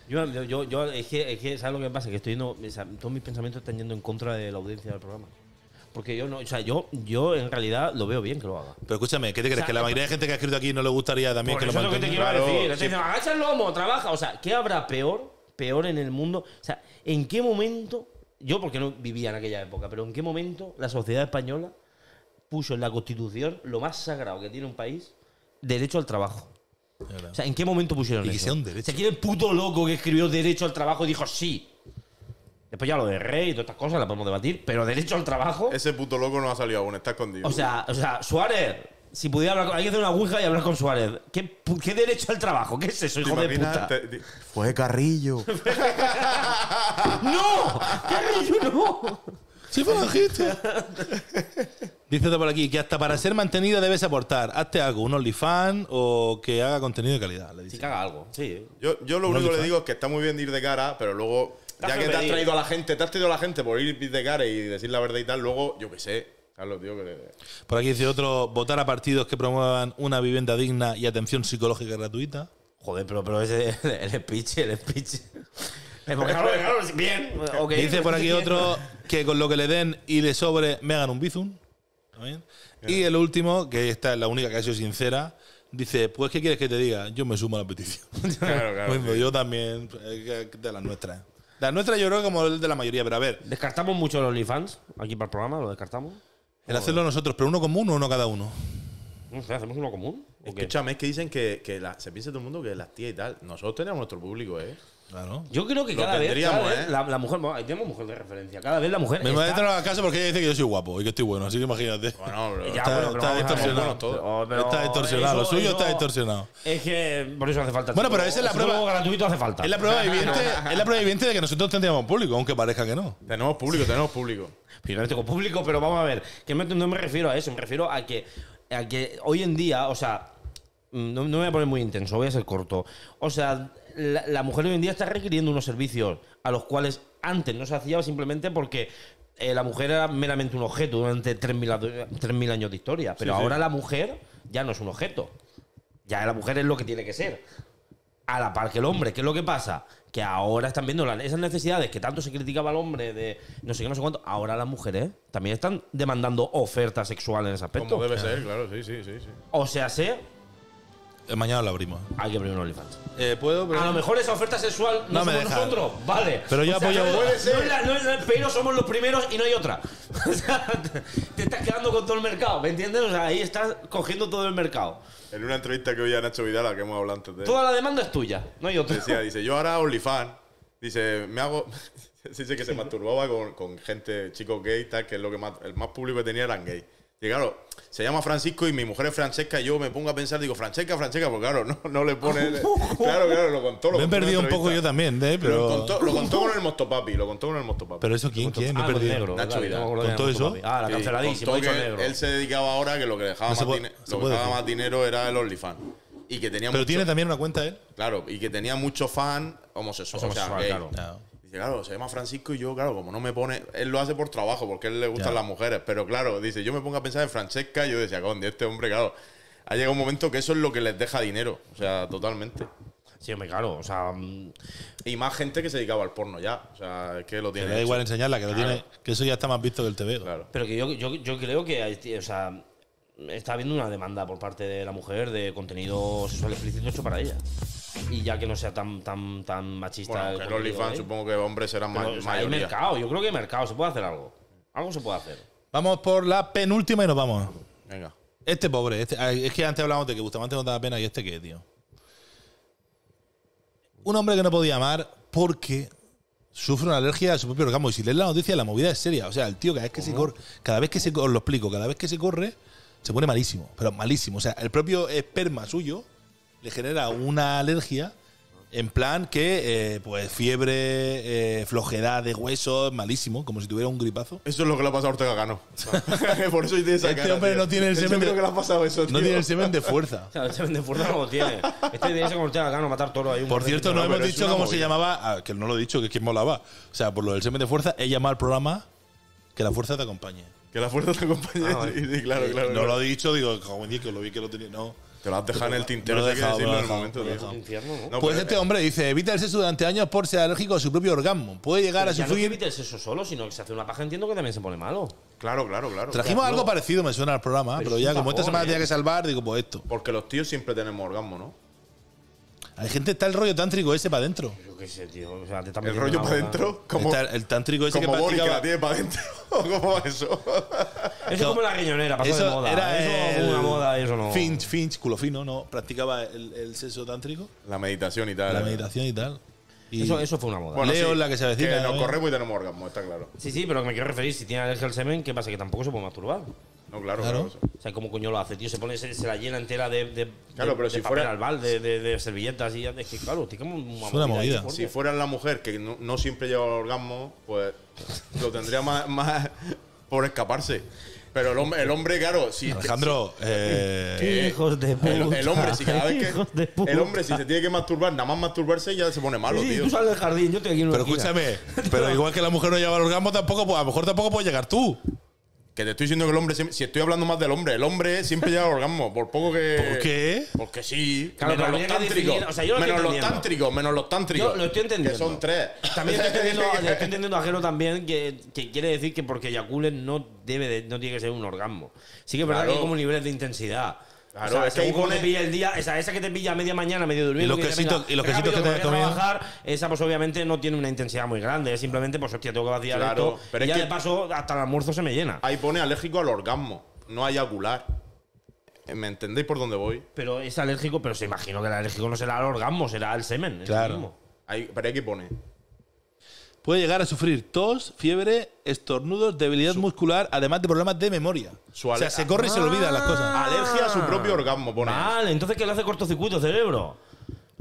[SPEAKER 2] Yo, yo, yo, yo- es, que, es que, ¿sabes lo que pasa? Que estoy yendo, o sea, todos mis pensamientos están yendo en contra de la audiencia del programa. Porque yo no, o sea, yo, yo en realidad lo veo bien que lo haga.
[SPEAKER 1] Pero escúchame, ¿qué te crees?
[SPEAKER 2] sea,
[SPEAKER 1] que la mayoría de gente que ha escrito aquí no le gustaría también
[SPEAKER 2] Por
[SPEAKER 1] que lo
[SPEAKER 2] eso es lo que te
[SPEAKER 1] mantengan.
[SPEAKER 2] quiero
[SPEAKER 3] Claro,
[SPEAKER 2] decir. Te
[SPEAKER 3] sí.
[SPEAKER 2] dicen, agacha el lomo, trabaja. O sea, ¿qué habrá peor, peor en el mundo? O sea, ¿en qué momento, yo porque no vivía en aquella época, pero en qué momento la sociedad española puso en la Constitución lo más sagrado que tiene un país, derecho al trabajo. O sea, ¿en qué momento pusieron
[SPEAKER 1] Y que
[SPEAKER 2] eso?
[SPEAKER 1] sea un derecho.
[SPEAKER 2] O sea, ¿quién es el puto loco que escribió derecho al trabajo y dijo sí? Después ya lo de rey y todas estas cosas las podemos debatir, pero derecho al trabajo.
[SPEAKER 3] Ese puto loco no ha salido aún, está escondido.
[SPEAKER 2] O sea, o sea, Suárez, si pudiera hablar con, hay que hacer una ouija y hablar con Suárez. ¿Qué, pu- qué derecho al trabajo? ¿Qué es eso,
[SPEAKER 3] ¿Te
[SPEAKER 2] hijo de
[SPEAKER 3] imaginas?
[SPEAKER 2] puta?
[SPEAKER 3] Te- te-
[SPEAKER 7] Fue Carrillo.
[SPEAKER 2] ¡No! ¡Carrillo, no!
[SPEAKER 1] Sí, falangista. Dice por aquí que hasta para ser mantenida debes aportar. Hazte algo, un OnlyFans o que haga contenido de calidad. Le
[SPEAKER 2] Si
[SPEAKER 1] dice.
[SPEAKER 2] caga algo, sí.
[SPEAKER 3] Yo, yo lo
[SPEAKER 1] No
[SPEAKER 3] único que
[SPEAKER 1] quizá.
[SPEAKER 3] le digo es que está muy bien de ir de cara, pero luego,
[SPEAKER 2] Te has
[SPEAKER 3] ya que te has
[SPEAKER 2] sorprendido.
[SPEAKER 3] traído a la gente, te has traído a la gente por ir de cara y decir la verdad y tal, luego, yo qué sé, Carlos, tío, que le-
[SPEAKER 1] Por aquí dice otro, votar a partidos que promuevan una vivienda digna y atención psicológica gratuita.
[SPEAKER 2] Joder, pero, pero ese, el speech, el speech. Eh, porque claro, claro, sí, bien. ok.
[SPEAKER 1] Dice por aquí
[SPEAKER 2] Bien.
[SPEAKER 1] otro que con lo que le den y le sobre me hagan un bizum. También. Y el último, que esta es la única que ha sido sincera, dice, pues ¿qué quieres que te diga? Yo me sumo a la petición.
[SPEAKER 3] Claro, claro,
[SPEAKER 1] Bueno, yo también, eh, de las nuestras. De las nuestras yo creo que como el de la mayoría, pero a ver,
[SPEAKER 2] Descartamos mucho los OnlyFans aquí para el programa, lo descartamos.
[SPEAKER 1] el hacerlo nosotros, pero uno común o uno cada uno.
[SPEAKER 2] No sé, hacemos uno común. ¿O qué?
[SPEAKER 3] Escúchame, es que dicen que, que la- se piensa todo el mundo que las tías y tal. Nosotros tenemos nuestro público, ¿eh?
[SPEAKER 1] Claro.
[SPEAKER 2] Yo creo que
[SPEAKER 3] Lo
[SPEAKER 2] cada vez,
[SPEAKER 3] tendríamos,
[SPEAKER 2] cada vez
[SPEAKER 3] ¿eh?
[SPEAKER 2] la, la mujer, bueno, ahí tenemos mujer de referencia, cada vez la mujer.
[SPEAKER 1] Mi madre
[SPEAKER 2] está-
[SPEAKER 1] te lo haga caso porque ella dice que yo soy guapo y que estoy bueno, así que imagínate.
[SPEAKER 3] Bueno, pero.
[SPEAKER 2] Ya,
[SPEAKER 1] Está- está
[SPEAKER 2] bueno, pero vamos a ver,
[SPEAKER 1] distorsionado.
[SPEAKER 2] somos buenos todos.
[SPEAKER 1] Pero- pero Está distorsionado, lo suyo está distorsionado.
[SPEAKER 2] Es que por eso hace falta.
[SPEAKER 1] Bueno,
[SPEAKER 2] chico.
[SPEAKER 1] pero esa es la prueba-
[SPEAKER 2] Psicólogo gratuito hace falta.
[SPEAKER 1] Es la prueba viviente, es la prueba viviente de que nosotros tendríamos público, aunque parezca que no.
[SPEAKER 3] Tenemos público, tenemos público.
[SPEAKER 2] Yo no tengo público, pero vamos a ver. Que me- no me refiero a eso, me refiero a que, a que hoy en día, o sea, mm, no, no me voy a poner muy intenso, voy a ser corto. O sea, la, la mujer hoy en día está requiriendo unos servicios a los cuales antes no se hacía simplemente porque eh, la mujer era meramente un objeto durante 3.000 ado- 3.000 años de historia. Pero ahora la mujer ya no es un objeto. Ya la mujer es lo que tiene que ser. a la par que el hombre. ¿Qué es lo que pasa? Que ahora están viendo la- esas necesidades que tanto se criticaba al hombre de no sé qué, no sé cuánto. Ahora las mujeres también están demandando ofertas sexuales en ese aspecto.
[SPEAKER 3] Como debe ser, claro, sí, sí, sí. sí.
[SPEAKER 2] O sea, sé,
[SPEAKER 1] Eh, Mañana lo abrimos.
[SPEAKER 2] hay que abrir un OnlyFans.
[SPEAKER 1] Eh, ¿Puedo?
[SPEAKER 3] Ah.
[SPEAKER 2] A lo mejor esa oferta sexual no,
[SPEAKER 1] No me
[SPEAKER 2] somos
[SPEAKER 1] dejan.
[SPEAKER 2] nosotros. Vale.
[SPEAKER 1] Pero yo
[SPEAKER 2] O sea,
[SPEAKER 1] apoyo-
[SPEAKER 2] no es la-
[SPEAKER 1] Puede
[SPEAKER 2] no es la- no es la- pero somos los primeros y no hay otra. O sea, te- te estás quedando con todo el mercado, ¿me entiendes? O sea, ahí estás cogiendo todo el mercado.
[SPEAKER 3] En una entrevista que oí a Nacho Vidal, a que hemos hablado antes de él,
[SPEAKER 2] Toda la demanda es tuya, no hay otra.
[SPEAKER 3] decía, dice, yo ahora OnlyFans. Dice, me hago. dice que se masturbaba con, con gente, chicos gay, y tal, que es lo que más, el más público que tenía eran gay. Y claro, se llama Francisco y mi mujer es Francesca. Y yo me pongo a pensar, digo, Francesca, Francesca, porque claro, no, no le pone. claro, claro, lo contó. Lo
[SPEAKER 1] Me he
[SPEAKER 3] contó en
[SPEAKER 1] perdido
[SPEAKER 3] una
[SPEAKER 1] un poco yo
[SPEAKER 3] entrevista.
[SPEAKER 1] también, eh,
[SPEAKER 3] Lo
[SPEAKER 1] pero.
[SPEAKER 3] contó, lo contó con el Mostopapi, lo contó con el Mostopapi.
[SPEAKER 1] Pero eso, ¿quién? ¿Quién? Me he
[SPEAKER 2] Ah, con
[SPEAKER 1] perdido.
[SPEAKER 2] negro.
[SPEAKER 3] Nacho
[SPEAKER 2] vale,
[SPEAKER 3] Vidal.
[SPEAKER 2] no me acuerdo
[SPEAKER 1] ¿Con
[SPEAKER 2] de
[SPEAKER 1] todo
[SPEAKER 2] Nacho
[SPEAKER 1] eso?
[SPEAKER 2] Ah, la
[SPEAKER 3] Sí,
[SPEAKER 2] canceladísima,
[SPEAKER 3] contó
[SPEAKER 2] Nacho
[SPEAKER 3] que
[SPEAKER 2] negro.
[SPEAKER 3] Él se dedicaba ahora que lo que le dejaba,
[SPEAKER 1] No se
[SPEAKER 3] más,
[SPEAKER 1] puede-
[SPEAKER 3] dine-
[SPEAKER 1] se
[SPEAKER 3] lo que
[SPEAKER 1] puede
[SPEAKER 3] dejaba
[SPEAKER 1] decir.
[SPEAKER 3] más dinero era el OnlyFans. Y que tenía
[SPEAKER 1] Pero
[SPEAKER 3] mucho,
[SPEAKER 1] tiene también una cuenta él.
[SPEAKER 3] Claro, y que tenía mucho fan homosexual. o sea,
[SPEAKER 2] Homosexual,
[SPEAKER 3] gay.
[SPEAKER 2] claro.
[SPEAKER 1] Claro.
[SPEAKER 3] Dice, claro, se llama Francisco y yo, claro, como no me pone. Él lo hace por trabajo, porque a él le gustan
[SPEAKER 1] Ya.
[SPEAKER 3] las mujeres. Pero claro, dice, yo me pongo a pensar en Francesca y yo decía, con este hombre, claro. Ha llegado un momento que eso es lo que les deja dinero. O sea, totalmente.
[SPEAKER 2] Sí, hombre, claro. O sea, mm,
[SPEAKER 3] Y más gente que se dedicaba al porno ya. O sea, es que lo
[SPEAKER 1] Que
[SPEAKER 3] tiene.
[SPEAKER 1] le da
[SPEAKER 3] hecho.
[SPEAKER 1] igual enseñarla, que, lo tiene, que eso ya está más visto que el TV.
[SPEAKER 3] Claro.
[SPEAKER 2] pero que yo, yo, yo creo que hay, tío, o sea, está habiendo una demanda por parte de la mujer de contenido sexual explícito hecho para ella. Y ya que no sea tan tan tan machista.
[SPEAKER 3] Bueno,
[SPEAKER 2] el
[SPEAKER 3] que el
[SPEAKER 2] contenido
[SPEAKER 3] OnlyFans
[SPEAKER 2] gay.
[SPEAKER 3] supongo que hombres serán
[SPEAKER 2] Pero,
[SPEAKER 3] más
[SPEAKER 2] o sea, hay
[SPEAKER 3] mayoría.
[SPEAKER 2] mercado, yo creo que hay mercado, se puede hacer algo. Algo se puede hacer.
[SPEAKER 1] Vamos por la penúltima y nos vamos.
[SPEAKER 3] Venga.
[SPEAKER 1] Este pobre, este- ay, es que antes hablábamos de que Bustamante no daba pena y este qué, tío. Un hombre que no podía amar porque sufre una alergia a su propio orgasmo. Y si lees la noticia, la movida es seria. O sea, el tío cada vez que se corre, cada vez que se corre, lo explico, cada vez que se corre, se pone malísimo. Pero malísimo. O sea, el propio esperma suyo le genera una alergia en plan que, eh, pues, fiebre, eh, flojedad de huesos, malísimo, como si tuviera un gripazo.
[SPEAKER 3] Eso es lo que le ha pasado a Ortega Cano. Por eso tiene esa
[SPEAKER 1] Este
[SPEAKER 3] cara,
[SPEAKER 1] hombre
[SPEAKER 3] tío.
[SPEAKER 1] no tiene el
[SPEAKER 3] Yo
[SPEAKER 1] semen
[SPEAKER 3] creo
[SPEAKER 1] de-
[SPEAKER 3] que le ha pasado eso,
[SPEAKER 1] No
[SPEAKER 3] tío.
[SPEAKER 1] tiene el semen de fuerza.
[SPEAKER 2] O sea, este vende fuerza no lo tiene. Este de ese como te gano matar toro ahí. un
[SPEAKER 1] Por
[SPEAKER 2] momento.
[SPEAKER 1] cierto, no
[SPEAKER 3] pero
[SPEAKER 1] hemos
[SPEAKER 3] es
[SPEAKER 1] dicho
[SPEAKER 3] una
[SPEAKER 1] cómo se
[SPEAKER 3] movida.
[SPEAKER 1] llamaba, ah, que no lo he dicho, que es quien molaba. O sea, por lo del semen de fuerza, he llamado al programa Que la fuerza te acompañe.
[SPEAKER 3] Que la fuerza te acompañe. Sí, sí, claro, claro.
[SPEAKER 1] Ah, No lo he dicho, digo, como dije, que lo vi que lo tenía. No.
[SPEAKER 3] Te lo has dejado en el tintero.
[SPEAKER 1] No lo he
[SPEAKER 3] hay que
[SPEAKER 1] dejado,
[SPEAKER 3] decirlo
[SPEAKER 1] no lo he
[SPEAKER 3] en el momento,
[SPEAKER 1] dejado,
[SPEAKER 3] tío.
[SPEAKER 1] no lo he
[SPEAKER 2] Infierno, ¿no?
[SPEAKER 3] No,
[SPEAKER 1] pues
[SPEAKER 3] pero-
[SPEAKER 1] este hombre dice, evita el sexo durante años por ser alérgico a su propio orgasmo. Puede llegar
[SPEAKER 2] Pero
[SPEAKER 1] a
[SPEAKER 2] ya no que
[SPEAKER 1] sufrir.
[SPEAKER 2] evites eso solo, sino que se hace una paja, entiendo que también se pone malo.
[SPEAKER 3] Claro, claro, claro.
[SPEAKER 1] Trajimos algo parecido, me suena al programa,
[SPEAKER 2] Pero
[SPEAKER 1] pero,
[SPEAKER 2] es
[SPEAKER 1] ya
[SPEAKER 2] un
[SPEAKER 1] como esta
[SPEAKER 2] bajón,
[SPEAKER 1] semana
[SPEAKER 2] ¿eh?
[SPEAKER 1] tenía que salvar, digo, pues esto.
[SPEAKER 3] Porque los tíos siempre tenemos orgasmo, ¿no?
[SPEAKER 1] Hay gente, está el rollo tántrico ese para adentro.
[SPEAKER 2] Yo qué qué sé, tío. O sea, te están
[SPEAKER 3] El
[SPEAKER 2] metiendo en
[SPEAKER 3] rollo
[SPEAKER 2] la
[SPEAKER 3] para
[SPEAKER 2] boca.
[SPEAKER 3] adentro, como,
[SPEAKER 1] el, el tántrico ese que
[SPEAKER 3] como Boric que la
[SPEAKER 1] practicaba.
[SPEAKER 3] tiene para adentro. ¿Cómo va eso?
[SPEAKER 2] Eso es como la riñonera, pasó de moda. eso
[SPEAKER 1] el
[SPEAKER 2] es una moda, eso no.
[SPEAKER 1] Finch, Finch, culo fino, ¿no? Practicaba el, el sexo tántrico,
[SPEAKER 3] La meditación y tal.
[SPEAKER 1] la meditación y tal. Y
[SPEAKER 2] Eso, eso fue una moda.
[SPEAKER 1] Bueno, Leo, la que se avecina,
[SPEAKER 3] Que nos
[SPEAKER 1] ¿no?
[SPEAKER 3] corremos y tenemos orgasmo, está claro.
[SPEAKER 2] Sí, sí, pero me quiero referir, si tiene alergia al semen, ¿qué pasa? Que tampoco se puede masturbar. O
[SPEAKER 3] No,
[SPEAKER 1] Claro.
[SPEAKER 3] claro, claro. eso.
[SPEAKER 2] sea, ¿cómo coño lo hace, tío? Se pone, se, se la llena entera de, de,
[SPEAKER 3] Claro,
[SPEAKER 2] de-
[SPEAKER 3] pero
[SPEAKER 2] de
[SPEAKER 3] si
[SPEAKER 2] papel
[SPEAKER 3] fuera-
[SPEAKER 2] albal, de, de, de servilletas y ya. Es que, claro, tiene como una
[SPEAKER 1] Es una
[SPEAKER 2] ahí
[SPEAKER 1] movida.
[SPEAKER 2] fuerte.
[SPEAKER 3] Si fuera la mujer que no, no siempre lleva orgasmo, pues lo tendría más, más por escaparse. Pero el, hombre, el hombre, claro, si.
[SPEAKER 1] Alejandro, eh,
[SPEAKER 6] Hijos de puta.
[SPEAKER 3] El, el hombre, si cada vez
[SPEAKER 6] Hijos de
[SPEAKER 3] que.
[SPEAKER 6] puta.
[SPEAKER 3] El hombre, si se tiene que masturbar, nada más masturbarse ya se pone malo,
[SPEAKER 2] Sí, sí,
[SPEAKER 3] tío.
[SPEAKER 2] tú sales del jardín, yo estoy aquí en una
[SPEAKER 1] pero
[SPEAKER 2] esquina.
[SPEAKER 1] escúchame, pero igual que la mujer no lleva el orgasmo, tampoco, pues, a lo mejor tampoco puedes llegar tú.
[SPEAKER 3] Que te estoy diciendo que el hombre. siempre- Si estoy hablando más del hombre, el hombre siempre lleva orgasmo. Por poco que.
[SPEAKER 1] ¿Por qué?
[SPEAKER 3] Porque sí.
[SPEAKER 2] Claro,
[SPEAKER 3] menos
[SPEAKER 2] pero
[SPEAKER 3] los
[SPEAKER 2] habría que
[SPEAKER 3] tántricos.
[SPEAKER 2] definir- o sea, yo lo
[SPEAKER 3] menos
[SPEAKER 2] estoy
[SPEAKER 3] los
[SPEAKER 2] entendiendo.
[SPEAKER 3] tántricos, menos los tántricos.
[SPEAKER 2] Yo lo estoy entendiendo.
[SPEAKER 3] Que son tres.
[SPEAKER 2] También estoy entendiendo, le estoy entendiendo a Jero también que, que quiere decir que porque eyaculen no debe de- no tiene que ser un orgasmo. Sí que es verdad
[SPEAKER 3] Claro.
[SPEAKER 2] que hay como niveles de intensidad.
[SPEAKER 3] Claro,
[SPEAKER 2] o sea,
[SPEAKER 3] es que
[SPEAKER 2] según
[SPEAKER 3] ahí
[SPEAKER 2] cómo
[SPEAKER 3] pone-
[SPEAKER 2] te pilla el día, esa, esa que te pilla a media mañana, medio durmiendo.
[SPEAKER 1] Y los
[SPEAKER 2] que dice,
[SPEAKER 1] quesitos-
[SPEAKER 2] venga,
[SPEAKER 1] y los quesitos
[SPEAKER 2] rápido,
[SPEAKER 1] que te has
[SPEAKER 2] voy a
[SPEAKER 1] comido.
[SPEAKER 2] trabajar, esa pues obviamente no tiene una intensidad muy grande, es simplemente pues hostia, tengo que vaciar
[SPEAKER 3] Claro,
[SPEAKER 2] esto.
[SPEAKER 3] pero
[SPEAKER 2] y
[SPEAKER 3] es
[SPEAKER 2] ya de
[SPEAKER 3] que-
[SPEAKER 2] paso hasta el almuerzo se me llena.
[SPEAKER 3] Ahí pone alérgico al orgasmo, no a eyacular. ¿Me entendéis por dónde voy?
[SPEAKER 2] Pero es alérgico, pero se imagino que el alérgico no será el orgasmo, será el semen. en sí
[SPEAKER 1] Claro.
[SPEAKER 2] mismo.
[SPEAKER 3] Ahí, pero aquí pone.
[SPEAKER 1] Puede llegar a sufrir tos, fiebre, estornudos, debilidad muscular, además de problemas de memoria.
[SPEAKER 3] Su
[SPEAKER 1] o sea,
[SPEAKER 3] ale-
[SPEAKER 1] se corre y se le olvidan las cosas.
[SPEAKER 2] Ah.
[SPEAKER 3] Alergia a su propio orgasmo, pone.
[SPEAKER 2] Vale, entonces que le hace cortocircuito cerebro.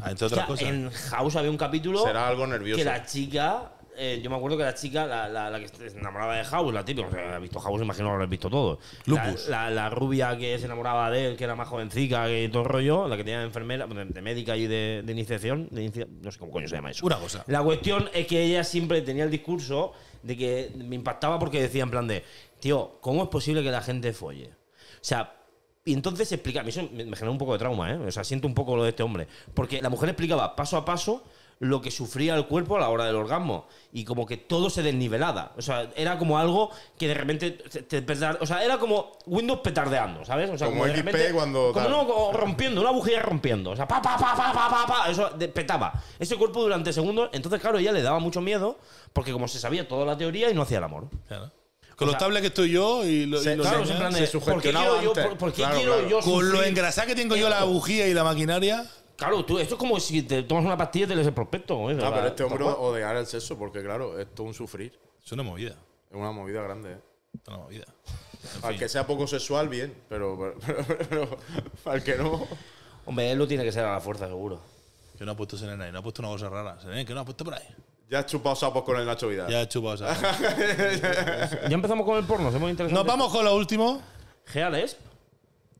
[SPEAKER 1] Ah, entre otras
[SPEAKER 2] Hostia,
[SPEAKER 1] cosas.
[SPEAKER 2] en House había un capítulo
[SPEAKER 3] Será algo nervioso. Ah,
[SPEAKER 2] que la chica, eh, yo me acuerdo que la chica, la, la- la que se enamoraba de House, la típica, o sea, ha visto House, imagino que lo habrás visto todo.
[SPEAKER 1] Lupus.
[SPEAKER 2] La, la- la rubia que se enamoraba de él, que era más jovencica que todo el rollo, la que tenía enfermera, de, de médica y de, de iniciación, de inicia- no sé cómo coño se llama eso.
[SPEAKER 1] Una cosa.
[SPEAKER 2] La cuestión es que ella siempre tenía el discurso de que me impactaba porque decía en plan de, tío, ¿cómo es posible que la gente folle? O sea, y entonces explica, a mí eso me me generó un poco de trauma, ¿eh? O sea, siento un poco lo de este hombre. Porque la mujer explicaba paso a paso lo que sufría el cuerpo a la hora del orgasmo y como que todo se desnivelaba. O sea, era como algo que de repente te, te petar- o sea, era como Windows petardeando, ¿sabes? O sea,
[SPEAKER 3] Como
[SPEAKER 2] de
[SPEAKER 3] XP
[SPEAKER 2] repente-
[SPEAKER 3] cuando
[SPEAKER 2] como
[SPEAKER 3] tal.
[SPEAKER 2] no, como rompiendo, una bujía rompiendo. O sea, pa, pa, pa, pa, pa, pa, pa. Eso de- petaba. Ese cuerpo durante segundos. Entonces, claro, ella le daba mucho miedo porque como se sabía toda la teoría y no hacía el amor.
[SPEAKER 1] Claro. Con lo
[SPEAKER 2] O sea,
[SPEAKER 1] estable que estoy yo y lo, y lo
[SPEAKER 2] claro,
[SPEAKER 1] demás.
[SPEAKER 2] es en plan
[SPEAKER 3] se
[SPEAKER 2] de, ¿por qué
[SPEAKER 3] sugestionaba
[SPEAKER 2] quiero yo,
[SPEAKER 3] antes.
[SPEAKER 2] por- por qué
[SPEAKER 3] Claro,
[SPEAKER 2] quiero
[SPEAKER 3] claro.
[SPEAKER 2] yo
[SPEAKER 1] Con lo
[SPEAKER 2] sufrir
[SPEAKER 1] engrasada que tengo yo la
[SPEAKER 2] esto?
[SPEAKER 1] bujía y la maquinaria.
[SPEAKER 2] Claro, tú, esto es como si te tomas una pastilla y te lees el prospecto. ¿eh?
[SPEAKER 3] Ah, pero este hombre
[SPEAKER 2] Papá.
[SPEAKER 3] odiar el sexo, porque claro, esto es un sufrir.
[SPEAKER 1] Es una movida.
[SPEAKER 3] Es una movida grande, ¿eh?
[SPEAKER 1] Es una movida.
[SPEAKER 3] Al que sea poco sexual, bien, pero, pero- pero- pero al que no.
[SPEAKER 2] Hombre, él lo tiene que ser a la fuerza, seguro.
[SPEAKER 1] Que no ha puesto Serena y no ha puesto una cosa rara. Serena, que no ha puesto por ahí.
[SPEAKER 3] Ya has chupado sapos con el Nacho Vidal.
[SPEAKER 1] Ya he chupado esa.
[SPEAKER 2] Ya empezamos con el porno, se muy interesante.
[SPEAKER 1] Nos vamos con lo último.
[SPEAKER 2] Gealesp.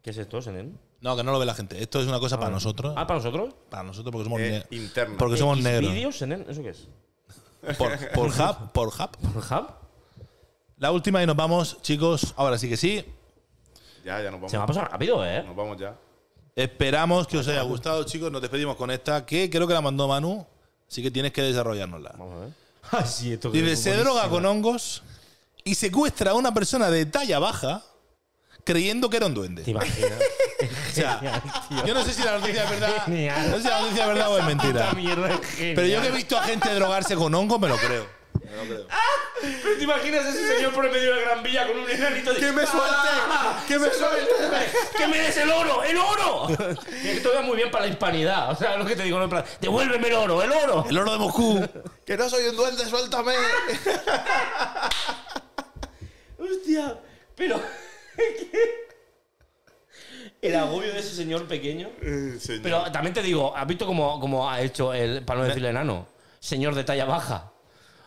[SPEAKER 2] ¿Qué es esto, Senen?
[SPEAKER 1] No, que no lo ve la gente. Esto es una cosa para nosotros.
[SPEAKER 2] Ah, para nosotros.
[SPEAKER 1] Para nosotros porque somos,
[SPEAKER 3] Eh,
[SPEAKER 1] ne-
[SPEAKER 3] interna.
[SPEAKER 1] porque somos negros.
[SPEAKER 2] ¿Vídeos, Senen? ¿Eso qué es?
[SPEAKER 1] Por, por hub, por hub.
[SPEAKER 2] ¿Por hub?
[SPEAKER 1] La última y nos vamos, chicos. Ahora sí que sí.
[SPEAKER 3] Ya, ya nos vamos.
[SPEAKER 2] Se me ha pasado rápido, ¿eh?
[SPEAKER 3] Nos vamos ya.
[SPEAKER 1] Esperamos que os haya gustado, chicos. Nos despedimos con esta, que creo que la mandó Manu. Así que tienes que desarrollárnosla.
[SPEAKER 2] Vamos a ver. Ah, sí, esto que
[SPEAKER 1] Dice,
[SPEAKER 2] es
[SPEAKER 1] se droga con hongos y secuestra a una persona de talla baja creyendo que era un duende.
[SPEAKER 2] ¿Te imaginas?
[SPEAKER 1] O sea, yo no sé si la noticia es verdad.
[SPEAKER 2] Genial.
[SPEAKER 1] No sé si la noticia es verdad o es
[SPEAKER 2] Esta
[SPEAKER 1] mentira.
[SPEAKER 2] mierda es genial.
[SPEAKER 1] Pero yo que he visto a gente drogarse con hongos, me lo creo.
[SPEAKER 2] ¿Te imaginas ese señor por el medio de la Gran Villa con un enanito de... ¡Ah!
[SPEAKER 3] ¡Que me suelte! ¡Que me suelte!
[SPEAKER 2] ¡Que me des el oro! ¡El oro! Y esto va muy bien para la hispanidad. O sea, lo que te digo, no en plan, devuélveme el oro, el oro.
[SPEAKER 1] El oro de Moscú.
[SPEAKER 3] ¡Que no soy un duende, suéltame!
[SPEAKER 2] Hostia, pero. ¿qué? El agobio de ese señor pequeño.
[SPEAKER 3] Eh, Señor.
[SPEAKER 2] Pero también te digo, ¿has visto cómo, cómo ha hecho el. para no decirle enano? Señor de talla baja.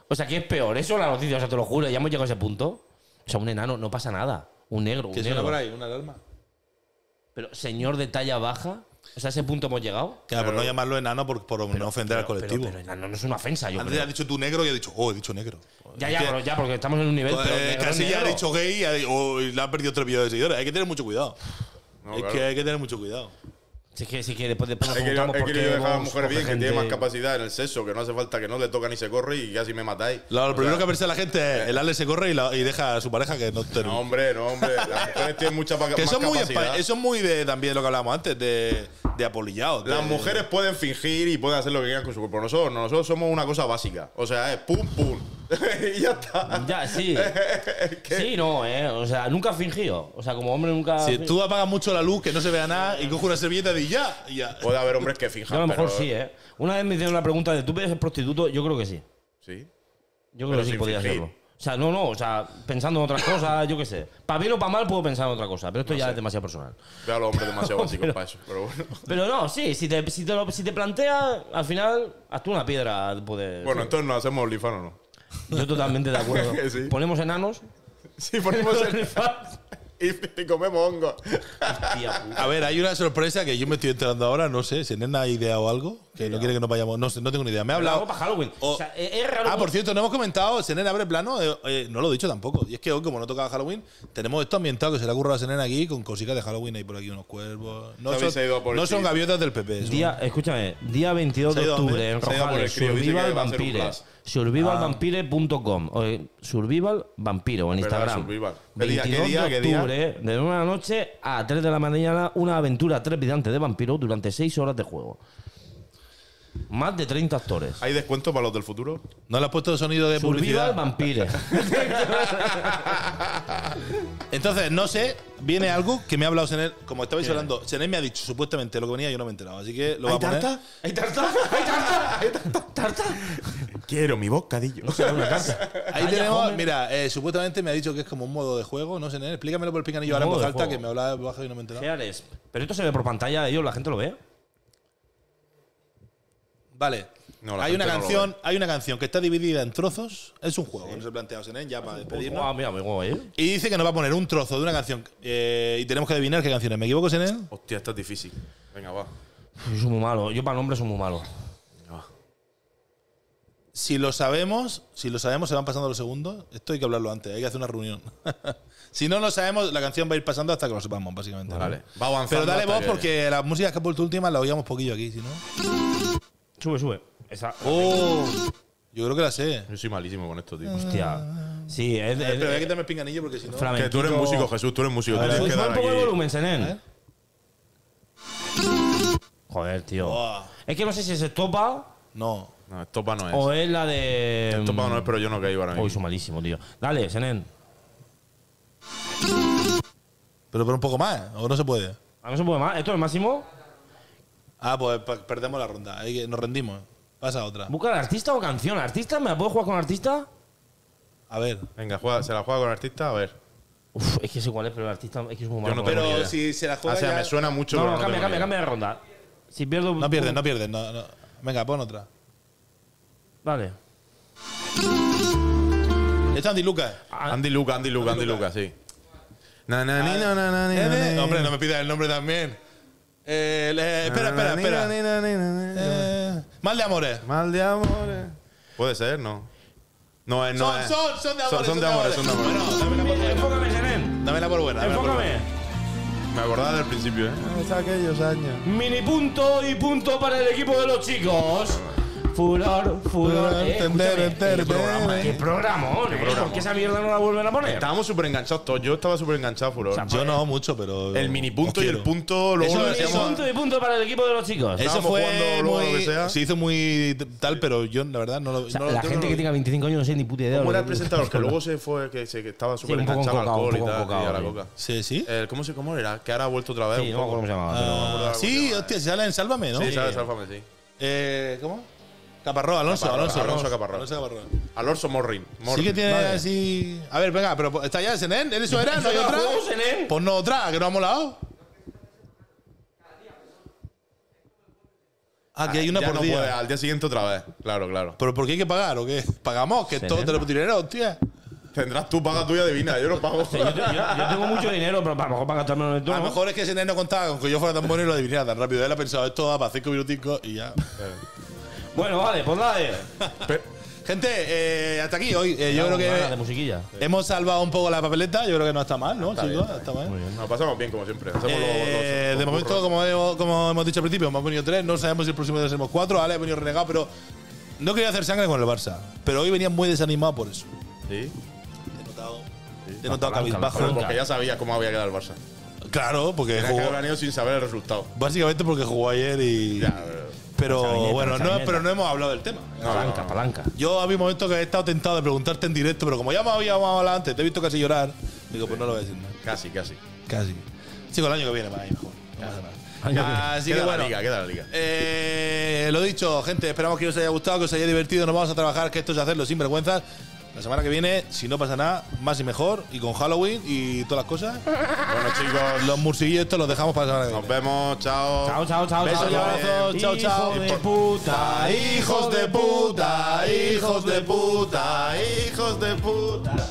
[SPEAKER 2] O sea, ¿qué es peor? Eso es la noticia, o sea, te lo juro, ya hemos llegado a ese punto. O sea, un enano, no pasa nada. Un negro, un
[SPEAKER 1] Que
[SPEAKER 2] negro.
[SPEAKER 1] suena por ahí, una alarma.
[SPEAKER 2] Pero señor de talla baja, o sea, a ese punto hemos llegado.
[SPEAKER 1] Claro, por no llamarlo enano por, por no ofender al
[SPEAKER 2] Pero,
[SPEAKER 1] colectivo.
[SPEAKER 2] pero enano no es una ofensa, yo
[SPEAKER 1] Antes
[SPEAKER 2] creo.
[SPEAKER 1] ha dicho tú negro y ha dicho, oh, he dicho negro.
[SPEAKER 2] Ya, ya, pero ya, porque estamos en un nivel. pero
[SPEAKER 1] Eh,
[SPEAKER 2] negro es
[SPEAKER 1] casi ya ha
[SPEAKER 2] negro.
[SPEAKER 1] dicho gay y ha- oh, y le han perdido 3 millones de seguidores. Hay que tener mucho cuidado.
[SPEAKER 3] No,
[SPEAKER 1] es
[SPEAKER 3] claro.
[SPEAKER 1] que hay que tener mucho cuidado.
[SPEAKER 2] Si es que, si es que después, después nos
[SPEAKER 3] He querido,
[SPEAKER 2] preguntamos
[SPEAKER 3] he
[SPEAKER 2] por qué
[SPEAKER 3] querido dejar a la
[SPEAKER 2] vos
[SPEAKER 3] mujer
[SPEAKER 2] coges
[SPEAKER 3] bien, que tiene
[SPEAKER 2] gente-
[SPEAKER 3] más capacidad en el sexo, que no hace falta que no le toca ni se corre y casi me matáis.
[SPEAKER 1] Lo, lo
[SPEAKER 3] O
[SPEAKER 1] primero
[SPEAKER 3] sea,
[SPEAKER 1] que piensa la gente es el Ale se corre y, la- y deja a su pareja que no te
[SPEAKER 3] No, hombre, no, hombre. Las mujeres tienen mucha pa-
[SPEAKER 1] Que
[SPEAKER 3] más
[SPEAKER 1] eso es muy
[SPEAKER 3] capacidad.
[SPEAKER 1] espa- eso es muy de también lo que hablábamos antes, de, de apolillado. de-
[SPEAKER 3] Las mujeres pueden fingir y pueden hacer lo que quieran con su cuerpo. Nosotros, no, nosotros somos una cosa básica. O sea, es pum, pum. y ya está.
[SPEAKER 2] Ya, sí. sí, no, ¿eh? O sea, nunca has fingido. O sea, como hombre nunca.
[SPEAKER 1] Si tú apagas mucho la luz, que no se vea nada, y coges una servilleta y ya, y ya.
[SPEAKER 3] Puede haber hombres que
[SPEAKER 2] Yo
[SPEAKER 3] fijan.
[SPEAKER 2] a lo mejor
[SPEAKER 3] pero-
[SPEAKER 2] sí, ¿eh? Una vez me hicieron una pregunta de: ¿tú puedes ser prostituto? Yo creo que sí.
[SPEAKER 3] Sí.
[SPEAKER 2] Yo creo
[SPEAKER 3] Pero
[SPEAKER 2] que sí
[SPEAKER 3] sin
[SPEAKER 2] podía
[SPEAKER 3] fingir.
[SPEAKER 2] hacerlo. O sea, no, no, o sea, pensando en otras cosas, yo qué sé. Para bien o para mal puedo pensar en otra cosa, pero esto ya es demasiado personal.
[SPEAKER 3] Veo a los hombres demasiado básicos para eso. Pero bueno.
[SPEAKER 2] Pero no, sí, si te, si te, lo- si te planteas, al final, haz tú una piedra. Puedes,
[SPEAKER 3] Bueno, entonces nos hacemos OnlyFans o no.
[SPEAKER 2] Yo totalmente de acuerdo.
[SPEAKER 3] Sí.
[SPEAKER 2] Ponemos enanos.
[SPEAKER 3] Sí, ponemos el. y, y comemos hongos.
[SPEAKER 2] Tía puta.
[SPEAKER 1] A ver, hay una sorpresa que yo me estoy enterando ahora, no sé, si Nena ha ideado algo, que no quiere que nos vayamos, no sé, no tengo ni idea. Me ha
[SPEAKER 2] Lo
[SPEAKER 1] hablado.
[SPEAKER 2] hago para Halloween. O,
[SPEAKER 1] O-
[SPEAKER 2] sea, es es raro.
[SPEAKER 1] Ah, por cierto, no hemos comentado, Senena abre plano, eh, eh, no lo he dicho tampoco. Y es que hoy, como no tocaba Halloween, tenemos esto ambientado que se le ha currado a Senena aquí con cositas de Halloween y por aquí unos cuervos. No
[SPEAKER 3] También
[SPEAKER 1] son,
[SPEAKER 3] se ha ido a por el
[SPEAKER 1] no son
[SPEAKER 3] chiste.
[SPEAKER 1] gaviotas del PP. son-
[SPEAKER 2] Día, escúchame, día 22
[SPEAKER 1] Se ha
[SPEAKER 2] de
[SPEAKER 1] ido a
[SPEAKER 2] octubre
[SPEAKER 1] ver,
[SPEAKER 2] en
[SPEAKER 3] se ha ido a por el
[SPEAKER 2] Rojales,
[SPEAKER 3] crío, dice que va a
[SPEAKER 2] Survival
[SPEAKER 3] ser un
[SPEAKER 2] Vampire.
[SPEAKER 3] plus.
[SPEAKER 2] Survivalvampire.com o eh, Survival Vampire o en
[SPEAKER 3] Verdad,
[SPEAKER 2] Instagram.
[SPEAKER 3] Survival. ¿Qué día, qué
[SPEAKER 2] 22
[SPEAKER 3] día, qué
[SPEAKER 2] de
[SPEAKER 3] día?
[SPEAKER 2] octubre, de una de la noche a 3 de la mañana, una aventura trepidante de vampiros durante 6 horas de juego. Más de 30 actores.
[SPEAKER 3] ¿Hay descuento para los del futuro?
[SPEAKER 1] ¿No le has puesto sonido de publicidad?
[SPEAKER 2] Survival Vampire.
[SPEAKER 1] Entonces, no sé, viene algo que me ha hablado Senén. Como estabais hablando, Senén me ha dicho supuestamente lo que venía y yo no me he enterado. Así que lo voy a poner.
[SPEAKER 2] ¿Hay tarta? ¿Hay tarta? ¿Hay tarta? ¿Tarta?
[SPEAKER 7] Quiero mi bocadillo.
[SPEAKER 1] Ahí tenemos,
[SPEAKER 2] Homer.
[SPEAKER 1] mira, eh, supuestamente me ha dicho que es como un modo de juego, ¿no, Senén? Explícamelo por el picanillo
[SPEAKER 2] Un
[SPEAKER 1] ahora en
[SPEAKER 2] modo
[SPEAKER 1] voz
[SPEAKER 2] de
[SPEAKER 1] alta,
[SPEAKER 2] juego.
[SPEAKER 1] que me hablaba bajo y no me he enterado.
[SPEAKER 2] Señores, Pero esto se ve por pantalla de ellos, la gente lo ve.
[SPEAKER 1] Vale.
[SPEAKER 3] No, la
[SPEAKER 1] hay
[SPEAKER 3] gente
[SPEAKER 1] una
[SPEAKER 3] no lo
[SPEAKER 1] canción, hay una canción que está dividida en trozos. Es un juego, que nos ha planteado Senén, ya para
[SPEAKER 2] Ah,
[SPEAKER 1] despedirnos.
[SPEAKER 2] mira, amigo, ¿eh?
[SPEAKER 1] Y dice que nos va a poner un trozo de una canción eh, y tenemos que adivinar qué canción es. ¿Me equivoco, Senén?
[SPEAKER 3] Hostia, esta es difícil. Venga, va.
[SPEAKER 2] Yo soy muy malo. Yo para nombres soy muy malo.
[SPEAKER 1] Si lo sabemos, si lo sabemos, se van pasando los segundos. Esto hay que hablarlo antes, hay que hacer una reunión. si no lo sabemos, la canción va a ir pasando hasta que lo sepamos, básicamente.
[SPEAKER 3] Vale. Va avanzando.
[SPEAKER 1] Pero dale
[SPEAKER 3] hasta
[SPEAKER 1] vos,
[SPEAKER 3] que-
[SPEAKER 1] porque las músicas que has puesto últimas las oíamos poquillo aquí, si no.
[SPEAKER 2] Sube, sube. Esa.
[SPEAKER 3] Oh.
[SPEAKER 1] Yo creo que la sé.
[SPEAKER 3] Yo soy malísimo con esto, tío.
[SPEAKER 2] Hostia. Sí, es de.
[SPEAKER 1] Pero
[SPEAKER 3] eh,
[SPEAKER 1] voy a quitarme el pinganillo porque si no.
[SPEAKER 3] Que tú eres músico, Jesús, tú eres músico. Tú tienes que
[SPEAKER 2] Sube
[SPEAKER 3] dar
[SPEAKER 2] un poco el
[SPEAKER 3] aquí-
[SPEAKER 2] volumen, Senén. Joder, tío.
[SPEAKER 1] Buah.
[SPEAKER 2] Es que no sé si es estopa
[SPEAKER 1] No.
[SPEAKER 3] No, estopa no es.
[SPEAKER 2] o es la de. mm,
[SPEAKER 3] Estopa no es, pero yo no caigo ahora
[SPEAKER 2] Uy, soy
[SPEAKER 3] mismo.
[SPEAKER 2] malísimo, tío. Dale, Senén.
[SPEAKER 1] Pero por un poco más, o no se puede.
[SPEAKER 2] A mí se puede más. ¿Esto es el máximo?
[SPEAKER 1] Ah, pues pe- perdemos la ronda. Hay que- Nos rendimos. Pasa a otra.
[SPEAKER 2] ¿Busca el artista o canción? ¿Artista? ¿Me la puedo jugar con artista?
[SPEAKER 1] A ver.
[SPEAKER 3] Venga, juega- se la juega con el artista, a ver.
[SPEAKER 2] Uf, es que es igual, pero el artista es que es muy malo.
[SPEAKER 3] no
[SPEAKER 2] con la
[SPEAKER 3] tengo
[SPEAKER 2] música.
[SPEAKER 3] ni idea.
[SPEAKER 1] se la
[SPEAKER 3] O sea,
[SPEAKER 1] ya-
[SPEAKER 3] me suena mucho.
[SPEAKER 2] No,
[SPEAKER 3] pero
[SPEAKER 2] no,
[SPEAKER 3] no
[SPEAKER 2] cambia,
[SPEAKER 3] tengo
[SPEAKER 2] cambia,
[SPEAKER 3] ni idea.
[SPEAKER 2] cambia de ronda. Si pierdo.
[SPEAKER 1] No pierdes, no pierdes. no- no. Venga, pon otra.
[SPEAKER 2] Vale.
[SPEAKER 1] Es Andy Lucas.
[SPEAKER 2] Ah.
[SPEAKER 3] Andy Luca, Andy Luca, Andy Luca, sí. Na, na, ni, na, na, na, ni,
[SPEAKER 1] Eh,
[SPEAKER 3] na,
[SPEAKER 1] eh,
[SPEAKER 3] ni.
[SPEAKER 1] Hombre, no me pidas el nombre también. Eh, eh, espera, espera, espera. Eh, mal de amores.
[SPEAKER 3] Mal de amores. Puede ser, ¿no? No es, no eh.
[SPEAKER 1] son,
[SPEAKER 3] es.
[SPEAKER 1] son, son de
[SPEAKER 3] Son-
[SPEAKER 1] amores.
[SPEAKER 3] son de amores, son de
[SPEAKER 1] Bueno, dámela
[SPEAKER 3] amores.
[SPEAKER 1] por buena.
[SPEAKER 2] Enfócame, Senen.
[SPEAKER 1] Dámela por buena. dámela por buena.
[SPEAKER 2] Enfócame.
[SPEAKER 3] Me acordaba del principio, ¿eh?
[SPEAKER 7] Es aquellos años.
[SPEAKER 2] Mini punto y punto para el equipo de los chicos. Furor, furor. Eh,
[SPEAKER 1] Entender,
[SPEAKER 2] escúchame,
[SPEAKER 1] entender,
[SPEAKER 2] qué programa,
[SPEAKER 1] eh.
[SPEAKER 2] qué programón, eh. ¿Por qué esa mierda no la vuelven a poner?
[SPEAKER 3] Estábamos súper enganchados todos. Yo estaba súper enganchado, Furor.
[SPEAKER 1] Yo no mucho, pero.
[SPEAKER 3] el mini punto
[SPEAKER 1] os
[SPEAKER 3] y el
[SPEAKER 1] quiero.
[SPEAKER 3] punto luego
[SPEAKER 1] Eso
[SPEAKER 3] lo
[SPEAKER 1] es-
[SPEAKER 2] Mini
[SPEAKER 3] decíamos.
[SPEAKER 2] punto y punto para el equipo de los chicos.
[SPEAKER 1] Eso
[SPEAKER 3] Estábamos
[SPEAKER 1] fue
[SPEAKER 3] jugando luego, lo
[SPEAKER 1] muy,
[SPEAKER 3] que sea.
[SPEAKER 1] se hizo muy tal, pero yo la verdad no lo.
[SPEAKER 2] O sea,
[SPEAKER 1] no lo-
[SPEAKER 2] la
[SPEAKER 1] yo
[SPEAKER 2] gente
[SPEAKER 1] no
[SPEAKER 2] que
[SPEAKER 1] lo-
[SPEAKER 2] tenga 25 años no sé ni puta idea. de lo
[SPEAKER 3] ¿Cómo era el
[SPEAKER 2] que-
[SPEAKER 3] presentador? Que luego se fue, que, se- que estaba súper
[SPEAKER 2] un poco
[SPEAKER 3] enganchado al
[SPEAKER 2] encocado,
[SPEAKER 3] alcohol y
[SPEAKER 2] un poco
[SPEAKER 3] tal. y a la
[SPEAKER 2] encocado,
[SPEAKER 3] coca.
[SPEAKER 1] Sí, sí.
[SPEAKER 3] El- ¿Cómo, se, ¿Cómo era? Que ahora ha vuelto otra vez.
[SPEAKER 2] Sí,
[SPEAKER 3] un
[SPEAKER 2] no me
[SPEAKER 3] poco.
[SPEAKER 2] acuerdo cómo se llamaba. pero-
[SPEAKER 1] Ah, sí, hostia, se sale en Sálvame, ¿no?
[SPEAKER 3] Sí, sabes, Sálvame, sí.
[SPEAKER 1] Eh, ¿Cómo? Caparrós, Alonso,
[SPEAKER 3] Caparrós,
[SPEAKER 1] Alonso.
[SPEAKER 3] Alonso Caparrós.
[SPEAKER 1] Alonso Caparrós.
[SPEAKER 3] Alonso Morrin.
[SPEAKER 1] Sí
[SPEAKER 3] Morrin.
[SPEAKER 1] que tiene
[SPEAKER 3] Vale.
[SPEAKER 1] así. A ver, venga, pero ¿está ya Senen? ¿Eso era? ¿No hay
[SPEAKER 2] Yo
[SPEAKER 1] otra?
[SPEAKER 2] juego, Senén.
[SPEAKER 1] Pues no otra, que no ha molado. Ah, que hay una
[SPEAKER 3] Ya
[SPEAKER 1] por
[SPEAKER 3] no
[SPEAKER 1] día.
[SPEAKER 3] puede, al día siguiente otra vez. Claro, claro.
[SPEAKER 1] ¿Pero por qué hay que pagar o qué? ¿Pagamos? Que es todo
[SPEAKER 2] Senén.
[SPEAKER 1] dinero, hostia.
[SPEAKER 3] Tendrás tú, paga tuya divina. Yo no pago.
[SPEAKER 2] Sí, Yo, te- yo- yo tengo mucho dinero, pero a lo mejor para gastarme en el
[SPEAKER 1] A lo mejor es que Senén no contaba con que yo fuera tan bueno y lo adivinara tan rápido. Él ha pensado, esto va para cinco minuticos y ya.
[SPEAKER 2] Bueno, vale, pues dale.
[SPEAKER 3] Pero,
[SPEAKER 1] Gente, eh, hasta aquí hoy. Eh, yo creo
[SPEAKER 2] Vamos, nada, de
[SPEAKER 1] que
[SPEAKER 2] musiquilla.
[SPEAKER 1] hemos salvado un poco la papeleta. Yo creo que no está mal, ¿no, chicos? Está mal.
[SPEAKER 3] Nos pasamos bien, como siempre. Hacemos los-
[SPEAKER 1] Eh,
[SPEAKER 3] los-
[SPEAKER 1] de
[SPEAKER 3] los
[SPEAKER 1] momento,
[SPEAKER 3] curros.
[SPEAKER 1] como hemos, como hemos dicho al principio, hemos venido tres. No sabemos si el próximo día seremos cuatro. Ale ha venido renegado, pero no quería hacer sangre con el Barça. Pero hoy venía muy desanimado por eso.
[SPEAKER 3] Sí.
[SPEAKER 1] Te he notado, te he notado cabizbajo.
[SPEAKER 3] Pero porque ya sabías cómo había quedado el Barça.
[SPEAKER 1] Claro, porque
[SPEAKER 3] Tenías que
[SPEAKER 1] jugó,
[SPEAKER 3] haber venido sin saber el resultado.
[SPEAKER 1] básicamente porque jugó ayer y.
[SPEAKER 3] Ya, pero-
[SPEAKER 1] Pero
[SPEAKER 2] viñeta,
[SPEAKER 1] bueno,
[SPEAKER 2] esa
[SPEAKER 1] no,
[SPEAKER 2] viñeta.
[SPEAKER 1] pero no hemos hablado del tema.
[SPEAKER 2] Palanca, palanca.
[SPEAKER 1] Yo había un momento que he estado tentado de preguntarte en directo, pero como ya me habíamos hablado antes, te he visto casi llorar. Digo, pues no lo voy a decir más.
[SPEAKER 3] Casi, casi.
[SPEAKER 1] Casi. Chico, el año que viene, más ahí mejor. No pasa nada. Así
[SPEAKER 3] queda
[SPEAKER 1] que
[SPEAKER 3] la
[SPEAKER 1] bueno.
[SPEAKER 3] liga, queda la liga.
[SPEAKER 1] Eh, lo dicho, gente, esperamos que os haya gustado, que os haya divertido. Nos vamos a trabajar, que esto es hacerlo sin vergüenzas. La semana que viene, si no pasa nada, más y mejor, y con Halloween y todas las cosas.
[SPEAKER 3] Bueno, chicos,
[SPEAKER 1] Los murcillos estos los dejamos para la semana que viene.
[SPEAKER 3] nos vemos.
[SPEAKER 2] Chao, chao, chao.
[SPEAKER 1] Besos
[SPEAKER 2] chao,
[SPEAKER 1] y abrazos. Chao, chao.
[SPEAKER 2] Hijo de puta,
[SPEAKER 1] hijos de puta, hijos de puta,
[SPEAKER 3] hijos de puta.